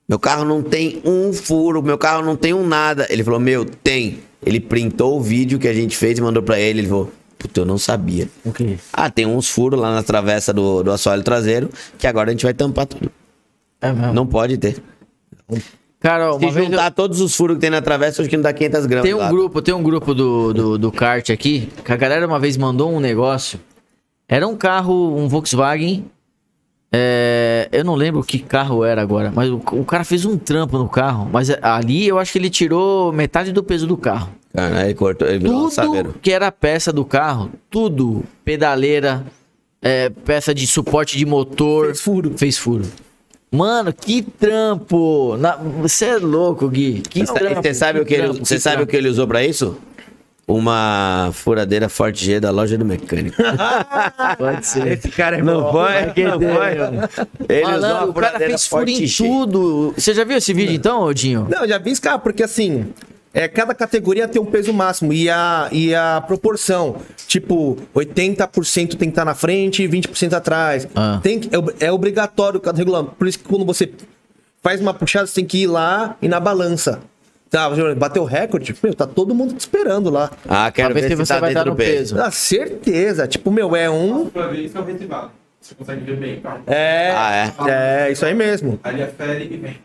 Speaker 2: Meu carro não tem um furo, meu carro não tem um nada. Ele falou, meu, tem. Ele printou o vídeo que a gente fez e mandou pra ele. Ele falou, puta, eu não sabia.
Speaker 3: O quê?
Speaker 2: Ah, tem uns furos lá na travessa do, do assoalho traseiro, que agora a gente vai tampar tudo.
Speaker 3: É mesmo.
Speaker 2: Não pode ter.
Speaker 3: Cara, ó,
Speaker 2: Se
Speaker 3: uma vez eu-
Speaker 2: juntar todos os furos que tem na travessa, acho que não dá 500 gramas.
Speaker 3: Tem um
Speaker 2: lá.
Speaker 3: grupo, tem um grupo do, do, do kart aqui, que a galera uma vez mandou um negócio. Era um carro, um Volkswagen. é, eu não lembro que carro era agora, mas o, o cara fez um trampo no carro. Mas ali eu acho que ele tirou metade do peso do carro.
Speaker 2: Cara, ele cortou, ele virou um
Speaker 3: Tudo
Speaker 2: sabeiro.
Speaker 3: que era peça do carro, tudo, pedaleira, é, peça de suporte de motor,
Speaker 4: Fez furo.
Speaker 3: fez furo. Mano, que trampo! Na- Você é louco, Gui. Que
Speaker 2: E sa- e
Speaker 3: trampo,
Speaker 2: Você sabe,
Speaker 3: que
Speaker 2: o que ele-
Speaker 3: trampo,
Speaker 2: você sabe o
Speaker 3: trampo.
Speaker 2: que ele usou pra isso? uma furadeira Forte G da loja do mecânico.
Speaker 3: Pode ser.
Speaker 4: Esse cara é
Speaker 2: Não
Speaker 4: bom.
Speaker 2: foi? Quem foi? Ele usou uma
Speaker 3: Malandro, o cara
Speaker 2: furadeira
Speaker 3: fez furo
Speaker 2: Forte
Speaker 3: em
Speaker 2: G.
Speaker 3: tudo. Você já viu esse vídeo então, Odinho?
Speaker 4: Não, eu já vi isso, cara, porque assim, é, cada categoria tem um peso máximo e a, e a proporção. Tipo, 80% tem que estar na frente e 20% atrás.
Speaker 3: Ah.
Speaker 4: Tem que, é, ob- é obrigatório cada regulamento. Por isso que quando você faz uma puxada, você tem que ir lá e na balança. Tá, bateu o recorde, meu, tá todo mundo te esperando lá.
Speaker 2: Ah, quero
Speaker 3: Pra ver
Speaker 2: ver
Speaker 3: se
Speaker 2: se
Speaker 3: você
Speaker 2: tá
Speaker 3: vai
Speaker 2: dentro
Speaker 3: dar
Speaker 2: do
Speaker 3: no
Speaker 2: peso.
Speaker 3: peso.
Speaker 4: Ah, certeza. Tipo, meu, é um.
Speaker 6: Pra ver isso é o retribado. Você consegue ver bem, tá?
Speaker 4: É.
Speaker 2: Ah,
Speaker 4: é. isso aí mesmo.
Speaker 6: Ali a fera e vem.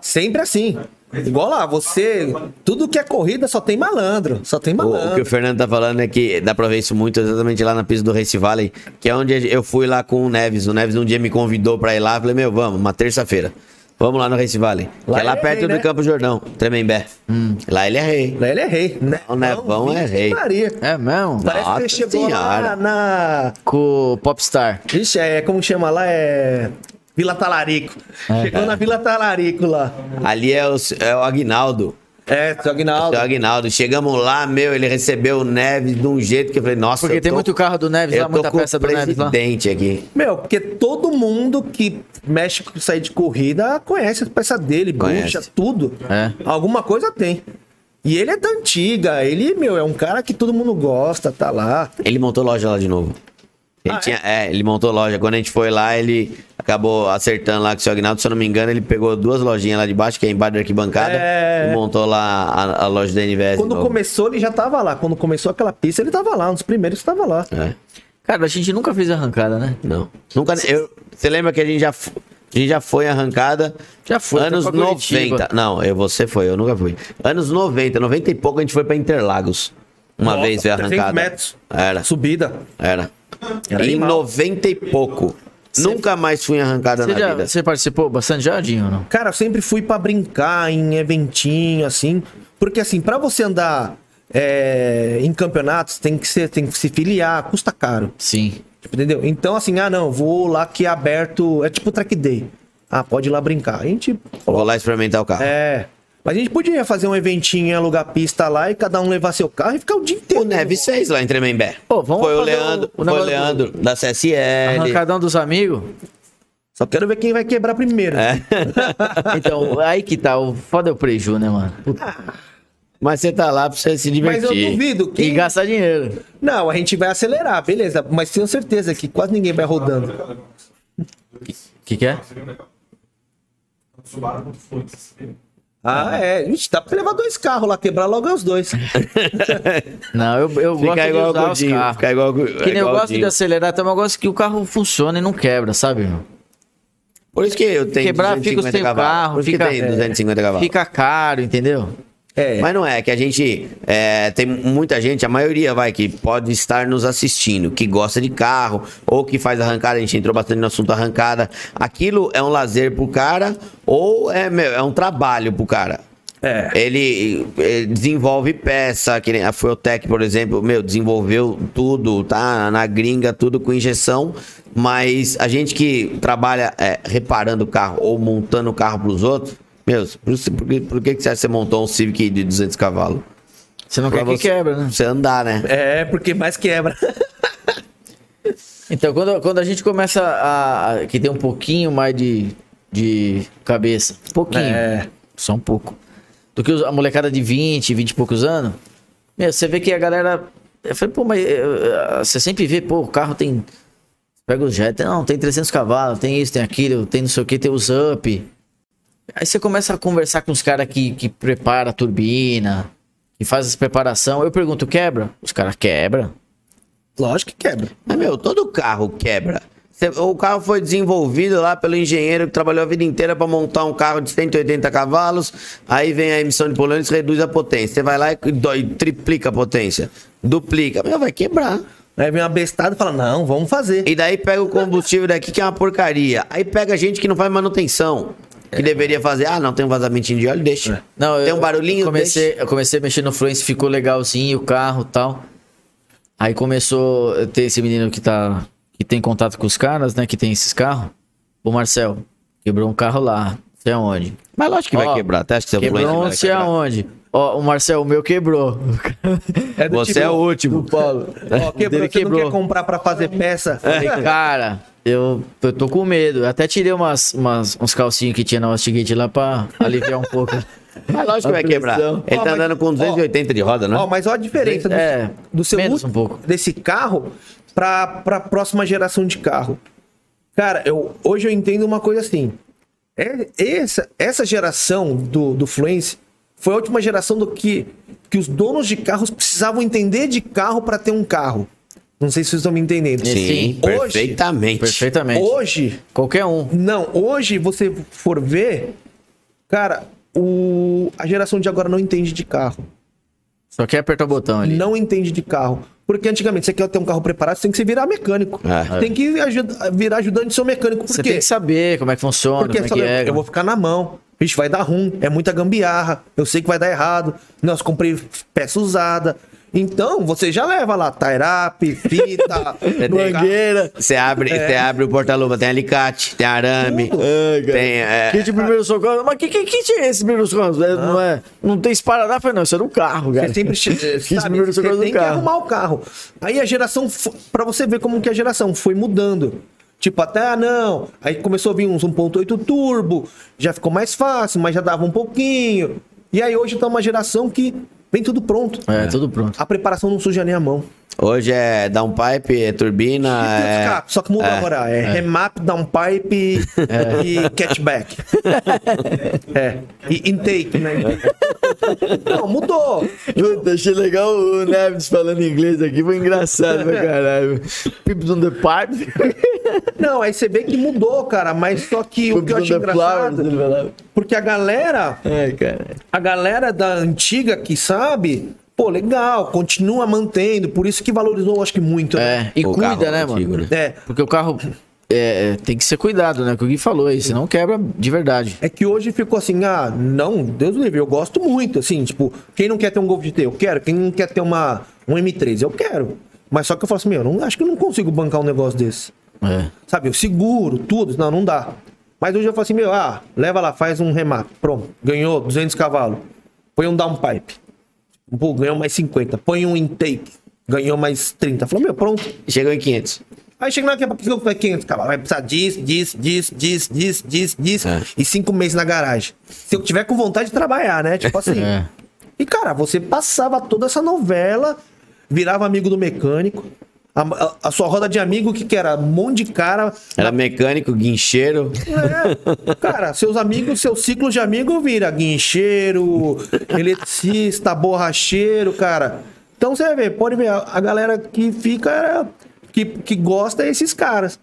Speaker 4: Sempre assim. Igual lá, você. Tudo que é corrida só tem malandro. Só tem
Speaker 2: O, o que
Speaker 4: malandro.
Speaker 2: o Fernando tá falando é que dá pra ver isso muito exatamente lá na pista do Race Valley, que é onde eu fui lá com o Neves. O Neves um dia me convidou pra ir lá. eu Falei, meu, vamos, uma terça-feira. Vamos lá no Race Valley. Que
Speaker 4: Lá
Speaker 2: é lá
Speaker 4: ele é
Speaker 2: perto
Speaker 4: rei,
Speaker 2: do
Speaker 4: né?
Speaker 2: Campo Jordão, Tremembé.
Speaker 3: Hum.
Speaker 2: Lá ele é rei.
Speaker 4: Lá ele é rei. né?
Speaker 2: O Nevão é
Speaker 4: Vixe
Speaker 2: rei.
Speaker 4: Maria.
Speaker 3: É mesmo?
Speaker 4: Parece que
Speaker 2: Nossa
Speaker 4: ele chegou
Speaker 2: Senhora.
Speaker 4: lá na.
Speaker 3: Com o Popstar.
Speaker 4: Vixe, é, como chama lá? É. Vila Talarico.
Speaker 2: É.
Speaker 4: chegou na Vila Talarico lá.
Speaker 2: Ali é o, é o Aguinaldo.
Speaker 4: É, seu Aguinaldo.
Speaker 2: Seu Aguinaldo. Chegamos lá, meu, ele recebeu o Neves de um jeito que eu falei, nossa,
Speaker 3: Porque
Speaker 2: eu
Speaker 3: tem muito carro do Neves
Speaker 2: eu
Speaker 3: lá,
Speaker 2: tô
Speaker 3: muita
Speaker 2: com o
Speaker 3: peça do Neves lá.
Speaker 2: presidente aqui.
Speaker 4: Meu, porque todo mundo que mexe com sair de corrida conhece a peça dele,
Speaker 2: Conhece.
Speaker 4: bucha, tudo.
Speaker 3: É.
Speaker 4: Alguma coisa tem. E ele é da antiga, ele, meu, é um cara que todo mundo gosta, tá lá.
Speaker 2: Ele montou loja lá de novo. Ele
Speaker 4: Ah, é?
Speaker 2: tinha, é? ele montou loja. Quando a gente foi lá, ele acabou acertando lá com o seu Agnaldo. Se eu não me engano, ele pegou duas lojinhas lá de baixo, que é embaixo da arquibancada,
Speaker 4: É.
Speaker 2: e montou lá a, a loja da NVS. de
Speaker 4: Quando
Speaker 2: novo.
Speaker 4: começou, ele já tava lá. Quando começou aquela pista, ele tava lá, um dos primeiros que tava lá.
Speaker 2: É,
Speaker 3: Cara, a gente nunca fez arrancada, né?
Speaker 2: não. Nunca. eu- Você lembra que a gente já. f- A gente já foi arrancada.
Speaker 3: Já foi,
Speaker 2: Anos
Speaker 3: foi pra Curitiba.
Speaker 2: 90. Não, eu, você foi, eu nunca fui. Anos 90, 90 e pouco a gente foi pra Interlagos. Uma
Speaker 4: Nossa,
Speaker 2: vez veio arrancada.
Speaker 4: 300 metros.
Speaker 2: Era.
Speaker 4: Subida.
Speaker 2: Era.
Speaker 4: Era
Speaker 2: em
Speaker 4: animal.
Speaker 2: 90 e pouco. Nunca mais fui arrancada
Speaker 3: Você,
Speaker 2: na
Speaker 3: já-
Speaker 2: vida.
Speaker 3: você participou bastante já, Odinho, ou não?
Speaker 4: Cara, eu sempre fui pra brincar em eventinho, assim. Porque, assim, pra você andar é, em campeonatos, tem que, ser, tem que se filiar, custa caro.
Speaker 3: Sim.
Speaker 4: Tipo, entendeu? Então, assim, ah, não, vou lá que é aberto. É tipo track day. Ah, pode ir lá brincar. A gente.
Speaker 2: Vou lá experimentar o carro.
Speaker 4: É. Mas a gente podia fazer um eventinho, alugar pista lá e cada um levar seu carro e ficar o dia inteiro.
Speaker 2: O Neves fez lá em Tremembé.
Speaker 3: Pô, vamos
Speaker 2: foi o
Speaker 3: fazer
Speaker 2: Leandro,
Speaker 3: o-
Speaker 2: foi o
Speaker 3: o negócio
Speaker 2: Leandro da CSL.
Speaker 3: Arrancadão dos amigos.
Speaker 4: Só quero ver quem vai quebrar primeiro.
Speaker 2: É.
Speaker 3: Então, aí que tá. O foda é o preju, né, mano? Puta,
Speaker 2: Ah, Mas você tá lá pra você se
Speaker 4: Mas
Speaker 2: divertir.
Speaker 4: eu duvido
Speaker 3: E
Speaker 4: que.
Speaker 3: gastar dinheiro.
Speaker 4: Não, a gente vai acelerar, beleza. Mas tenho certeza que quase ninguém vai rodando.
Speaker 3: O que, que é?
Speaker 6: Subaram com fontes.
Speaker 4: Ah, é. Gente, dá pra levar dois carros lá, quebrar logo os dois.
Speaker 3: Não, eu, eu gosto
Speaker 2: Ficar
Speaker 3: de
Speaker 2: igual o
Speaker 3: usar os
Speaker 2: Godinho.
Speaker 3: carros.
Speaker 2: Ficar igual o Gu-
Speaker 3: Que nem eu
Speaker 2: igual o
Speaker 3: gosto de
Speaker 2: Dinho.
Speaker 3: acelerar, também eu gosto que o carro funcione e não quebra, sabe, irmão?
Speaker 2: Por isso que eu tenho
Speaker 3: Quebrar fica sem
Speaker 2: cavalos.
Speaker 3: o
Speaker 2: Por
Speaker 3: carro,
Speaker 2: isso que
Speaker 3: fica, é.
Speaker 2: tem 250 cavalos.
Speaker 3: fica caro, entendeu?
Speaker 4: É.
Speaker 2: Mas não é, que a gente. é, tem muita gente, a maioria vai, que pode estar nos assistindo, que gosta de carro, ou que faz arrancada, a gente entrou bastante no assunto arrancada. Aquilo é um lazer pro cara, ou é, meu, é um trabalho pro cara.
Speaker 4: É.
Speaker 2: Ele, eh, desenvolve peça, que nem a Fueltec, por exemplo, meu, desenvolveu tudo, tá? Na gringa, tudo com injeção. Mas a gente que trabalha eh, reparando o carro ou montando o carro pros outros, meu, por, isso- por que- por que, que você acha que você montou um Civic de 200 cavalos?
Speaker 3: Você não
Speaker 2: Pra
Speaker 3: quer que
Speaker 2: você-
Speaker 3: quebra, né?
Speaker 2: Pra você andar, né?
Speaker 4: É, porque mais quebra.
Speaker 3: Então, quando, quando a gente começa a, a- que tem um pouquinho mais de, de cabeça, pouquinho,
Speaker 4: É.
Speaker 3: só um pouco, do que os- a molecada de 20, 20 e poucos anos, meu, você vê que a galera, eu falei, pô, mas eh, eh, você sempre vê, pô, o carro tem, pega o jet, não, tem 300 cavalos, tem isso, tem aquilo, tem não sei o que, tem os up. Aí você começa a conversar com os caras que, que prepara a turbina, que faz as preparação, eu pergunto, quebra? Os caras quebra.
Speaker 4: Lógico que quebra.
Speaker 2: Mas, meu, todo carro quebra. Cê- O carro foi desenvolvido lá pelo engenheiro que trabalhou a vida inteira pra montar um carro de 180 cavalos. Aí vem a emissão de poluentes, reduz a potência. Você vai lá e do- e triplica a potência. Duplica. Meu, vai quebrar.
Speaker 4: Aí vem uma bestada e fala: não, vamos fazer.
Speaker 2: E daí pega o combustível daqui, que é uma porcaria. Aí pega gente que não faz manutenção. Que deveria fazer. Ah, não, tem um vazamentinho de óleo, deixa.
Speaker 3: É. Não,
Speaker 2: tem
Speaker 3: eu-
Speaker 2: um barulhinho,
Speaker 3: eu comecei, eu comecei a mexer no Fluence, ficou legalzinho o carro e tal. Aí começou a ter esse menino que tá que tem contato com os caras, né, que tem esses carros. O Marcel quebrou um carro lá. Sei aonde.
Speaker 2: Mas lógico que vai
Speaker 3: Ó,
Speaker 2: quebrar. Até acho que você
Speaker 3: Quebrou
Speaker 2: influencer
Speaker 3: não
Speaker 2: vai
Speaker 3: sei
Speaker 2: quebrar.
Speaker 3: aonde. Ó, o Marcel, o meu quebrou.
Speaker 4: É do
Speaker 2: Você
Speaker 4: tipo,
Speaker 2: é o último.
Speaker 4: Paulo. Ó, quebrou, É.
Speaker 3: Dele
Speaker 4: você não
Speaker 3: quebrou.
Speaker 4: quer comprar pra fazer peça?
Speaker 3: Falei, cara, eu, eu tô com medo. Eu até tirei umas, umas- uns calcinhos que tinha na Hostigate lá pra aliviar um pouco.
Speaker 4: Ah,
Speaker 2: Mas lógico que vai quebrar.
Speaker 3: pressão.
Speaker 2: Ele
Speaker 4: Ó,
Speaker 2: tá
Speaker 4: mas-
Speaker 2: andando com 280 de roda, né?
Speaker 4: Ó, mas olha a diferença do,
Speaker 3: É,
Speaker 4: do seu
Speaker 3: menos
Speaker 4: ult-
Speaker 3: um pouco.
Speaker 4: desse carro pra, pra próxima geração de carro. Cara, eu, hoje eu entendo uma coisa assim. É, essa, essa geração do, do Fluence foi a última geração do que, que os donos de carros precisavam entender de carro pra ter um carro. Não sei se vocês estão me entendendo.
Speaker 2: Sim,
Speaker 3: sim.
Speaker 2: perfeitamente.
Speaker 3: Perfeitamente.
Speaker 4: Hoje,
Speaker 3: Qualquer um.
Speaker 4: não, hoje você for ver, cara, o, a geração de agora não entende de carro.
Speaker 3: Só quer apertar o botão ali.
Speaker 4: não entende de carro. Porque antigamente, você quer ter um carro preparado, você tem que se virar mecânico.
Speaker 2: É.
Speaker 4: Tem que ajuda- virar ajudante do seu mecânico. Por
Speaker 3: Você
Speaker 4: quê?
Speaker 3: tem que saber como é que funciona,
Speaker 4: Porque
Speaker 3: como é
Speaker 4: sabe,
Speaker 3: que é.
Speaker 4: eu vou ficar na mão. Vixe, vai dar ruim. É muita gambiarra. Eu sei que vai dar errado. Nós comprei peça usada. Então, você já leva lá tairap, fita,
Speaker 3: É, Mangueira.
Speaker 2: Você abre, você abre o porta-luva, tem alicate, tem arame,
Speaker 3: É. Ai, cara.
Speaker 2: tem... é,
Speaker 3: Kit de primeiro socorro. Mas que, que kit é esse primeiro socorro? É, Não, é, não tem esparadrapo, não. Isso era um carro, cara.
Speaker 4: Você sempre che- eh,
Speaker 3: Isso
Speaker 4: sabe,
Speaker 3: primeiro
Speaker 4: você
Speaker 3: socorro do
Speaker 4: tem que
Speaker 3: carro.
Speaker 4: arrumar o carro. Aí a geração, fo- Pra você ver como que a geração foi mudando. Tipo, até ah, não. Aí começou a vir uns 1.8 turbo, já ficou mais fácil, mas já dava um pouquinho. E aí hoje tá uma geração que vem tudo pronto.
Speaker 3: É, tudo pronto.
Speaker 4: A preparação não suja nem a mão.
Speaker 2: Hoje é downpipe, é turbina,
Speaker 4: E tudo,
Speaker 2: é...
Speaker 4: cara, só que muda agora. É, remap, downpipe
Speaker 3: É.
Speaker 4: e catchback. é. E intake, né?
Speaker 3: É.
Speaker 4: Não, mudou.
Speaker 3: Puta, achei legal o Neves falando inglês aqui. Foi engraçado pra caralho. Pips on the pipe.
Speaker 4: Não, aí você vê que mudou, cara, mas só que o que
Speaker 3: Pips
Speaker 4: eu achei
Speaker 3: on the flowers.
Speaker 4: engraçado,
Speaker 3: ele falava.
Speaker 4: porque a galera,
Speaker 3: Ai, cara.
Speaker 4: a galera da antiga que sabe, pô, legal, continua mantendo, por isso que valorizou, acho que muito. né?
Speaker 3: É, e
Speaker 2: O carro
Speaker 3: cuida, né,
Speaker 2: antigo,
Speaker 3: mano?
Speaker 2: né?
Speaker 4: É.
Speaker 3: Porque o carro é, é, tem que ser cuidado, né? O que o Gui falou aí, senão quebra de verdade.
Speaker 4: É que hoje ficou assim, ah, não, Deus me livre, eu gosto muito, assim, tipo, quem não quer ter um Golf GT, eu quero, quem não quer ter uma, um M3, eu quero. Mas só que eu falo assim, meu, eu não, acho que eu não consigo bancar um negócio desse.
Speaker 3: É.
Speaker 4: Sabe, eu seguro tudo, não, não dá. Mas hoje eu falo assim, meu, ah, leva lá, faz um remap, pronto, ganhou 200 cavalos, põe um downpipe, pô, ganhou mais 50, põe um intake, ganhou mais 30, falou, meu, pronto.
Speaker 2: Chegou em 500.
Speaker 4: Aí chega lá, que é pra- que eu- que é 500 cavalos, vai precisar disso, disso, disso, disso, disso, disso, disso,
Speaker 2: É.
Speaker 4: e cinco meses na garagem. Se eu tiver com vontade de trabalhar, né, tipo assim.
Speaker 3: É.
Speaker 4: E, cara, você passava toda essa novela, virava amigo do mecânico, a, a- a sua roda de amigo, que que era? Um monte de cara
Speaker 2: Era mecânico, guincheiro.
Speaker 4: é, cara, seus amigos, seu ciclo de amigo vira guincheiro, eletricista, borracheiro, cara. Então você vê, pode ver, a a galera que fica, que, que gosta é esses caras.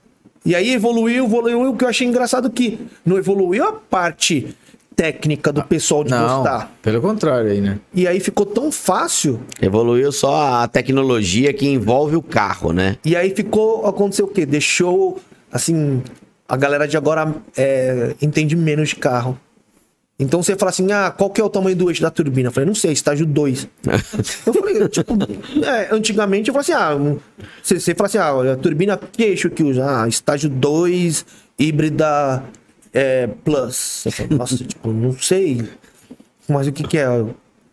Speaker 4: E aí evoluiu, evoluiu, o que eu achei engraçado é que não evoluiu a parte técnica do pessoal de
Speaker 3: Não,
Speaker 4: gostar.
Speaker 3: pelo contrário aí, né?
Speaker 4: E aí ficou tão fácil,
Speaker 2: Evoluiu só a tecnologia que envolve o carro, né?
Speaker 4: e aí ficou, aconteceu o quê? Deixou, assim, a galera de agora é, entende menos de carro. Então você fala assim, ah, qual que é o tamanho do eixo da turbina? Eu falei, não sei, estágio 2. eu falei, tipo, é, antigamente eu falei assim, ah, um- você, você fala assim, ah, olha, a turbina, que eixo que usa? Ah, estágio 2, híbrida é, plus. Eu falei, nossa, tipo, não sei. Mas o que que é?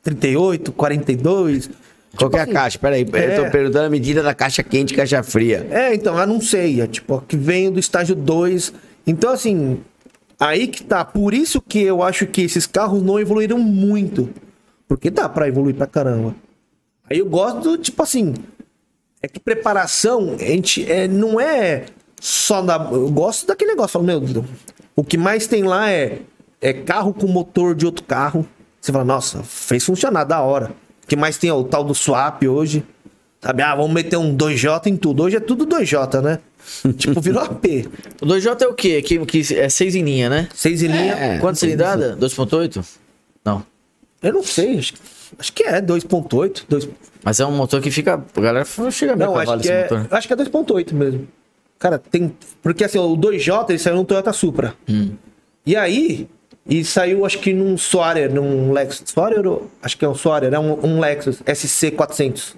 Speaker 4: 38, 42?
Speaker 2: Qual
Speaker 3: Tipo
Speaker 2: que é a
Speaker 3: assim,
Speaker 2: caixa? Peraí, eu
Speaker 4: É.
Speaker 2: tô perguntando a medida da caixa quente e caixa fria.
Speaker 4: É, então, eu não sei. É tipo, a que vem do estágio 2. Então, assim, aí que tá. Por isso que eu acho que esses carros não evoluíram muito. Porque dá pra evoluir pra caramba. Aí eu gosto, tipo assim. É que preparação, a gente é, não é só da. Eu gosto daquele negócio. Falo, meu, Deus, o que mais tem lá é, é carro com motor de outro carro. Você fala, nossa, fez funcionar, da hora. O que mais tem é o tal do swap hoje. Sabe, ah, vamos meter um 2J em tudo. Hoje é tudo 2J, né? tipo, virou AP.
Speaker 3: O 2J é o quê? Que, que é 6 em linha, né?
Speaker 4: Seis em linha.
Speaker 2: É.
Speaker 3: Quanto cilindrada? 2.8? Não.
Speaker 4: Eu não sei, acho, que- acho que é 2.8. dois-
Speaker 3: Mas é um motor que fica. A galera fala, chega a mil
Speaker 4: Não, acho
Speaker 3: cavalos
Speaker 4: que,
Speaker 3: esse
Speaker 4: é,
Speaker 3: motor.
Speaker 4: acho que é 2.8 mesmo. Cara, tem. Porque assim, o 2J ele saiu no Toyota Supra.
Speaker 3: Hum.
Speaker 4: E aí, e saiu acho que num Soarer, num Lexus. Soarer? ou- Acho que é um
Speaker 3: Hum.
Speaker 4: Soarer, é um, um Lexus SC400.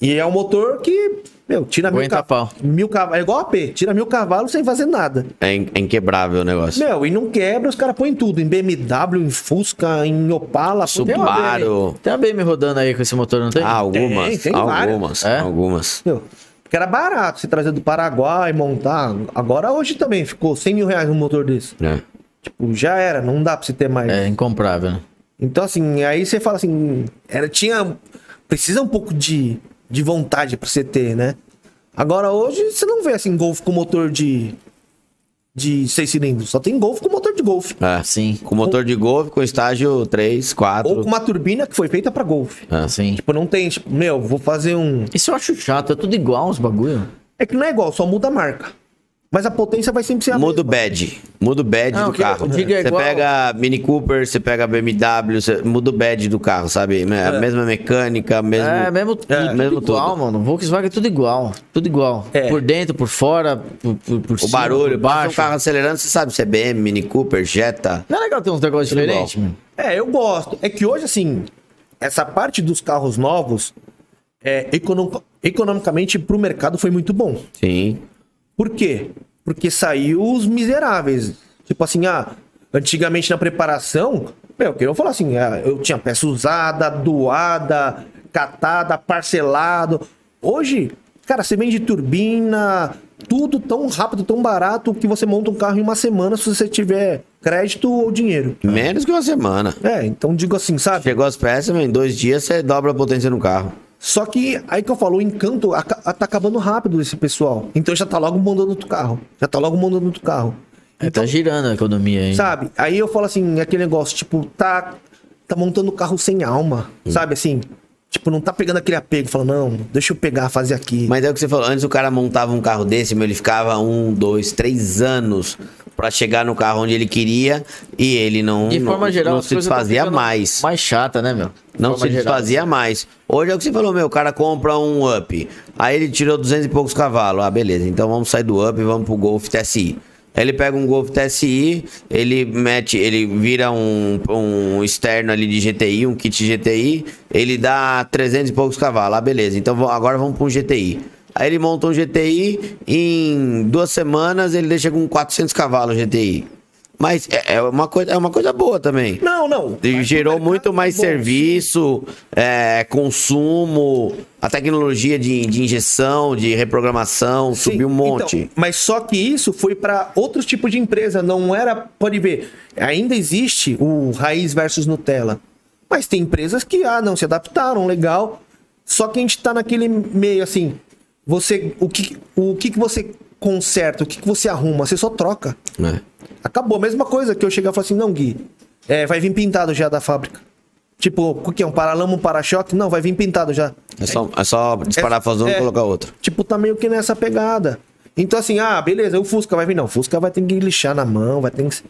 Speaker 4: E é um motor que Meu, tira mil,
Speaker 3: Aguenta
Speaker 4: ca-
Speaker 3: pau.
Speaker 4: mil cavalos. É igual a P, tira mil cavalos sem fazer nada.
Speaker 2: É, in- é inquebrável o negócio.
Speaker 4: Meu, e não quebra, os caras põem tudo. Em BMW, em Fusca, em Opala, põe tudo.
Speaker 2: Subaru.
Speaker 3: Tem a BM rodando aí com esse motor, não tem?
Speaker 2: Ah, algumas.
Speaker 4: Tem, tem várias.
Speaker 2: algumas.
Speaker 3: É?
Speaker 2: Algumas.
Speaker 4: Meu, porque era barato você trazer do Paraguai, montar. Agora hoje também ficou 100 mil reais um motor desse.
Speaker 2: né?
Speaker 4: Tipo, já era, não dá pra você ter mais.
Speaker 3: É incomprável, né?
Speaker 4: Então, assim, aí você fala assim, era, tinha. Precisa um pouco de, de vontade pra você ter, né? Agora hoje você não vê assim Golf com motor de. de seis cilindros. Só tem Golf com motor de Golf.
Speaker 2: É.
Speaker 3: Sim.
Speaker 2: Com motor de golfe, com estágio 3, 4.
Speaker 4: Ou com uma turbina que foi feita pra Golf.
Speaker 2: É.
Speaker 3: Assim.
Speaker 4: Tipo, não tem, tipo, meu, vou fazer um.
Speaker 3: Isso eu acho chato, é tudo igual os bagulho.
Speaker 4: É que não é igual, só muda a marca. Mas a potência vai sempre ser a
Speaker 2: Muda o
Speaker 4: mesma.
Speaker 2: bed. Muda o bed
Speaker 3: Não,
Speaker 2: do
Speaker 3: o que-
Speaker 2: carro.
Speaker 3: o que que é
Speaker 2: você
Speaker 3: igual-
Speaker 2: pega Mini Cooper, você pega BMW, você muda o bed do carro, sabe? A mesma mecânica, mesmo.
Speaker 3: É, mesmo, tudo,
Speaker 2: é,
Speaker 3: tudo
Speaker 2: mesmo tudo.
Speaker 3: igual, mano. Volkswagen é tudo igual. Tudo igual.
Speaker 4: É.
Speaker 3: Por dentro, por fora, por, por, por
Speaker 2: O
Speaker 3: cima,
Speaker 2: barulho,
Speaker 3: por
Speaker 2: passa um
Speaker 3: baixo.
Speaker 2: carro acelerando, você sabe se é BM, Mini Cooper, Jetta.
Speaker 3: Não é legal ter uns negócios
Speaker 2: Tudo igual.
Speaker 3: diferentes, mano?
Speaker 4: É, eu gosto. É que hoje, assim, essa parte dos carros novos, é, econo- economicamente, pro mercado foi muito bom.
Speaker 2: Sim.
Speaker 4: Por quê? Porque saiu os miseráveis. Tipo assim, ah, antigamente na preparação, meu, que eu falar assim, ah, eu tinha peça usada, doada, catada, parcelado. Hoje, cara, você vende turbina, tudo tão rápido, tão barato que você monta um carro em uma semana se você tiver crédito ou dinheiro.
Speaker 2: Menos que uma semana.
Speaker 4: É, então digo assim, sabe?
Speaker 2: Chegou as peças, em dois dias você dobra a potência no carro.
Speaker 4: Só que aí que eu falo, o encanto aca- a- tá acabando rápido esse pessoal. Então já tá logo mandando outro carro. Já tá logo mandando outro carro.
Speaker 3: É,
Speaker 2: Então,
Speaker 3: tá girando a economia aí.
Speaker 4: Sabe? Aí eu falo assim, aquele negócio, tipo, tá tá montando carro sem alma, sabe assim? Tipo, não tá pegando aquele apego, fala, não, deixa eu pegar, fazer aqui.
Speaker 2: Mas é o que você falou, antes o cara montava um carro desse, meu, ele ficava um, dois, três anos pra chegar no carro onde ele queria e ele não,
Speaker 3: De
Speaker 2: não,
Speaker 3: forma geral,
Speaker 2: não
Speaker 3: as
Speaker 2: se
Speaker 3: coisas tão
Speaker 2: desfazia
Speaker 3: ficando
Speaker 2: mais.
Speaker 3: Mais chata, né, meu? De
Speaker 2: Não
Speaker 3: forma
Speaker 2: se
Speaker 3: geral.
Speaker 2: desfazia mais. Hoje é o que você falou, meu, o cara compra um up. Aí ele tirou 200 e poucos cavalos. Ah, beleza, então vamos sair do up e vamos pro Golf TSI. Aí ele pega um Golf TSI, ele mete, ele vira um, um externo ali de GTI, um kit GTI, ele dá 300 e poucos cavalos. Ah, beleza, então vou- agora vamos pra um GTI. Aí ele monta um GTI, em duas semanas ele deixa com 400 cavalos o GTI. Mas é, é uma coisa, é uma coisa boa também.
Speaker 4: Não, não.
Speaker 2: E gerou
Speaker 4: é
Speaker 2: muito mais serviço, é, consumo, a tecnologia de, de injeção, de reprogramação,
Speaker 4: Sim,
Speaker 2: subiu um monte.
Speaker 4: então, mas só que isso foi pra outros tipos de empresa, não era, pode ver, ainda existe o raiz versus Nutella. Mas tem empresas que ah, não se adaptaram, legal. Só que a gente tá naquele meio assim, você o que o que, que você conserta, o que, que você arruma, você só troca.
Speaker 2: né?
Speaker 4: Acabou. A mesma coisa que eu chegar e falar assim, não, Gui, é, vai vir pintado já da fábrica. Tipo, o que é? Um paralama, um para-choque? Não, vai vir pintado já.
Speaker 2: É só, é só disparar fazendo e
Speaker 4: É,
Speaker 2: colocar outro.
Speaker 4: Tipo, tá meio que nessa pegada. Então, assim, ah, beleza, o Fusca vai vir. Não, o Fusca vai ter que lixar na mão, vai ter que.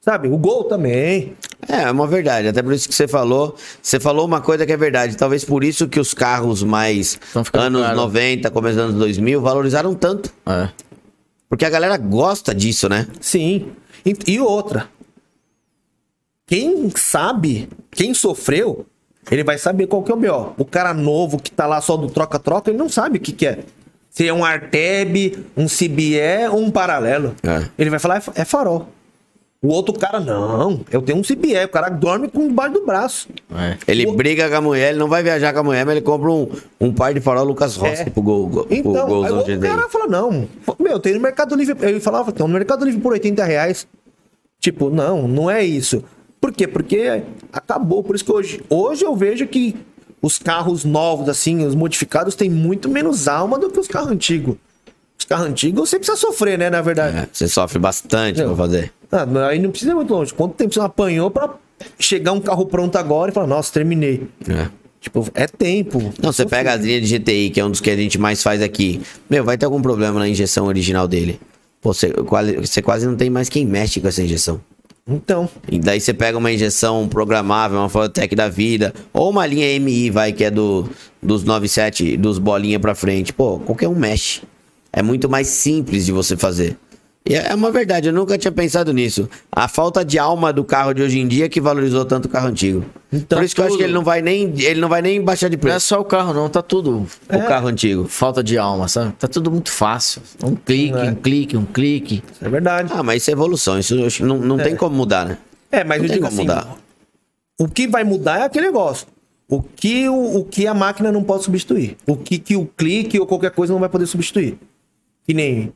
Speaker 4: Sabe, o Gol também.
Speaker 2: É, é uma verdade. Até por isso que você falou. Você falou uma coisa que é verdade. Talvez por isso que os carros mais
Speaker 3: Tão ficando
Speaker 2: anos
Speaker 3: caros.
Speaker 2: 90, começo dos anos 2000, valorizaram tanto.
Speaker 3: É.
Speaker 2: Porque a galera gosta disso, né?
Speaker 4: Sim. E, e outra. Quem sabe, quem sofreu, ele vai saber qual que é o B.O. O cara novo que tá lá só do troca-troca, ele não sabe o que que é. Se é um Arteb, um CBE ou um paralelo.
Speaker 2: É.
Speaker 4: Ele vai falar, "É fa- é farol. O outro cara, não, eu tenho um CBE. O cara dorme com debaixo do braço.
Speaker 3: É.
Speaker 2: Ele briga com a mulher, ele não vai viajar com a mulher, mas ele compra um, um par de farol Lucas Rossi
Speaker 4: É.
Speaker 2: pro gol. go- pro
Speaker 4: Então, aí o
Speaker 2: golzão
Speaker 4: outro
Speaker 2: GTI.
Speaker 4: cara fala, não, meu, tem no Mercado Livre, eu falava, tem no Mercado Livre por 80 reais. Tipo, não, não é isso. Por quê? Porque acabou, por isso que hoje, hoje eu vejo que os carros novos, assim, os modificados, têm muito menos alma do que os carros antigos. Os carros antigos você precisa sofrer, né, na verdade.
Speaker 2: É, você sofre bastante
Speaker 4: Não.
Speaker 2: pra fazer.
Speaker 4: Ah, mas aí não precisa ir muito longe. Quanto tempo você não apanhou pra chegar um carro pronto agora e falar, nossa, terminei.
Speaker 2: né?
Speaker 4: Tipo, é tempo.
Speaker 2: Não, você pega as linhas de GTI, que é um dos que a gente mais faz aqui. Meu, vai ter algum problema na injeção original dele. Pô, você, quali- você quase não tem mais quem mexe com essa injeção.
Speaker 4: Então,
Speaker 2: E daí você pega uma injeção programável, uma Fortec da vida, ou uma linha MI, vai, que é do, dos 97, dos bolinha pra frente. Pô, qualquer um mexe. É muito mais simples de você fazer. E É uma verdade, eu nunca tinha pensado nisso. A falta de alma do carro de hoje em dia é que valorizou tanto o carro antigo.
Speaker 3: Então,
Speaker 2: Por isso que eu acho
Speaker 3: tudo.
Speaker 2: que ele não vai nem, ele não vai nem baixar de
Speaker 3: Não é
Speaker 2: preço.
Speaker 3: só o carro, não, tá tudo.
Speaker 2: O carro antigo.
Speaker 3: Falta de alma, sabe? Tá tudo muito fácil. Um clique, um clique, um clique.
Speaker 4: É verdade.
Speaker 2: Ah, mas isso é evolução, isso eu acho que não, não tem como mudar, né?
Speaker 4: É, mas
Speaker 2: Não
Speaker 4: eu
Speaker 2: tem
Speaker 4: digo
Speaker 2: como
Speaker 4: assim,
Speaker 2: mudar.
Speaker 4: o que vai mudar é aquele negócio. O que, o, o que a máquina não pode substituir. O que, que o clique ou qualquer coisa não vai poder substituir. Que nem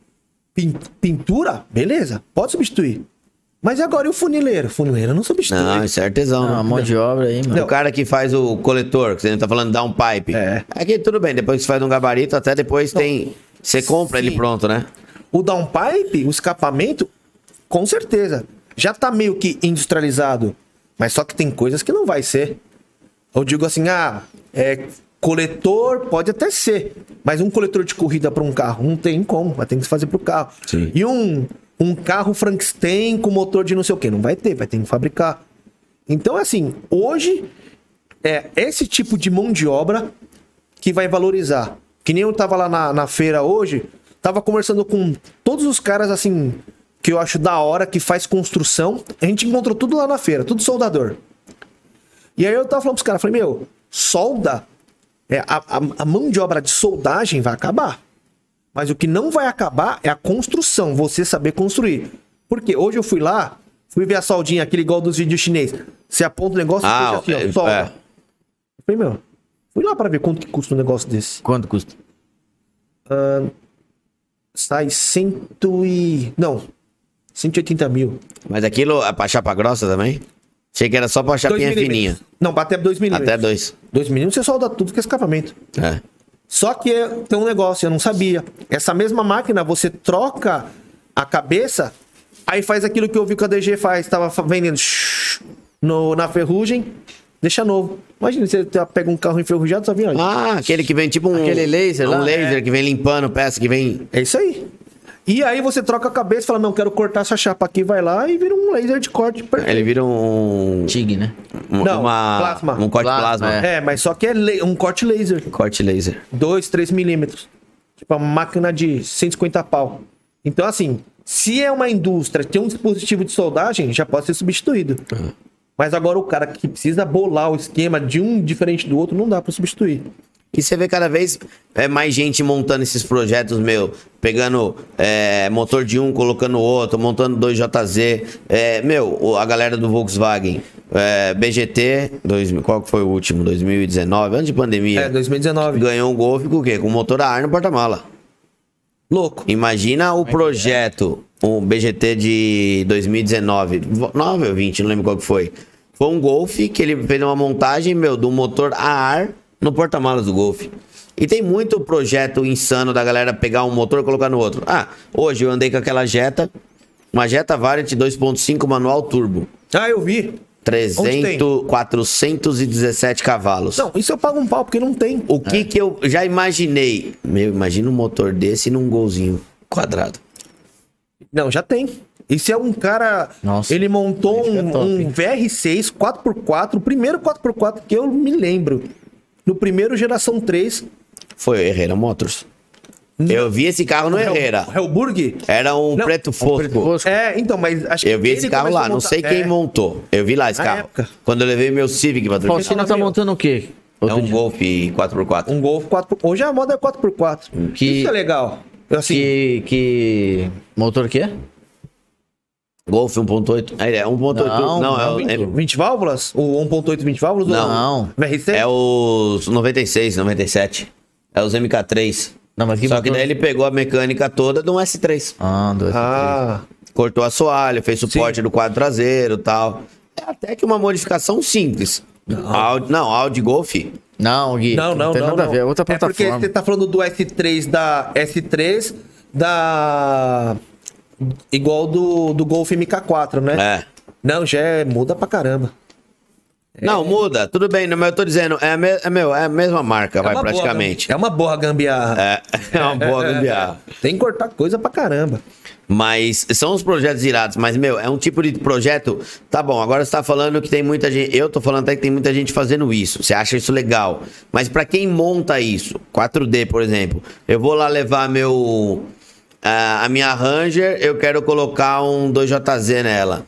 Speaker 4: pin- pintura, beleza, pode substituir. Mas e agora e o funileiro? Funileiro não substitui.
Speaker 2: Não, isso é artesão.
Speaker 3: Ah,
Speaker 2: né?
Speaker 3: a mão de obra aí, mano.
Speaker 2: O cara que faz o coletor, que você tá falando downpipe.
Speaker 4: É.
Speaker 2: Aqui tudo bem, depois que você faz um gabarito, até depois tem. Você compra ele
Speaker 4: Sim.
Speaker 2: pronto, né?
Speaker 4: O downpipe, o escapamento, com certeza. Já tá meio que industrializado. Mas só que tem coisas que não vai ser. Eu digo assim, ah, é, coletor pode até ser. Mas um coletor de corrida para um carro, não tem como. Vai ter que fazer pro carro.
Speaker 2: Sim.
Speaker 4: E um, um carro Frankenstein com motor de não sei o que, não vai ter, vai ter que fabricar. Então, assim, hoje é esse tipo de mão de obra que vai valorizar. Que nem eu tava lá na, na feira hoje, tava conversando com todos os caras assim que eu acho da hora que faz construção. A gente encontrou tudo lá na feira, tudo soldador. E aí eu tava falando pros caras, falei, meu, solda, é, a, a, a mão de obra de soldagem vai acabar. Mas o que não vai acabar é a construção, você saber construir. Porque hoje eu fui lá, fui ver a soldinha, aquele igual dos vídeos chinês. Você aponta o negócio
Speaker 2: Ah,
Speaker 4: e
Speaker 2: é,
Speaker 4: assim, ó, solda.
Speaker 2: é.
Speaker 4: Eu falei, meu, fui lá pra ver quanto que custa um negócio desse.
Speaker 3: Quanto custa?
Speaker 4: Sai cento e... não, 180 mil.
Speaker 2: Mas aquilo é pra chapa grossa também? Achei que era só pra
Speaker 4: Dois
Speaker 2: chapinha
Speaker 4: milímetros.
Speaker 2: fininha.
Speaker 4: Não, até 2 milímetros.
Speaker 2: Até dois.
Speaker 4: 2 milímetros você solda tudo que é escapamento.
Speaker 2: É.
Speaker 4: Só que é- tem um negócio, eu não sabia. Essa mesma máquina, você troca a cabeça, aí faz aquilo que eu vi que a DG faz, tava fa- vendendo shhh, no, na ferrugem, deixa novo. Imagina, você tá- pega um carro enferrujado, só vem, ó.
Speaker 2: Ah, aquele que vem tipo um.
Speaker 3: Aquele laser
Speaker 2: Um
Speaker 3: lá,
Speaker 2: laser que vem limpando peça, que vem.
Speaker 4: É isso aí. E aí você troca a cabeça, fala, não, quero cortar essa chapa aqui, vai lá e vira um laser de corte. perfeito.
Speaker 2: Ele vira um.
Speaker 3: TIG, né?
Speaker 2: um-
Speaker 4: Não,
Speaker 2: uma-
Speaker 4: plasma.
Speaker 2: Um corte plasma.
Speaker 3: Plasma, é.
Speaker 4: É, mas só que é la- um corte laser.
Speaker 2: Corte laser.
Speaker 4: 2, 3 milímetros. Tipo, uma máquina de 150 pau. Então, assim, se é uma indústria, tem um dispositivo de soldagem, já pode ser substituído.
Speaker 2: Uhum.
Speaker 4: Mas agora o cara que precisa bolar o esquema de um diferente do outro, não dá pra substituir.
Speaker 2: E você vê cada vez é, mais gente montando esses projetos, meu. Pegando é, motor de um, colocando outro, montando 2JZ. É, meu, o- a galera do Volkswagen. é, BGT, dois, mil- qual que foi o último? 2019, antes de pandemia.
Speaker 4: É, 2019.
Speaker 2: Ganhou um Golf com o quê? Com motor a ar no porta-mala.
Speaker 4: Louco.
Speaker 2: Imagina o projeto, o BGT de 2019, 9 ou 20, não lembro qual que foi. Foi um Golf que ele fez uma montagem, meu, do motor a ar no porta-malas do Golf. E tem muito projeto insano da galera pegar um motor e colocar no outro. Ah, hoje eu andei com aquela Jetta, uma Jetta Variant 2.5 manual turbo.
Speaker 4: Ah, eu vi. Onde
Speaker 2: 300, 417 cavalos.
Speaker 4: Não, isso eu pago um pau, porque não tem.
Speaker 2: O que que eu já imaginei? Meu, imagina um motor desse num golzinho quadrado.
Speaker 4: Não, já tem. Isso é um cara.
Speaker 3: Nossa.
Speaker 4: ele montou
Speaker 3: Aí fica
Speaker 4: um,
Speaker 3: top,
Speaker 4: um
Speaker 3: hein?
Speaker 4: VR6 4x4, o primeiro 4x4 que eu me lembro. No primeiro geração 3.
Speaker 2: Foi o Herrera Motors. Eu vi esse carro no Herrera.
Speaker 4: Hellburg?
Speaker 2: Era um
Speaker 4: Não,
Speaker 2: preto fosco.
Speaker 3: Fosco.
Speaker 4: É, então, mas acho
Speaker 2: Eu vi
Speaker 4: ele
Speaker 2: esse carro
Speaker 4: começou
Speaker 2: lá,
Speaker 4: a
Speaker 2: não
Speaker 4: montar-
Speaker 2: sei quem
Speaker 4: é,
Speaker 2: montou. Eu vi lá esse
Speaker 4: Na
Speaker 2: carro.
Speaker 4: época.
Speaker 2: Quando eu levei meu Civic pra trocar.
Speaker 3: Faustino tá montando o quê?
Speaker 2: É
Speaker 3: Outro
Speaker 2: um
Speaker 3: dia.
Speaker 2: Golf 4x4.
Speaker 4: Um Golf 4 x Hoje a moda é
Speaker 2: Um
Speaker 4: 4x4.
Speaker 3: Que-
Speaker 4: Isso é legal. Eu, Assim,
Speaker 3: Que, que. Motor que é?
Speaker 2: Golf 1.8. Aí É 1.8. Não,
Speaker 3: Não,
Speaker 2: não,
Speaker 3: não,
Speaker 2: é, o-
Speaker 4: 20 válvulas? um O 1.8 20 válvulas? ou
Speaker 2: Não.
Speaker 4: VRC?
Speaker 2: é, é os 96, 97. É os MK3.
Speaker 3: Não, mas que
Speaker 2: Só que
Speaker 3: motor?
Speaker 2: daí ele pegou a mecânica toda de um S3.
Speaker 3: Ah, dois.
Speaker 4: Ah,
Speaker 2: Cortou assoalho, fez suporte do quadro traseiro e tal. É até que uma modificação simples. Audi, não, Audi Golf.
Speaker 3: Não, Gui.
Speaker 4: não, não, não.
Speaker 3: Não tem nada
Speaker 4: não.
Speaker 3: a ver. É outra
Speaker 4: É porque
Speaker 3: plataforma.
Speaker 4: você tá falando do S3 da S3 da. Igual do, do Golf MK4, né?
Speaker 2: É.
Speaker 4: Não, já é, muda pra caramba. É.
Speaker 2: Não, muda, tudo bem, mas eu tô dizendo, é a, me- é, meu, é a mesma marca, vai,
Speaker 4: uma boa
Speaker 2: praticamente.
Speaker 4: gambi- é uma boa gambiarra.
Speaker 2: É, é uma boa gambiarra.
Speaker 4: Tem que cortar coisa pra caramba.
Speaker 2: Mas são os projetos irados, mas, meu, é um tipo de projeto. Tá bom, agora você tá falando que tem muita gente. Eu tô falando até que tem muita gente fazendo isso. Você acha isso legal. Mas pra quem monta isso, 4D, por exemplo, eu vou lá levar meu. ah, a minha Ranger, eu quero colocar um 2JZ nela.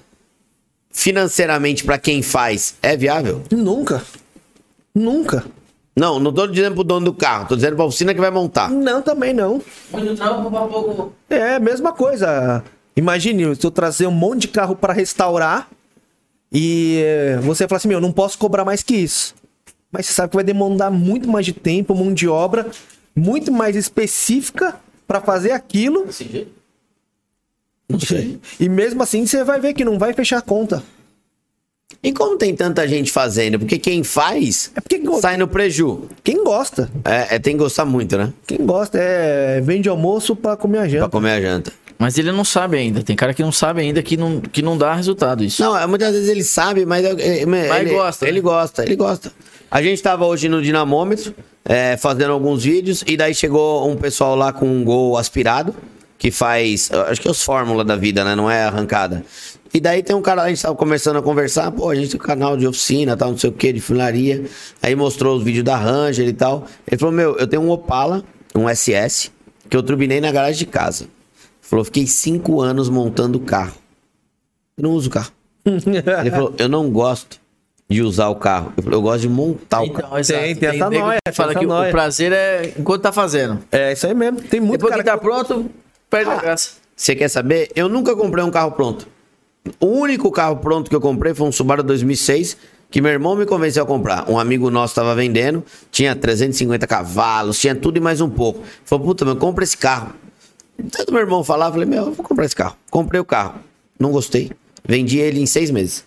Speaker 2: Financeiramente, pra quem faz, é viável?
Speaker 4: Nunca. Nunca.
Speaker 2: Não, não tô dizendo pro dono do carro, tô dizendo pra oficina que vai montar.
Speaker 4: Não, também não.
Speaker 5: Muito trampo pra pouco.
Speaker 4: É, mesma coisa. Imagine, se eu trazer um monte de carro pra restaurar e eh, você falar assim, meu, não posso cobrar mais que isso. Mas você sabe que vai demandar muito mais de tempo, mão de obra, muito mais específica pra fazer aquilo.
Speaker 5: Desse jeito?
Speaker 4: Não sei. E mesmo assim você vai ver que não vai fechar a conta.
Speaker 2: E como tem tanta gente fazendo? Porque quem faz
Speaker 4: É porque go-
Speaker 2: sai no preju.
Speaker 4: quem gosta,
Speaker 2: É, é, tem que gostar muito, né?
Speaker 4: quem gosta é vende almoço pra comer a
Speaker 2: Pra
Speaker 4: janta.
Speaker 2: comer a janta.
Speaker 3: Mas ele não sabe ainda. Tem cara que não sabe ainda que não, que não dá resultado isso.
Speaker 2: Não, é, muitas vezes ele sabe, mas, é- é- é- ele,
Speaker 3: gosta, né?
Speaker 2: Ele gosta, ele gosta. A gente tava hoje no dinamômetro, é, fazendo alguns vídeos, e daí chegou um pessoal lá com um gol aspirado, que faz, eu acho que é os fórmula da vida, né? Não é arrancada. E daí tem um cara lá, a gente tava começando a conversar, pô, a gente tem um canal de oficina, tal, não sei o que, de funilaria. Aí mostrou os vídeos da Ranger e tal. Ele falou, meu, eu tenho um Opala, um SS, que eu turbinei na garagem de casa. Falou, fiquei cinco anos montando o carro. Eu não uso o carro. Ele falou, eu não gosto de usar o carro. Eu, falei, eu gosto de montar o carro.
Speaker 3: Então, exato.
Speaker 4: tem essa
Speaker 3: nego
Speaker 4: nóia,
Speaker 3: que
Speaker 4: tem
Speaker 3: Fala
Speaker 4: essa
Speaker 3: que o
Speaker 4: nóia.
Speaker 3: prazer é enquanto tá fazendo.
Speaker 4: É isso aí mesmo. Tem muito
Speaker 3: Depois
Speaker 4: cara Ah.
Speaker 3: que tá pronto, perde a graça.
Speaker 2: Você quer saber? Eu nunca comprei um carro pronto. O único carro pronto que eu comprei foi um Subaru 2006, que meu irmão me convenceu a comprar. Um amigo nosso estava vendendo, tinha 350 cavalos, tinha tudo e mais um pouco. Falou, puta, mas compra esse carro. Tanto meu irmão falar, eu falei, meu, eu vou comprar esse carro. Comprei o carro. Não gostei. Vendi ele em seis meses.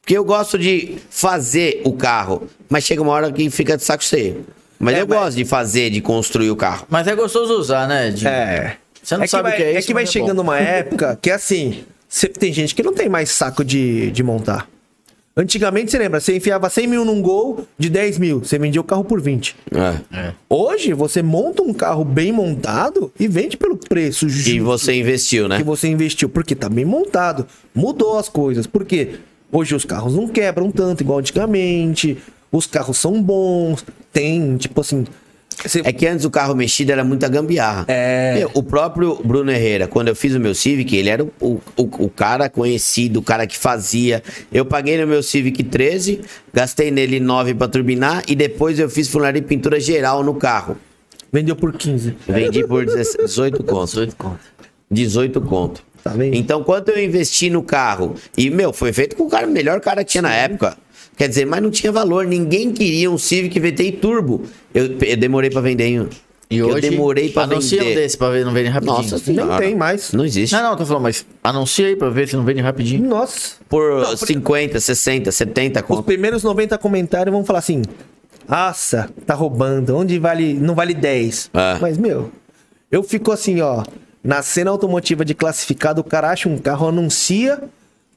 Speaker 2: Porque eu gosto de fazer o carro, mas chega uma hora que fica de saco cheio. Mas
Speaker 4: É,
Speaker 2: eu
Speaker 4: mas-
Speaker 2: gosto de fazer, de construir o carro.
Speaker 3: Mas é gostoso usar, né, Edinho?
Speaker 4: É.
Speaker 3: Você não
Speaker 4: é
Speaker 3: sabe
Speaker 4: que vai,
Speaker 3: o que é isso,
Speaker 4: que vai
Speaker 3: mas é
Speaker 4: chegando
Speaker 3: bom.
Speaker 4: uma época que assim, cê- tem gente que não tem mais saco de, de montar. Antigamente, você lembra, você enfiava 100 mil num gol de 10 mil, você vendia o carro por 20.
Speaker 2: É.
Speaker 4: Hoje, você monta um carro bem montado e vende pelo preço
Speaker 2: E
Speaker 4: justo
Speaker 2: você investiu, né?
Speaker 4: que você investiu, porque tá bem montado. Mudou as coisas, porque hoje os carros não quebram tanto igual antigamente, os carros são bons, tem, tipo assim... cê-
Speaker 2: É que antes o carro mexido era muita gambiarra.
Speaker 4: É.
Speaker 2: Meu, O próprio Bruno Herrera, quando eu fiz o meu Civic, ele era o, o, o- o cara conhecido, o cara que fazia. Eu paguei no meu Civic 13, gastei nele 9 pra turbinar e depois eu fiz funilaria e pintura geral no carro.
Speaker 4: Vendeu por 15.
Speaker 3: É.
Speaker 2: Vendi por 17 18 conto.
Speaker 3: 18 conto.
Speaker 2: 18 conto.
Speaker 4: Tá vendo?
Speaker 2: Então, quanto eu investi no carro? E, meu, foi feito com o cara, o melhor cara que tinha na época. Quer dizer, mas não tinha valor. Ninguém queria um Civic VTI Turbo. Eu, eu demorei pra vender, hein?
Speaker 3: E
Speaker 2: eu
Speaker 3: hoje,
Speaker 2: demorei pra
Speaker 3: anuncia um
Speaker 2: vender.
Speaker 3: desse pra ver, não vende rapidinho.
Speaker 2: Nossa
Speaker 4: Não
Speaker 2: senhora.
Speaker 4: tem mais.
Speaker 2: Não existe.
Speaker 3: Não, não, tô falando, mas anuncia aí pra ver se não vende rapidinho.
Speaker 4: Nossa.
Speaker 2: Por 50, 60, 70
Speaker 4: Os
Speaker 2: conto.
Speaker 4: primeiros 90 comentários vão falar assim: Nossa, tá roubando, onde vale. Não vale 10.
Speaker 2: É.
Speaker 4: Mas, meu, eu fico assim, ó. Na cena automotiva de classificado, o cara acha um carro, anuncia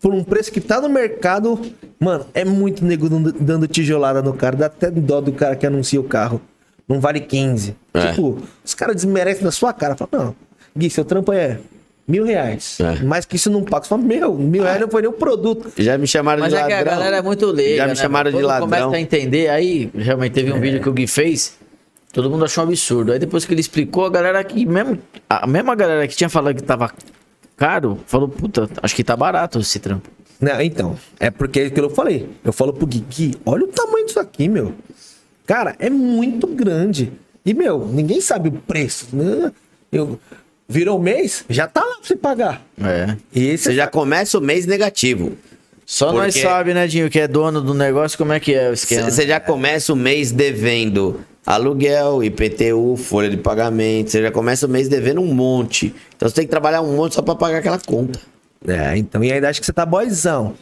Speaker 4: por um preço que tá no mercado. Mano, é muito nego dando- dando tijolada no cara. Dá até dó do cara que anuncia o carro. Não vale 15.
Speaker 2: É.
Speaker 4: Tipo, os caras desmerecem na sua cara. Fala, não, Gui, seu trampo é mil reais.
Speaker 2: É. Ah.
Speaker 4: Mais que isso eu não paga. Você fala, meu, mil reais não foi nem o produto.
Speaker 2: Já me chamaram
Speaker 3: Mas
Speaker 2: de
Speaker 3: é que
Speaker 2: ladrão.
Speaker 3: a galera é muito leiga,
Speaker 2: Já me
Speaker 3: né?
Speaker 2: chamaram de
Speaker 3: Quando
Speaker 2: ladrão.
Speaker 3: começa a entender, aí realmente teve um vídeo que o Gui fez, todo mundo achou um absurdo. Aí depois que ele explicou, a galera que mesmo a mesma galera que tinha falado que tava caro, falou, puta, acho que tá barato esse trampo.
Speaker 4: Não, então, é porque é aquilo que eu falei. Eu falo pro Gui, Gui, olha o tamanho disso aqui, meu. Cara, é muito grande. E, meu, ninguém sabe o preço. né? Eu, virou mês, já tá lá pra você pagar.
Speaker 3: É.
Speaker 4: E esse
Speaker 2: Você já começa o mês negativo.
Speaker 3: Só nós
Speaker 2: Porque-
Speaker 3: sabe, né, Dinho, que é dono do negócio, como é que é o esquema. né?
Speaker 2: Você já começa o mês devendo aluguel, IPTU, folha de pagamento. Você já começa o mês devendo um monte. Então você tem que trabalhar um monte só pra pagar aquela conta.
Speaker 4: É, então, e ainda acho que você tá boizão.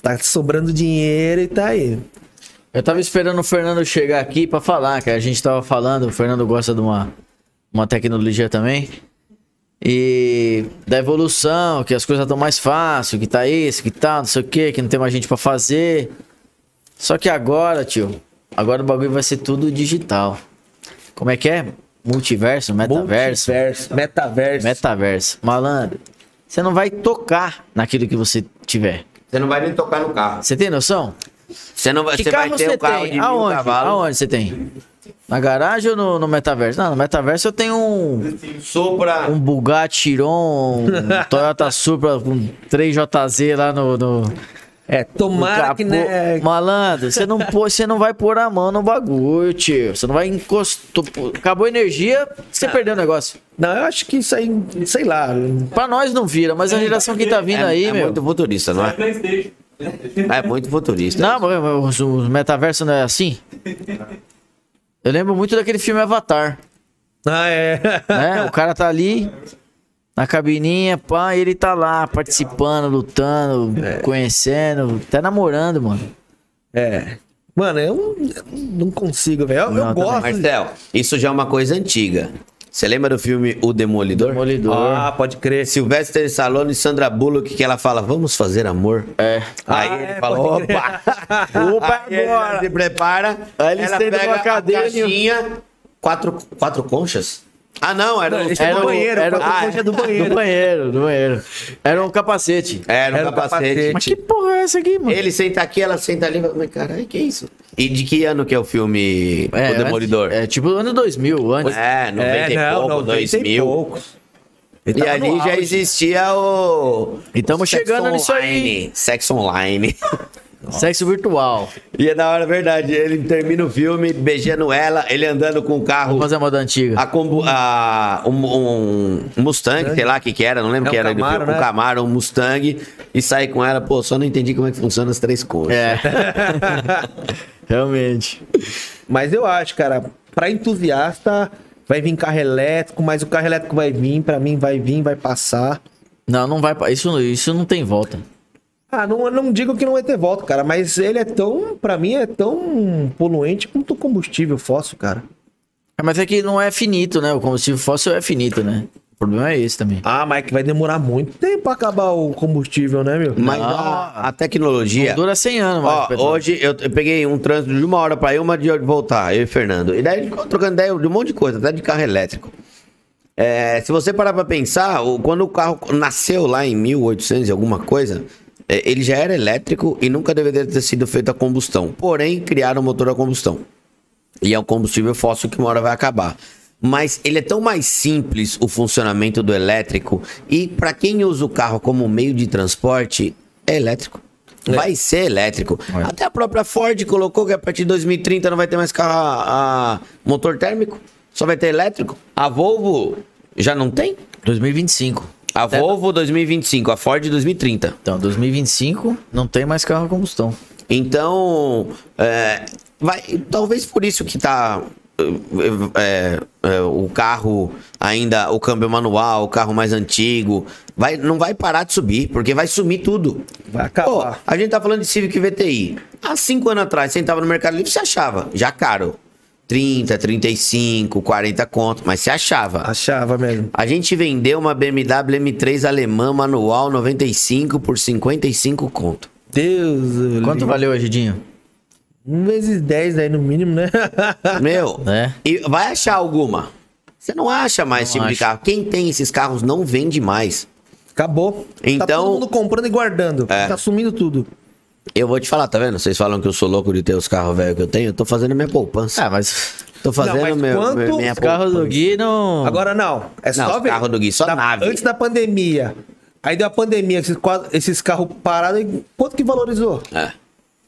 Speaker 4: Tá sobrando dinheiro e tá aí.
Speaker 3: Eu tava esperando o Fernando chegar aqui pra falar, cara. A gente tava falando, o Fernando gosta de uma, uma tecnologia também. E da evolução, que as coisas estão mais fáceis, que tá isso, que tá, não sei o que, que não tem mais gente pra fazer. Só que agora, tio, agora o bagulho vai ser tudo digital. Como é que é? Multiverso, metaverso,
Speaker 4: Multiverso, metaverso.
Speaker 3: metaverso. Malandro, você não vai tocar naquilo que você tiver.
Speaker 2: Você não vai nem tocar no carro.
Speaker 3: Você tem noção?
Speaker 2: Você não vai,
Speaker 3: Que
Speaker 2: você
Speaker 3: carro
Speaker 2: vai ter
Speaker 3: você
Speaker 2: um carro de
Speaker 3: tem?
Speaker 2: mil
Speaker 3: Aonde?
Speaker 2: cavalos.
Speaker 3: Aonde você tem? Na garagem ou no, no metaverso? Não, no metaverso eu tenho um,
Speaker 2: Sopra.
Speaker 3: um Bugatti Chiron, um Toyota Supra com 3JZ lá no. no
Speaker 4: É, tomara
Speaker 3: no
Speaker 4: que,
Speaker 3: capô.
Speaker 2: é-
Speaker 4: né?
Speaker 3: Malandro, você não, pô, você não vai pôr a mão no bagulho, tio. Você não vai encostar. pô, Acabou a energia,
Speaker 2: Ah.
Speaker 3: você perdeu o negócio.
Speaker 4: Não, eu acho que isso aí, sei lá.
Speaker 3: Pra nós não vira, mas a geração que tá vindo aí,
Speaker 2: é
Speaker 3: meu.
Speaker 2: muito futurista, não
Speaker 6: É
Speaker 2: é?
Speaker 6: Playstation.
Speaker 2: É muito futurista.
Speaker 3: Não, mas mas o o metaverso não é assim? Eu lembro muito daquele filme Avatar,
Speaker 4: Ah, é.
Speaker 3: né? O cara tá ali na cabininha, pá, e ele tá lá participando, lutando, conhecendo, até namorando, mano.
Speaker 4: É. Mano, eu não consigo, velho. Eu, eu
Speaker 3: Não, também.
Speaker 4: gosto.
Speaker 2: Marcel, isso já é uma coisa antiga. Você lembra do filme O Demolidor?
Speaker 3: Demolidor.
Speaker 4: Ah, pode crer. Se...
Speaker 2: Sylvester Stallone e Sandra Bullock, que ela fala, vamos fazer amor. É. Aí
Speaker 4: Ah,
Speaker 2: ele
Speaker 4: é,
Speaker 2: fala,
Speaker 4: pode crer.
Speaker 2: opa!
Speaker 3: Opa,
Speaker 2: Aí ele
Speaker 3: agora.
Speaker 2: se prepara.
Speaker 3: Aí ele
Speaker 2: ela
Speaker 3: senta
Speaker 2: pega
Speaker 3: numa cadeira
Speaker 2: a caixinha, quatro, quatro conchas? Ah, não, era...
Speaker 4: Não,
Speaker 2: o-
Speaker 4: esse é do
Speaker 2: era o-
Speaker 4: banheiro,
Speaker 2: era o-
Speaker 4: quatro
Speaker 2: ah,
Speaker 4: conchas do
Speaker 3: um Do
Speaker 4: banheiro.
Speaker 3: banheiro, do banheiro. Era um capacete.
Speaker 2: Era,
Speaker 4: Era
Speaker 2: um
Speaker 4: o
Speaker 2: capacete.
Speaker 4: capacete.
Speaker 3: Mas que porra é essa aqui, mano?
Speaker 2: Ele senta aqui, ela senta ali. Mas, caralho, que isso? E de que ano que é o filme
Speaker 3: É,
Speaker 2: O Demolidor?
Speaker 3: antes- é tipo ano 2000, antes.
Speaker 2: É, 90 e pouco, 2000.
Speaker 4: poucos.
Speaker 2: E ali já existia o.
Speaker 3: E tamo chegando nisso aí.
Speaker 2: online, Sexo online.
Speaker 3: Sexo virtual.
Speaker 2: e é da hora, verdade. Ele termina o filme beijando ela, ele andando com o carro.
Speaker 3: Fazer a moda antiga.
Speaker 2: A combo, a, um, um- um Mustang, sei lá o que, que era, não lembro
Speaker 4: É
Speaker 2: o que
Speaker 4: um
Speaker 2: era. ele
Speaker 4: Camaro,
Speaker 2: viu, Um
Speaker 4: né?
Speaker 2: Camaro, um Mustang, e sair com ela. Pô, só não entendi como é que funciona as três coisas.
Speaker 3: É. Realmente.
Speaker 4: Mas eu acho, cara, pra entusiasta, vai vir carro elétrico, mas o carro elétrico vai vir, pra mim vai vir, vai passar.
Speaker 3: Não, não vai. pa- Isso, isso não tem volta.
Speaker 4: Ah, não, eu não digo que não vai ter volta, cara, mas ele é tão, pra mim, é tão poluente quanto o combustível fóssil, cara.
Speaker 3: É, Mas é que não é finito, né? O combustível fóssil é finito, né? O problema é esse também.
Speaker 4: Ah, mas que vai demorar muito tempo pra acabar o combustível, né, meu?
Speaker 2: Mas a, a tecnologia.
Speaker 3: Dura 100 anos, mas.
Speaker 2: é. Ó,
Speaker 3: Pedro.
Speaker 2: hoje eu, eu peguei um trânsito de uma hora pra ir, uma de hora de voltar, eu e Fernando. E daí a gente ficou trocando ideia de um monte de coisa, até de carro elétrico. É, se você parar pra pensar, o- quando o carro nasceu lá em 1800 e alguma coisa, é, ele já era elétrico e nunca deveria ter sido feito a combustão. Porém, criaram o motor a combustão. E é um combustível fóssil que uma hora vai acabar. Mas ele é tão mais simples o funcionamento do elétrico e para quem usa o carro como meio de transporte, é elétrico. Vai ser elétrico. Até a própria Ford colocou que a partir de 2030 não vai ter mais carro a, a motor térmico, só vai ter elétrico. A Volvo já não tem?
Speaker 3: 2025.
Speaker 2: A Volvo 2025, a Ford 2030.
Speaker 3: Então, 2025 não tem mais carro a combustão.
Speaker 2: Então, é, vai, talvez por isso que tá é, é, é, o carro ainda, o câmbio manual, o carro mais antigo, vai, não vai parar de subir, porque vai sumir tudo.
Speaker 4: Vai acabar.
Speaker 2: a gente tá falando de Civic VTI. Há cinco anos atrás, você entrava no Mercado Livre, você achava, já caro. 30, 35, 40 conto, mas você achava.
Speaker 4: Achava mesmo.
Speaker 2: A gente vendeu uma BMW M3 alemã manual 95 por 55 conto.
Speaker 4: Deus,
Speaker 3: Quanto valeu hoje, Dinho?
Speaker 4: Um vezes 10 aí no mínimo, né?
Speaker 2: Meu,
Speaker 3: É.
Speaker 2: e vai achar alguma. Você não acha mais esse tipo de
Speaker 3: acho.
Speaker 2: carro. Quem tem esses carros não vende mais.
Speaker 4: Acabou.
Speaker 2: Então- É.
Speaker 4: Tá todo mundo comprando e guardando. Tá sumindo tudo.
Speaker 2: Eu vou te falar, tá vendo? Vocês falam que eu sou louco de ter os carros velhos que eu tenho. Eu tô fazendo minha poupança.
Speaker 3: Ah, mas.
Speaker 2: Tô fazendo
Speaker 4: Não, mas
Speaker 2: meu,
Speaker 4: quanto
Speaker 2: meu- minha
Speaker 4: os
Speaker 3: Os carros do
Speaker 2: poupança.
Speaker 3: Gui não.
Speaker 4: Agora não. É
Speaker 2: Hum. Não,
Speaker 4: só
Speaker 2: os
Speaker 4: ver.
Speaker 2: carros do Gui, só
Speaker 4: Da-
Speaker 2: nave.
Speaker 4: Antes da pandemia. Aí deu a pandemia, esses, qua- esses carros parados. e Quanto que valorizou?
Speaker 2: É.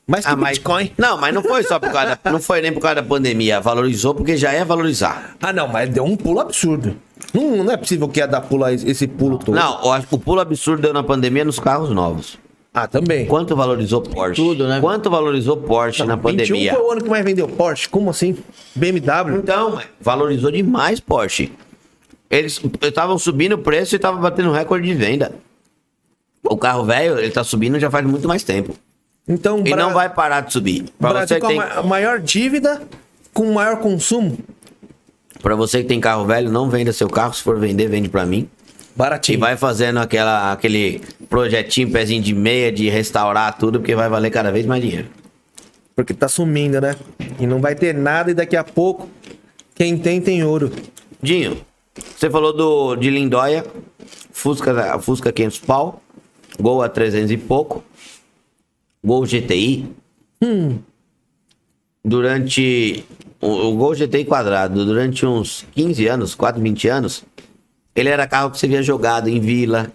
Speaker 4: Mais que
Speaker 2: Ah,
Speaker 4: o
Speaker 2: mas-
Speaker 4: Bitcoin.
Speaker 2: Não, mas não foi só por causa da, Não foi nem por causa da pandemia. Valorizou porque já é ia valorizar.
Speaker 4: Ah, não, mas deu um pulo absurdo. Não, não é possível que ia dar pulo a esse esse pulo todo.
Speaker 2: Não, o, o pulo absurdo deu na pandemia nos carros novos.
Speaker 4: Ah, também.
Speaker 2: Quanto valorizou Porsche?
Speaker 3: Tudo, né?
Speaker 2: Quanto valorizou Porsche na pandemia?
Speaker 4: um foi o ano que mais vendeu Porsche. Como assim? BMW?
Speaker 2: Então, mas valorizou demais Porsche. Eles estavam subindo o preço e estavam batendo recorde de venda. O carro velho, ele tá subindo já faz muito mais tempo.
Speaker 4: Então,
Speaker 2: E
Speaker 4: Bra-
Speaker 2: não vai parar de subir. Pra
Speaker 4: Brasil
Speaker 2: você, que
Speaker 4: é? com a
Speaker 2: tem,
Speaker 4: ma- a maior dívida, com maior consumo,
Speaker 2: pra você que tem carro velho, não venda seu carro. Se for vender, vende pra mim. E
Speaker 4: baratinho.
Speaker 2: vai fazendo aquela, aquele projetinho, pezinho de meia, de restaurar tudo, porque vai valer cada vez mais dinheiro.
Speaker 4: Porque tá sumindo, né? E não vai ter nada e daqui a pouco, quem tem, tem ouro.
Speaker 2: Dinho, você falou do, de Lindóia, Fusca, Fusca 500 pau, Gol a 300 e pouco, Hum. Gol GTI. Durante o, o Gol GTI quadrado, durante uns 15 anos, 4, 20 anos, ele era carro que você via jogado em vila,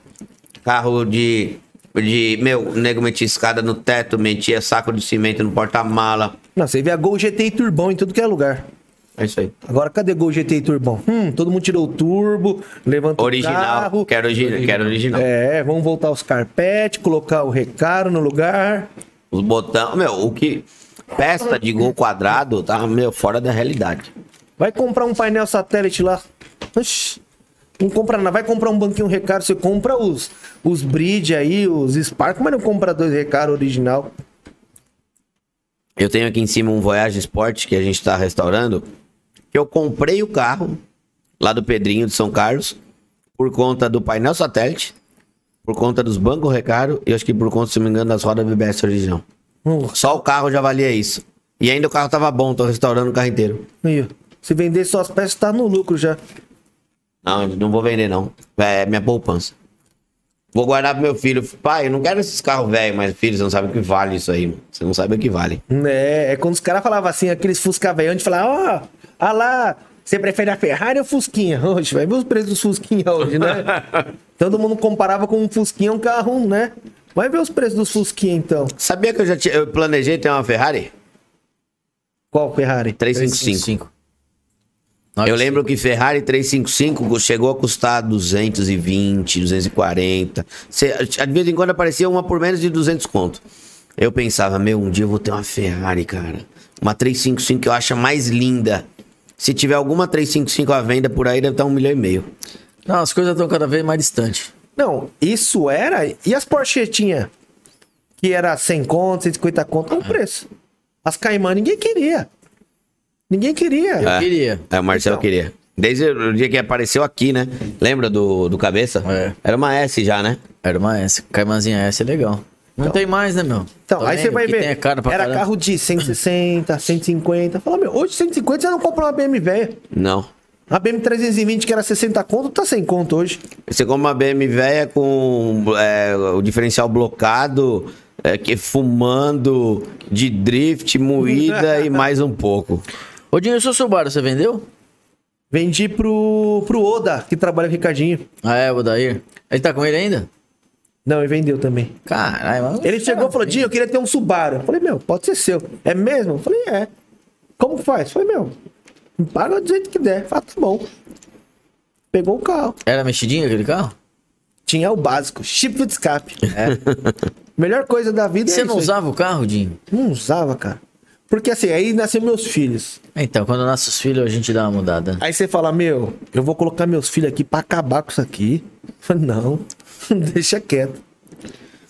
Speaker 2: carro de. de meu, o nego metia escada no teto, metia saco de cimento no porta-mala.
Speaker 4: Não, você via Gol GTI Turbão em tudo que é lugar.
Speaker 2: É isso aí.
Speaker 4: Agora, cadê Gol GTI Turbão? Hum, todo mundo tirou o turbo, levantou o
Speaker 2: Original.
Speaker 4: carro.
Speaker 2: Quero original. Quero original.
Speaker 4: É, vamos voltar os carpete, colocar o recaro no lugar.
Speaker 2: Os botão. Meu, o que. Peça de gol quadrado tá, meu, fora da realidade.
Speaker 4: Vai comprar um painel satélite lá. Oxi. Não compra nada. Vai comprar um banquinho recaro. Você compra os, os bridge aí, os Spark, mas não compra dois recaro original.
Speaker 2: Eu tenho aqui em cima um Voyage Sport que a gente tá restaurando. Que eu comprei o carro lá do Pedrinho de São Carlos por conta do painel satélite, por conta dos bancos recaro e acho que por conta, se não me engano, das rodas BBS original.
Speaker 4: Nossa,
Speaker 2: Só o carro já valia isso. E ainda o carro tava bom, tô restaurando o carro inteiro.
Speaker 4: aí, ó. Se vender suas peças, tá no lucro já.
Speaker 2: Não, não vou vender não. É minha poupança. Vou guardar pro meu filho. Pai, eu não quero esses carros velhos, mas filho, você não sabe o que vale isso aí. mano. Você não sabe o que vale.
Speaker 4: É, é quando os caras falavam assim, aqueles Fusca velhão, de falar, ó, ah lá, você prefere a Ferrari ou o Fusquinha? Hoje, vai ver os preços dos Fusquinha hoje, né? Todo mundo comparava com um Fusquinha um carro, né? Vai ver os preços dos Fusquinha, então.
Speaker 2: Sabia que eu já tinha, eu planejei ter uma Ferrari?
Speaker 4: Qual Ferrari?
Speaker 2: 355.
Speaker 3: Nossa.
Speaker 2: Eu lembro que Ferrari 355 chegou a custar 220, 240. Cê, de vez em quando aparecia uma por menos de 200 conto. Eu pensava, meu, um dia eu vou ter uma Ferrari, cara. Uma 355 que eu acho a mais linda. Se tiver alguma 355 à venda por aí, deve estar um milhão e meio.
Speaker 3: Não, as coisas estão cada vez mais distantes.
Speaker 4: Não, isso era. E as Porschetinha? Que era 100 conto, 150 conto,
Speaker 3: Ah.
Speaker 4: olha o preço. As Caimã ninguém queria. Ninguém queria.
Speaker 2: É.
Speaker 3: Queria. Então.
Speaker 2: É, o Marcelo queria. Desde o dia que apareceu aqui, né? Lembra do, do cabeça?
Speaker 3: É.
Speaker 2: Era uma S já, né?
Speaker 3: Era uma S. Caimazinha S é legal. Não tem mais, né, meu?
Speaker 4: Então,
Speaker 3: Tá
Speaker 4: aí
Speaker 3: vendo?
Speaker 4: você vai
Speaker 3: Que
Speaker 4: ver.
Speaker 3: Tem é caro pra
Speaker 4: era
Speaker 3: caramba.
Speaker 4: carro de 160, 150. Fala, meu, hoje 150 você não compra uma BM velha.
Speaker 2: Não.
Speaker 4: A BM 320 que era 60 conto, tá 100 conto hoje.
Speaker 2: Você compra uma BM velha com é, o diferencial blocado, é, que fumando, de drift, moída e mais um pouco.
Speaker 3: Ô, Dinho, e o seu Subaru, você vendeu?
Speaker 4: Vendi pro, pro Oda, que trabalha com o Ricardinho.
Speaker 3: Ah, é, o Dair. Ele tá com ele ainda?
Speaker 4: Não, ele vendeu também.
Speaker 3: Caralho, mano.
Speaker 4: Ele chegou e falou, Dinho, eu queria ter um Subaru. Eu falei, meu, pode ser seu. É mesmo? Eu falei, é. Como que faz? Eu falei, meu, me paga do jeito que der. Eu Falei, tá bom. Pegou o carro.
Speaker 3: Era mexidinho aquele carro?
Speaker 4: Tinha o básico, chip de escape. né? Melhor coisa da vida é
Speaker 3: Você não
Speaker 4: isso aí.
Speaker 3: usava o carro, Dinho?
Speaker 4: Não usava, cara. Porque assim, aí nasceram meus filhos.
Speaker 3: Então, quando nasce os filhos, a gente dá uma mudada.
Speaker 4: Aí você fala, meu, eu vou colocar meus filhos aqui pra acabar com isso aqui. Eu falei, não, deixa quieto.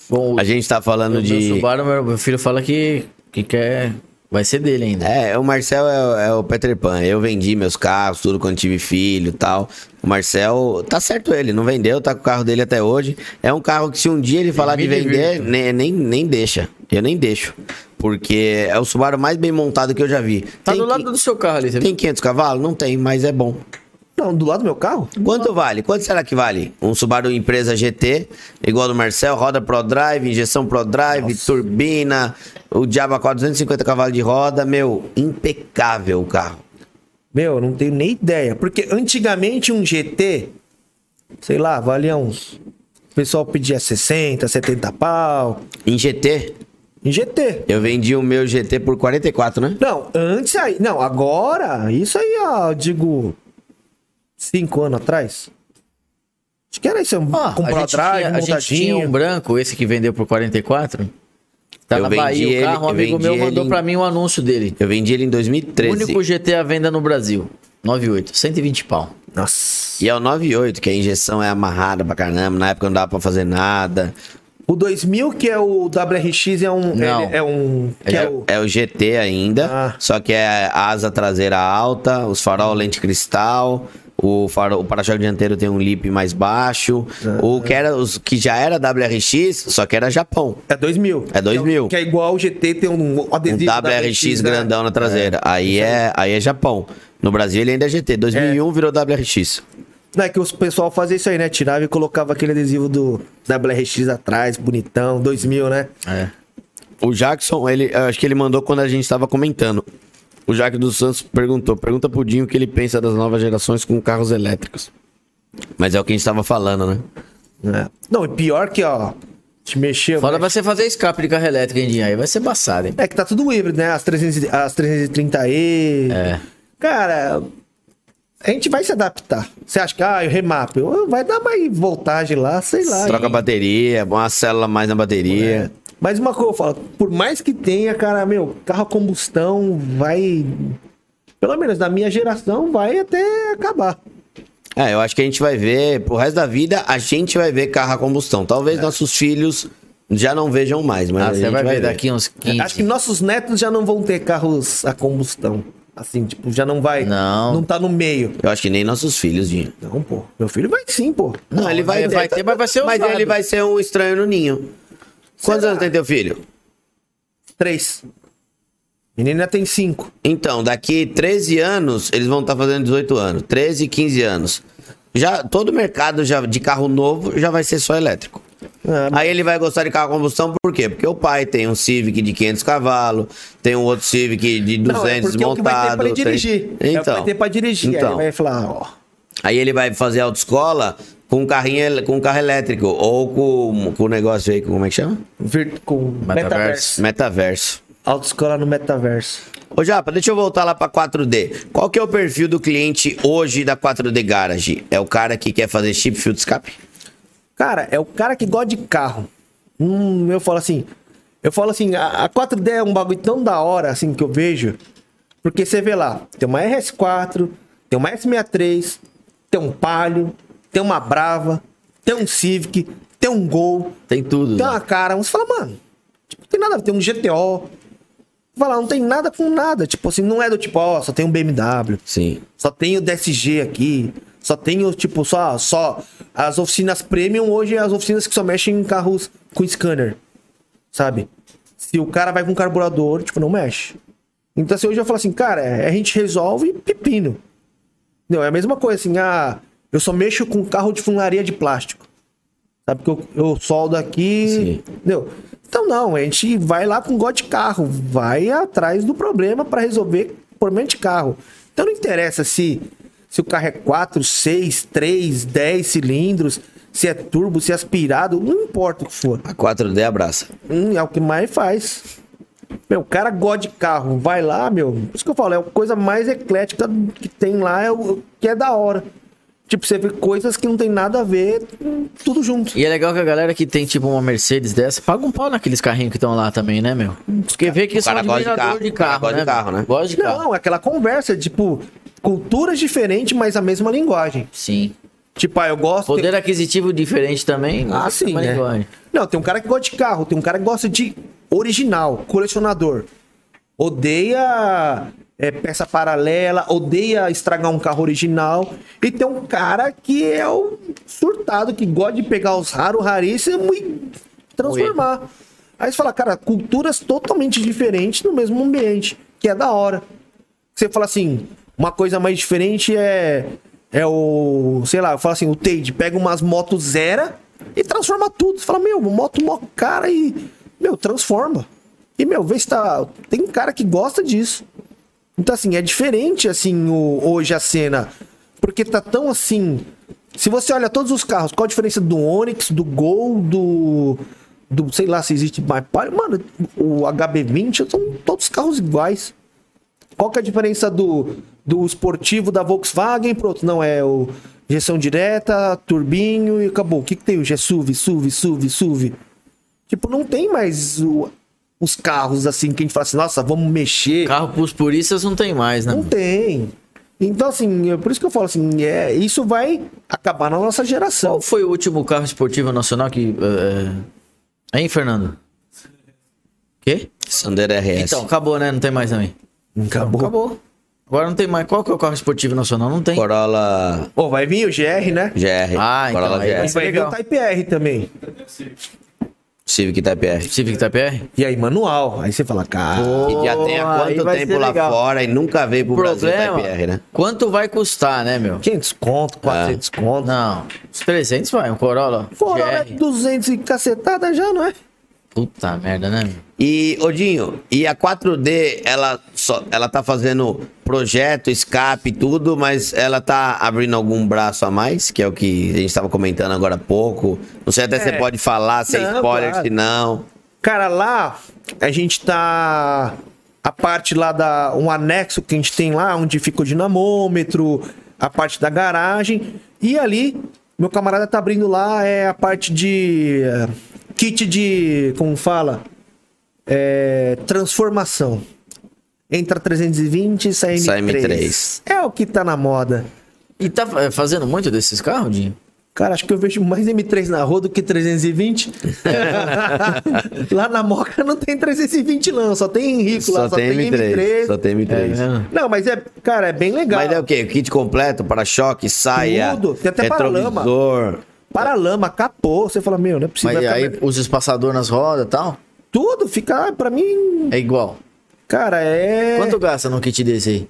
Speaker 3: Bom, o
Speaker 2: A gente tá falando
Speaker 3: meu
Speaker 2: de.
Speaker 3: Subaru, meu, meu filho fala que, que quer... Vai ser dele ainda.
Speaker 2: É, o Marcel é, o- é o Peter Pan. Eu vendi meus carros, tudo quando tive filho e tal. O Marcel, tá certo ele, não vendeu, tá com o carro dele até hoje. É um carro que se um dia ele falar de
Speaker 3: me divirto.
Speaker 2: vender, nem, nem, nem deixa. Eu nem deixo. Porque é o Subaru mais bem montado que eu já vi.
Speaker 3: Tá
Speaker 2: Tem
Speaker 3: do
Speaker 2: qui-
Speaker 3: lado do seu carro ali, você
Speaker 2: Tem 500 cavalos? Não tem, mas é bom.
Speaker 4: Não, do lado do meu carro?
Speaker 2: Quanto vale? Quanto será que vale? Um Subaru Empresa GT, igual do Marcel, roda ProDrive, injeção ProDrive, turbina, o Diaba 450 cavalos de roda, meu, impecável o carro.
Speaker 4: Meu, eu não tenho nem ideia. Porque antigamente um GT, sei lá, valia uns. O pessoal pedia 60, 70 pau.
Speaker 2: Em GT,
Speaker 4: Em GT.
Speaker 2: eu vendi o meu GT por 44, né?
Speaker 4: Não, antes aí. Não, agora. Isso aí, ó, eu digo. Cinco anos atrás. Acho que era isso.
Speaker 3: Ah,
Speaker 4: comprar
Speaker 3: a gente,
Speaker 4: drive,
Speaker 3: tinha, a gente tinha
Speaker 4: montadinho.
Speaker 3: um branco, esse que vendeu por 44. Tá
Speaker 2: Eu
Speaker 3: na
Speaker 2: vendi
Speaker 3: Bahia
Speaker 2: ele-
Speaker 3: o carro, um
Speaker 2: eu
Speaker 3: amigo
Speaker 2: vendi
Speaker 3: meu
Speaker 2: ele
Speaker 3: mandou
Speaker 2: em-
Speaker 3: pra mim um anúncio dele.
Speaker 2: Eu vendi ele em 2013.
Speaker 3: Único GT à venda no Brasil. 98, 120 pau.
Speaker 4: Nossa.
Speaker 2: E é o 98, que a injeção é amarrada pra caramba, na época não dava pra fazer nada.
Speaker 4: O 2000, que é o WRX, é um.
Speaker 3: Não.
Speaker 4: ele É um. Que é, o.
Speaker 2: É o GT ainda,
Speaker 4: Ah. Hum.
Speaker 2: só que é asa traseira alta, os farol lente cristal, o, farol, o para-choque dianteiro tem um lip mais baixo.
Speaker 4: Ah.
Speaker 2: O que era os que já era WRX, só que era Japão.
Speaker 4: É 2000.
Speaker 2: É 2000.
Speaker 4: Que é igual o GT, tem um
Speaker 2: Um
Speaker 4: adesivo.
Speaker 2: WRX
Speaker 4: né?
Speaker 2: grandão na traseira. Aí é, aí é Japão. No Brasil ele ainda é GT. 2001 virou WRX.
Speaker 4: Não, é que o pessoal fazia isso aí, né? Tirava e colocava aquele adesivo do WRX atrás, bonitão, 2000, né?
Speaker 3: É.
Speaker 2: O Jackson, ele, eu acho que ele mandou quando a gente tava comentando. O Jaque dos Santos perguntou. Pergunta pro Dinho o que ele pensa das novas gerações com carros elétricos. Mas é o que a gente tava falando, né?
Speaker 4: É. Não, e pior que, ó, te mexer.
Speaker 3: Fala pra você fazer escape de carro elétrico, hein, Dinho? Aí vai ser passado, hein?
Speaker 4: É que tá tudo híbrido, né? As, 300, e- as 330E.
Speaker 3: É.
Speaker 4: Cara, a gente vai se adaptar. Você acha que, ah, eu remap, eu- vai dar mais voltagem lá, sei lá.
Speaker 2: Troca a bateria, põe uma célula a mais na bateria.
Speaker 4: É. Mas uma coisa eu falo, por mais que tenha, cara, meu, carro a combustão vai. Pelo menos na minha geração, vai até acabar.
Speaker 2: É, eu acho que a gente vai ver, pro resto da vida, a gente vai ver carro a combustão. Talvez nossos filhos já não vejam mais, mas a
Speaker 3: É. Ah,
Speaker 2: gente
Speaker 3: você vai ver daqui uns
Speaker 4: Acho que
Speaker 3: 15.
Speaker 4: nossos netos já não vão ter carros a combustão. Assim, tipo, já não vai.
Speaker 3: Não.
Speaker 4: Não tá no meio.
Speaker 2: Eu acho que nem nossos filhos, Dinho.
Speaker 4: Não, pô. Meu filho vai sim, pô.
Speaker 2: Não, ele vai,
Speaker 3: ele
Speaker 2: ter,
Speaker 3: vai ter, mas vai ser
Speaker 2: Mas
Speaker 3: usado.
Speaker 2: ele vai ser um estranho no ninho. Quantos anos tem teu filho?
Speaker 4: Três. Menina tem cinco.
Speaker 2: Então, daqui 13 anos, eles vão estar fazendo 18 anos. 13, 15 anos. Já, todo o mercado já, de carro novo já vai ser só elétrico.
Speaker 4: É,
Speaker 2: Aí ele vai gostar de carro a combustão por quê? Porque o pai tem um Civic de 500 cavalos, tem um outro Civic de 200
Speaker 4: Não, é porque é o que vai ter
Speaker 2: montado.
Speaker 4: pra ele
Speaker 2: tem-
Speaker 4: dirigir. É o que
Speaker 2: Então,
Speaker 4: vai ter pra dirigir. Aí
Speaker 2: Então,
Speaker 4: ele vai falar, ó.
Speaker 2: Aí ele vai fazer autoescola com um carrinho, ele- com um carro elétrico ou com, com o negócio aí, como é que chama?
Speaker 4: vir- com metaverso.
Speaker 3: Metaverso.
Speaker 2: Metaverso.
Speaker 4: Autoescola no metaverso.
Speaker 2: Ô Japa, deixa eu voltar lá pra 4D. Qual que é o perfil do cliente hoje da 4D Garage? É o cara que quer fazer chip filtro escape?
Speaker 4: Cara, é o cara que gosta de carro. Hum, eu falo assim. Eu falo assim, a, a 4D é um bagulho tão da hora, assim, que eu vejo. Porque você vê lá, tem uma RS4, tem uma S63, tem um Palio, tem uma Brava, tem um Civic, tem um Gol,
Speaker 3: Tem tudo. né?
Speaker 4: tem uma cara. Você fala, mano, tipo, não tem nada, a ver, tem um GTO. Fala, não tem nada com nada. Tipo assim, não é do tipo, ó, só tem um BMW.
Speaker 2: Sim.
Speaker 4: Só tem o DSG aqui. Só tem o, tipo, só, só. As oficinas premium hoje é as oficinas que só mexem em carros com scanner. Sabe? Se o cara vai com carburador, tipo, não mexe. Então, assim, hoje eu falo assim, cara, é, a gente resolve pepino. Não, é a mesma coisa, assim, ah, eu só mexo com carro de funilaria de plástico. Sabe? Porque eu, eu soldo aqui. Entendeu? Então, não, a gente vai lá com gosto de carro, vai atrás do problema para resolver problema de carro. Então, não interessa se, se o carro é 4, 6, 3, 10 cilindros, se é turbo, se é aspirado, não importa o que for.
Speaker 2: A 4D abraça.
Speaker 4: Hum, é o que mais faz. Meu, o cara gosta de carro, vai lá, meu. Por isso que eu falo, é a coisa mais eclética que tem lá, é o que é da hora. Tipo, você vê coisas que não tem nada a ver, hum, tudo junto.
Speaker 3: E é legal que a galera que tem, tipo, uma Mercedes dessa, paga um pau naqueles carrinhos que estão lá também, né, meu? Porque vê que
Speaker 2: O cara gosta de
Speaker 3: admirador
Speaker 2: carro, o cara gosta de
Speaker 3: né,
Speaker 2: carro,
Speaker 3: meu?
Speaker 2: né?
Speaker 3: Gosta de carro.
Speaker 4: Não, é aquela conversa, tipo, culturas diferentes, mas a mesma linguagem.
Speaker 3: Sim.
Speaker 4: Tipo, ah, eu gosto.
Speaker 3: Poder é aquisitivo diferente também.
Speaker 4: Ah, sim,
Speaker 3: mas
Speaker 4: né?
Speaker 3: gosta.
Speaker 4: Não, tem um cara que gosta de carro, tem um cara que gosta de original, colecionador. Odeia é, peça paralela, odeia estragar um carro original. E tem um cara que é o surtado, que gosta de pegar os raros, raríssimos e transformar. Aí você fala, cara, culturas totalmente diferentes no mesmo ambiente, que é da hora. Você fala assim, uma coisa mais diferente é é o, sei lá, eu falo assim, o Teide pega umas motos zero e transforma tudo. Você fala, meu, moto mó cara e meu, transforma. E meu, vê se tá, tem um cara que gosta disso. Então assim, é diferente assim o- hoje a cena, porque tá tão assim, se você olha todos os carros, qual a diferença do Onix, do Gol, do do, sei lá se existe mais, Palio? mano, o HB20, são todos carros iguais. Qual que é a diferença do, do esportivo da Volkswagen pro outro? Não, é o injeção direta, turbinho e acabou. O que, que tem hoje? É SUV, SUV, SUV, SUV. Tipo, não tem mais o- os carros assim que a gente fala assim, nossa, vamos mexer.
Speaker 3: Carro pros puristas não tem mais, né?
Speaker 4: Não
Speaker 3: meu?
Speaker 4: tem. Então, assim, é por isso que eu falo assim, é, isso vai acabar na nossa geração.
Speaker 3: Qual foi o último carro esportivo nacional que. É... Hein, Fernando? Quê?
Speaker 2: Sandero RS.
Speaker 3: Então, acabou, né? Não tem mais também.
Speaker 4: Acabou.
Speaker 3: Acabou. Agora não tem mais. Qual que é o carro esportivo nacional? Não tem.
Speaker 2: Corolla
Speaker 4: Pô, vai vir o GR, né?
Speaker 2: GR.
Speaker 3: Ah, então,
Speaker 2: Corolla
Speaker 3: aí vai
Speaker 2: GR.
Speaker 3: ser-
Speaker 4: Vai vir o
Speaker 3: Legal.
Speaker 4: Type R também.
Speaker 2: Civic Type R.
Speaker 3: Civic Type R?
Speaker 4: E aí, manual. Aí você fala, cara...
Speaker 2: E já tem há
Speaker 3: Boa, aí
Speaker 2: quanto
Speaker 3: vai
Speaker 2: tempo
Speaker 3: ser
Speaker 2: lá
Speaker 3: legal.
Speaker 2: fora e nunca veio pro
Speaker 3: O
Speaker 2: Brasil
Speaker 3: problema.
Speaker 2: Type R, né?
Speaker 3: Quanto vai custar, né, meu?
Speaker 4: 500 conto,
Speaker 2: Ah.
Speaker 3: É.
Speaker 4: 400 conto.
Speaker 3: Não. Os 300 vai. Um Corolla.
Speaker 4: Fora é
Speaker 3: GR.
Speaker 4: 200 e cacetada já, não é?
Speaker 3: Puta merda, né? meu?
Speaker 2: E, Odinho, e a 4D, ela, só, ela tá fazendo projeto, escape, tudo, mas ela tá abrindo algum braço a mais, que é o que a gente tava comentando agora há pouco. Não sei até se você
Speaker 4: É.
Speaker 2: pode falar, se é
Speaker 4: Não,
Speaker 2: spoiler,
Speaker 4: claro.
Speaker 2: se não.
Speaker 4: Cara, lá a gente tá. A parte lá da. Um anexo que a gente tem lá, onde fica o dinamômetro, a parte da garagem. E ali, meu camarada tá abrindo lá, é a parte de. eh, Kit de. Como fala? É, transformação. Entra 320 e sai
Speaker 2: Sai
Speaker 4: M3.
Speaker 2: M3.
Speaker 4: É o que tá na moda.
Speaker 3: E tá eh, fazendo muito desses carros, Dinho?
Speaker 4: Cara, acho que eu vejo mais M3 na rua do que 320. lá na Moca não tem 320, não. Só tem Henrico lá, só tem, M3.
Speaker 2: Só tem M3.
Speaker 4: Não, mas é, cara, é bem legal.
Speaker 2: Mas é o quê? Kit completo, para-choque, saia,
Speaker 4: Tudo. Tem até paralama.
Speaker 2: retrovisor.
Speaker 4: Paralama, capô. Você fala, meu, não é possível.
Speaker 3: Mas
Speaker 4: vai
Speaker 3: aí
Speaker 4: ficar-
Speaker 3: os espaçador nas rodas e tal,
Speaker 4: Tudo fica, pra mim,
Speaker 3: é igual.
Speaker 4: cara, é.
Speaker 3: Quanto gasta num kit desse aí?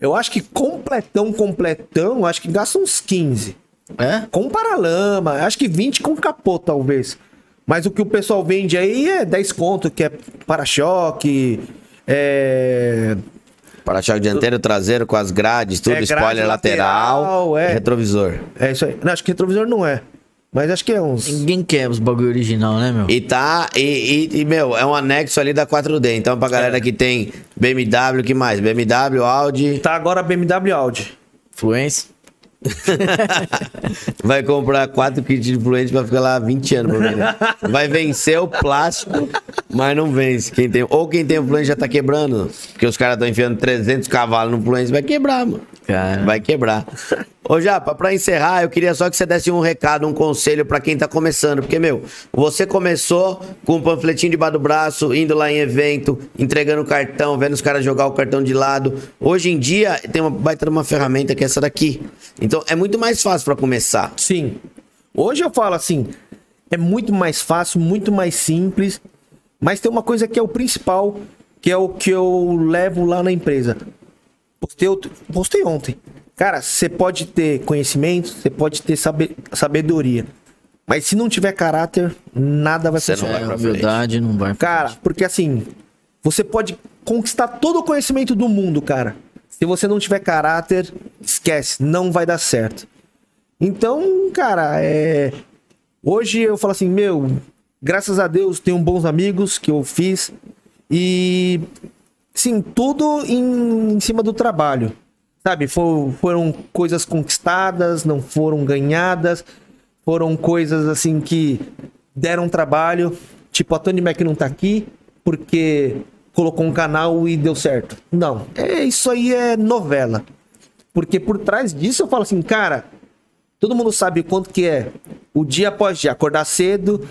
Speaker 4: Eu acho que completão, completão, eu acho que gasta uns 15.
Speaker 3: É?
Speaker 4: Com paralama, acho que 20 com capô, talvez. Mas o que o pessoal vende aí é 10 conto, que é para-choque, é.
Speaker 2: Para-choque dianteiro, traseiro, com as grades, tudo,
Speaker 4: É, grade
Speaker 2: spoiler lateral,
Speaker 4: lateral, é.
Speaker 2: retrovisor.
Speaker 4: É isso aí. Não, acho que retrovisor não é. Mas acho que é uns.
Speaker 3: Ninguém quer os bagulho original, né, meu?
Speaker 2: E tá, e, e- e, meu, é um anexo ali da 4D. Então, pra galera que tem BMW, que mais? BMW, Audi,
Speaker 4: Tá agora a BMW Audi.
Speaker 3: Fluence.
Speaker 2: vai comprar quatro kits de fluente pra ficar lá 20 anos. pra vender. Vai vencer o plástico, mas não vence. Quem tem, ou quem tem o fluente já tá quebrando, porque os caras estão enfiando 300 cavalos no fluente, vai quebrar, mano.
Speaker 3: Cara.
Speaker 2: Vai quebrar. Ô, Japa, pra encerrar, eu queria só que você desse um recado, um conselho pra quem tá começando. Porque, meu, você começou com um panfletinho debaixo do braço, indo lá em evento, entregando cartão, vendo os caras jogar o cartão de lado. Hoje em dia, tem uma baita de uma ferramenta que é essa daqui. Então, é muito mais fácil pra começar.
Speaker 4: Sim. Hoje eu falo assim, é muito mais fácil, muito mais simples, mas tem uma coisa que é o principal, que é o que eu levo lá na empresa. Postei, outro- postei ontem. Cara, você pode ter conhecimento, você pode ter sabe- sabedoria, mas se não tiver caráter, nada vai
Speaker 2: Você não
Speaker 4: funcionar.
Speaker 2: vai
Speaker 3: É,
Speaker 2: pra
Speaker 3: humildade não vai. pra
Speaker 4: Cara,
Speaker 3: frente.
Speaker 4: porque assim, você pode conquistar todo o conhecimento do mundo, cara. Se você não tiver caráter, esquece, não vai dar certo. Então, cara, é. Hoje eu falo assim, meu, graças a Deus tenho bons amigos que eu fiz. E. Sim, tudo em, em cima do trabalho. Sabe? fo- foram coisas conquistadas, não foram ganhadas. Foram coisas assim que deram trabalho. Tipo, a Tony Mac não tá aqui porque colocou um canal e deu certo. Não, é isso aí é novela. Porque por trás disso eu falo assim, cara, todo mundo sabe o quanto que é o dia após dia, acordar cedo,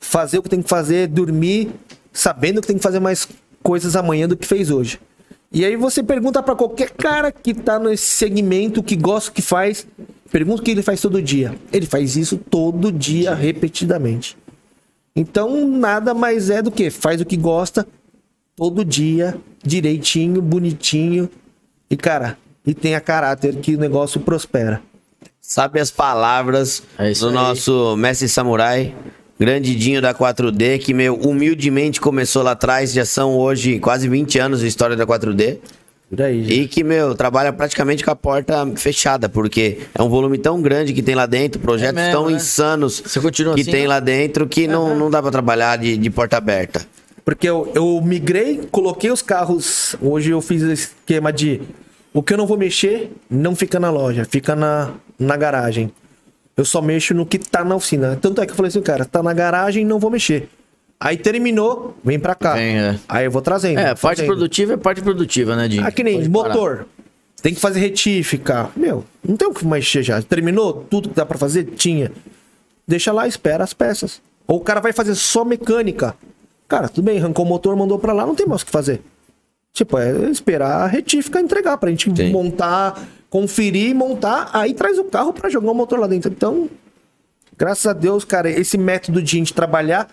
Speaker 4: fazer o que tem que fazer, dormir, sabendo que tem que fazer mais coisas amanhã do que fez hoje. E aí você pergunta pra qualquer cara que tá nesse segmento, que gosta do que faz, pergunta o que ele faz todo dia. Ele faz isso todo dia, repetidamente. Então, nada mais é do que faz o que gosta todo dia, direitinho, bonitinho. E, cara, e tenha caráter que o negócio prospera.
Speaker 2: Sabe as palavras
Speaker 3: É isso
Speaker 2: do
Speaker 3: aí.
Speaker 2: nosso mestre samurai, grandidinho da 4D, que meu humildemente começou lá atrás, já são hoje quase 20 anos de história da 4D.
Speaker 4: Por aí, gente.
Speaker 2: E que, meu, trabalha praticamente com a porta fechada, porque é um volume tão grande que tem lá dentro, projetos
Speaker 3: É mesmo,
Speaker 2: tão
Speaker 3: né?
Speaker 2: insanos
Speaker 3: Você continua
Speaker 2: que
Speaker 3: assim,
Speaker 2: tem
Speaker 3: né?
Speaker 2: lá dentro que não, não dá pra trabalhar de, de porta aberta.
Speaker 4: Porque eu, eu migrei, coloquei os carros. Hoje eu fiz o esquema de o que eu não vou mexer não fica na loja, fica na, na garagem. Eu só mexo no que tá na oficina. Tanto é que eu falei assim, cara, tá na garagem, não vou mexer. Aí terminou, vem pra cá.
Speaker 3: Vem, é.
Speaker 4: Aí eu vou trazendo.
Speaker 3: É,
Speaker 4: vou
Speaker 3: parte
Speaker 4: fazendo.
Speaker 3: produtiva é parte produtiva, né, Dinho?
Speaker 4: Ah, tá que nem
Speaker 3: Pode parar.
Speaker 4: motor. Tem que fazer retífica. Meu, não tem o que mais encher já. Terminou tudo que dá pra fazer? Tinha. Deixa lá, espera as peças. Ou o cara vai fazer só mecânica. Cara, tudo bem, arrancou o motor, mandou pra lá, não tem mais o que fazer. Tipo, é esperar a retífica entregar pra gente
Speaker 2: Sim.
Speaker 4: montar, conferir, montar, aí traz o carro pra jogar o motor lá dentro. Então, graças a Deus, cara, esse método de a gente trabalhar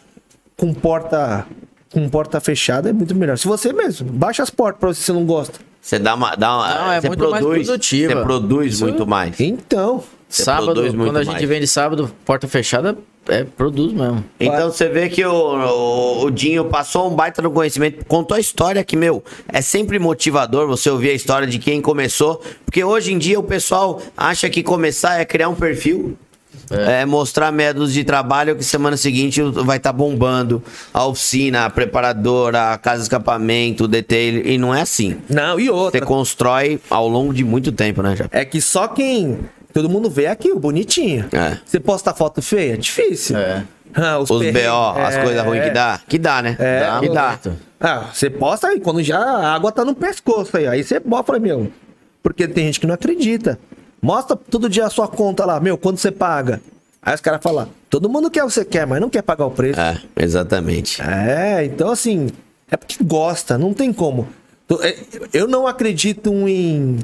Speaker 4: com porta com porta fechada é muito melhor. Se você mesmo, baixa as portas pra você se não gosta.
Speaker 2: Você dá uma. Dá uma
Speaker 3: Não, é
Speaker 2: você
Speaker 3: muito mais produtiva. é
Speaker 2: Você produz muito mais.
Speaker 4: Então,
Speaker 2: Você
Speaker 3: sábado,
Speaker 2: produz muito
Speaker 3: quando a
Speaker 2: mais.
Speaker 3: gente vende sábado, porta fechada, é, produz mesmo.
Speaker 2: Então você vê que o, o- o Dinho passou um baita no conhecimento, contou a história que, meu, é sempre motivador você ouvir a história de quem começou, porque hoje em dia o pessoal acha que começar é criar um perfil, é, mostrar métodos de trabalho que semana seguinte vai estar bombando a oficina, a preparadora, a casa de escapamento, o detail, e não é assim.
Speaker 4: Não, e
Speaker 2: Você
Speaker 4: outra.
Speaker 2: constrói ao longo de muito tempo, né, já?
Speaker 4: É que só quem. Todo mundo vê aqui, o bonitinho.
Speaker 2: É.
Speaker 4: Você posta foto feia? É difícil.
Speaker 3: É.
Speaker 4: Ah,
Speaker 2: Os BO,
Speaker 4: perrengues,
Speaker 2: as
Speaker 4: é,
Speaker 2: coisas ruins
Speaker 4: é.
Speaker 2: que dá, que dá, né?
Speaker 4: É,
Speaker 2: Dá, que dá.
Speaker 3: Muito.
Speaker 4: Ah, você posta aí, quando já a água tá no pescoço aí. Aí você bota, fala, meu. Porque tem gente que não acredita. Mostra todo dia a sua conta lá, meu, quando você paga. Aí os caras falam, todo mundo quer o que você quer, mas não quer pagar o preço.
Speaker 2: É, exatamente.
Speaker 4: É, então assim, é porque gosta, não tem como. Tô- é, Eu não acredito um em,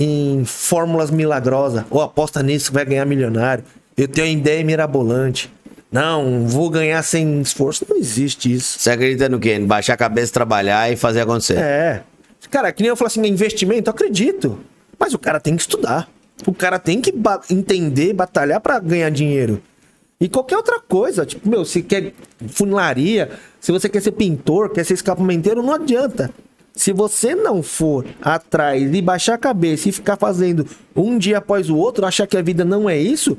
Speaker 4: em fórmulas milagrosas. Ou aposta nisso que vai ganhar milionário. Eu tenho ideia mirabolante. Não, vou ganhar sem esforço. Não existe isso.
Speaker 2: Você acredita no quê? Em baixar a cabeça, trabalhar e fazer acontecer.
Speaker 4: É. Cara, que nem eu falo assim, investimento, eu acredito. Mas o cara tem que estudar. O cara tem que ba- entender, batalhar pra ganhar dinheiro. E qualquer outra coisa, tipo, meu, se quer funilaria, se você quer ser pintor, quer ser escapamenteiro, não adianta. Se você não for atrás e baixar a cabeça e ficar fazendo um dia após o outro, achar que a vida não é isso,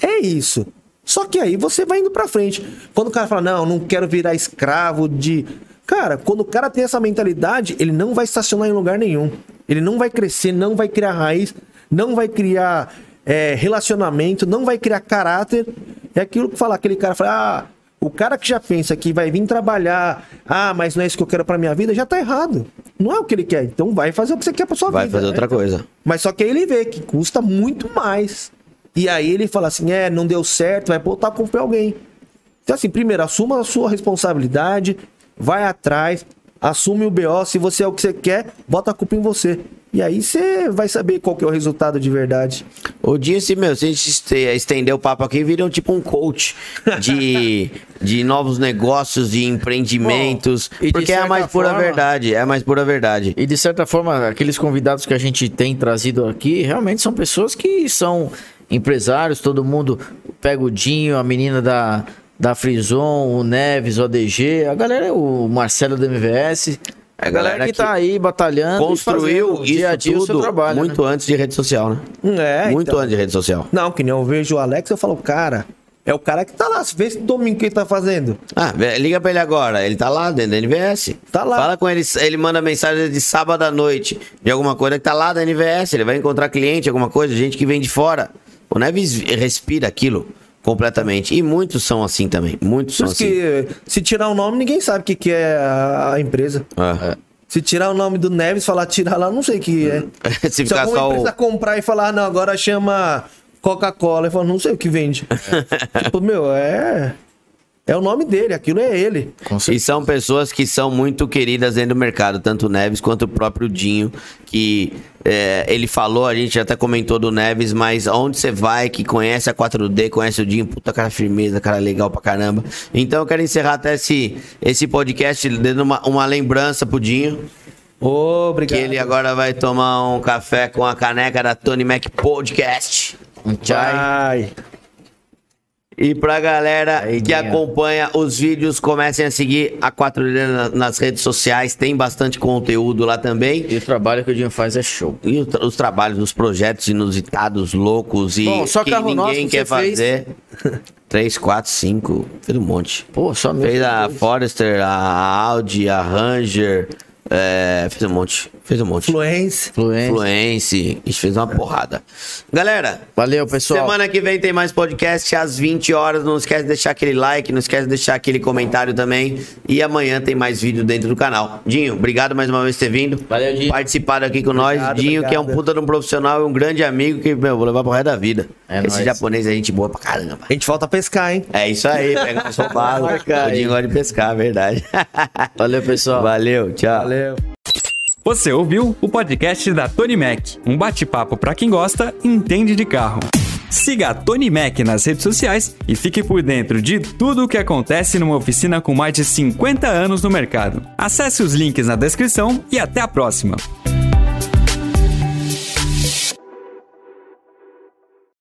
Speaker 4: é isso. Só que aí você vai indo pra frente. Quando o cara fala, não, não quero virar escravo de. Cara, quando o cara tem essa mentalidade, ele não vai estacionar em lugar nenhum. Ele não vai crescer, não vai criar raiz, não vai criar é, relacionamento, não vai criar caráter. É aquilo que fala aquele cara, fala, ah, o cara que já pensa que vai vir trabalhar, ah, mas não é isso que eu quero pra minha vida, já tá errado. Não é o que ele quer. Então vai fazer o que você quer pra sua
Speaker 2: Vai
Speaker 4: vida.
Speaker 2: fazer
Speaker 3: é,
Speaker 2: outra
Speaker 4: né?
Speaker 3: então.
Speaker 2: coisa.
Speaker 4: Mas só que aí ele vê que custa muito mais. E aí ele fala assim: é, não deu certo, vai botar a culpa em alguém. Então, assim, primeiro, assuma a sua responsabilidade, vai atrás, assume o BO. Se você é o que você quer, bota a culpa em você. E aí você vai saber qual que é o resultado de verdade.
Speaker 2: O Dinho, se, meu, se a gente este- estender o papo aqui, vira um tipo um coach de, de novos negócios, de empreendimentos.
Speaker 3: e de
Speaker 2: porque é a
Speaker 3: certa
Speaker 2: mais pura
Speaker 3: forma-
Speaker 2: verdade. É a mais pura verdade.
Speaker 3: E de certa forma, aqueles convidados que a gente tem trazido aqui realmente são pessoas que são empresários, todo mundo pega o Dinho, a menina da, da Frison, o Neves, o ADG, a galera, é o Marcelo do MVS.
Speaker 2: É
Speaker 3: A galera que,
Speaker 2: que
Speaker 3: tá aí batalhando. e fazendo
Speaker 2: Construiu
Speaker 3: dia a
Speaker 2: isso
Speaker 3: dia o seu
Speaker 2: tudo
Speaker 3: trabalho, né?
Speaker 2: muito antes de rede social, né?
Speaker 4: É,
Speaker 2: muito
Speaker 4: então.
Speaker 2: antes de rede social.
Speaker 4: Não, que nem eu vejo o Alex, eu falo, cara, é o cara que tá lá, vê esse domingo que ele tá fazendo.
Speaker 2: Ah, vé- liga pra ele agora. Ele tá lá dentro da NVS.
Speaker 4: Tá lá.
Speaker 2: Fala com ele, ele manda mensagem de sábado à noite de alguma coisa que tá lá da NVS. Ele vai encontrar cliente, alguma coisa, gente que vem de fora. O Neves vi- respira aquilo completamente. E muitos são assim também. Muitos
Speaker 4: Por
Speaker 2: são
Speaker 4: isso
Speaker 2: assim.
Speaker 4: que se tirar o nome, ninguém sabe o que, que é a a empresa.
Speaker 2: Ah.
Speaker 4: Se tirar o nome do Neves, falar tirar lá, não sei o que é.
Speaker 2: Se ficar
Speaker 4: alguma
Speaker 2: só o-
Speaker 4: empresa comprar e falar, não, agora chama Coca-Cola, eu falo, não sei o que vende. tipo, meu, é. É o nome dele, aquilo é ele.
Speaker 2: E são pessoas que são muito queridas dentro do mercado, tanto o Neves quanto o próprio Dinho, que é, ele falou, a gente até comentou do Neves, mas onde você vai que conhece a 4D, conhece o Dinho, puta cara firmeza, cara legal pra caramba. Então eu quero encerrar até esse, esse podcast dando uma, uma lembrança pro Dinho. Que
Speaker 4: Obrigado.
Speaker 2: ele agora vai tomar um café com a caneca da Tony Mac Podcast.
Speaker 3: Um
Speaker 4: Vai.
Speaker 2: E pra galera
Speaker 3: Aí,
Speaker 2: que
Speaker 3: Dinho.
Speaker 2: acompanha os vídeos, comecem a seguir a 4D na- nas redes sociais, tem bastante conteúdo lá também.
Speaker 3: E o trabalho que o Dinho faz é show.
Speaker 2: E o tra- os trabalhos, os projetos inusitados, loucos e
Speaker 3: Bom, só
Speaker 2: que
Speaker 3: carro
Speaker 2: ninguém
Speaker 3: nosso que
Speaker 2: quer
Speaker 3: você fez.
Speaker 2: fazer. 3, 4, 5, fez um monte.
Speaker 3: Pô, só mesmo.
Speaker 2: Fez a Forester, a Audi, a Ranger, é, fez um monte, fez um monte.
Speaker 4: Fluence.
Speaker 3: Influência.
Speaker 2: Fluence, a gente fez uma porrada. Galera,
Speaker 3: Valeu, pessoal.
Speaker 2: Semana que vem tem mais podcast às 20 horas. Não esquece de deixar aquele like, não esquece de deixar aquele comentário também. E amanhã tem mais vídeo dentro do canal. Dinho, obrigado mais uma vez por ter vindo.
Speaker 3: Valeu, Dinho.
Speaker 2: Participado aqui com nós.
Speaker 4: Obrigado,
Speaker 2: Dinho, que é um
Speaker 4: obrigado.
Speaker 2: puta de um profissional e um grande amigo que, meu, vou levar pro resto da vida.
Speaker 3: É
Speaker 2: Esse
Speaker 3: nóis.
Speaker 2: japonês é gente boa pra caramba.
Speaker 4: A gente volta a pescar, hein?
Speaker 2: É isso aí, pega umas roubadas. O Dinho gosta de pescar, é verdade.
Speaker 3: Valeu, pessoal.
Speaker 2: Valeu, tchau.
Speaker 4: Valeu.
Speaker 1: Você ouviu o podcast da Tony Mac, um bate-papo para quem gosta e entende de carro. Siga a Tony Mac nas redes sociais e fique por dentro de tudo o que acontece numa oficina com mais de 50 anos no mercado. Acesse os links na descrição e até a próxima.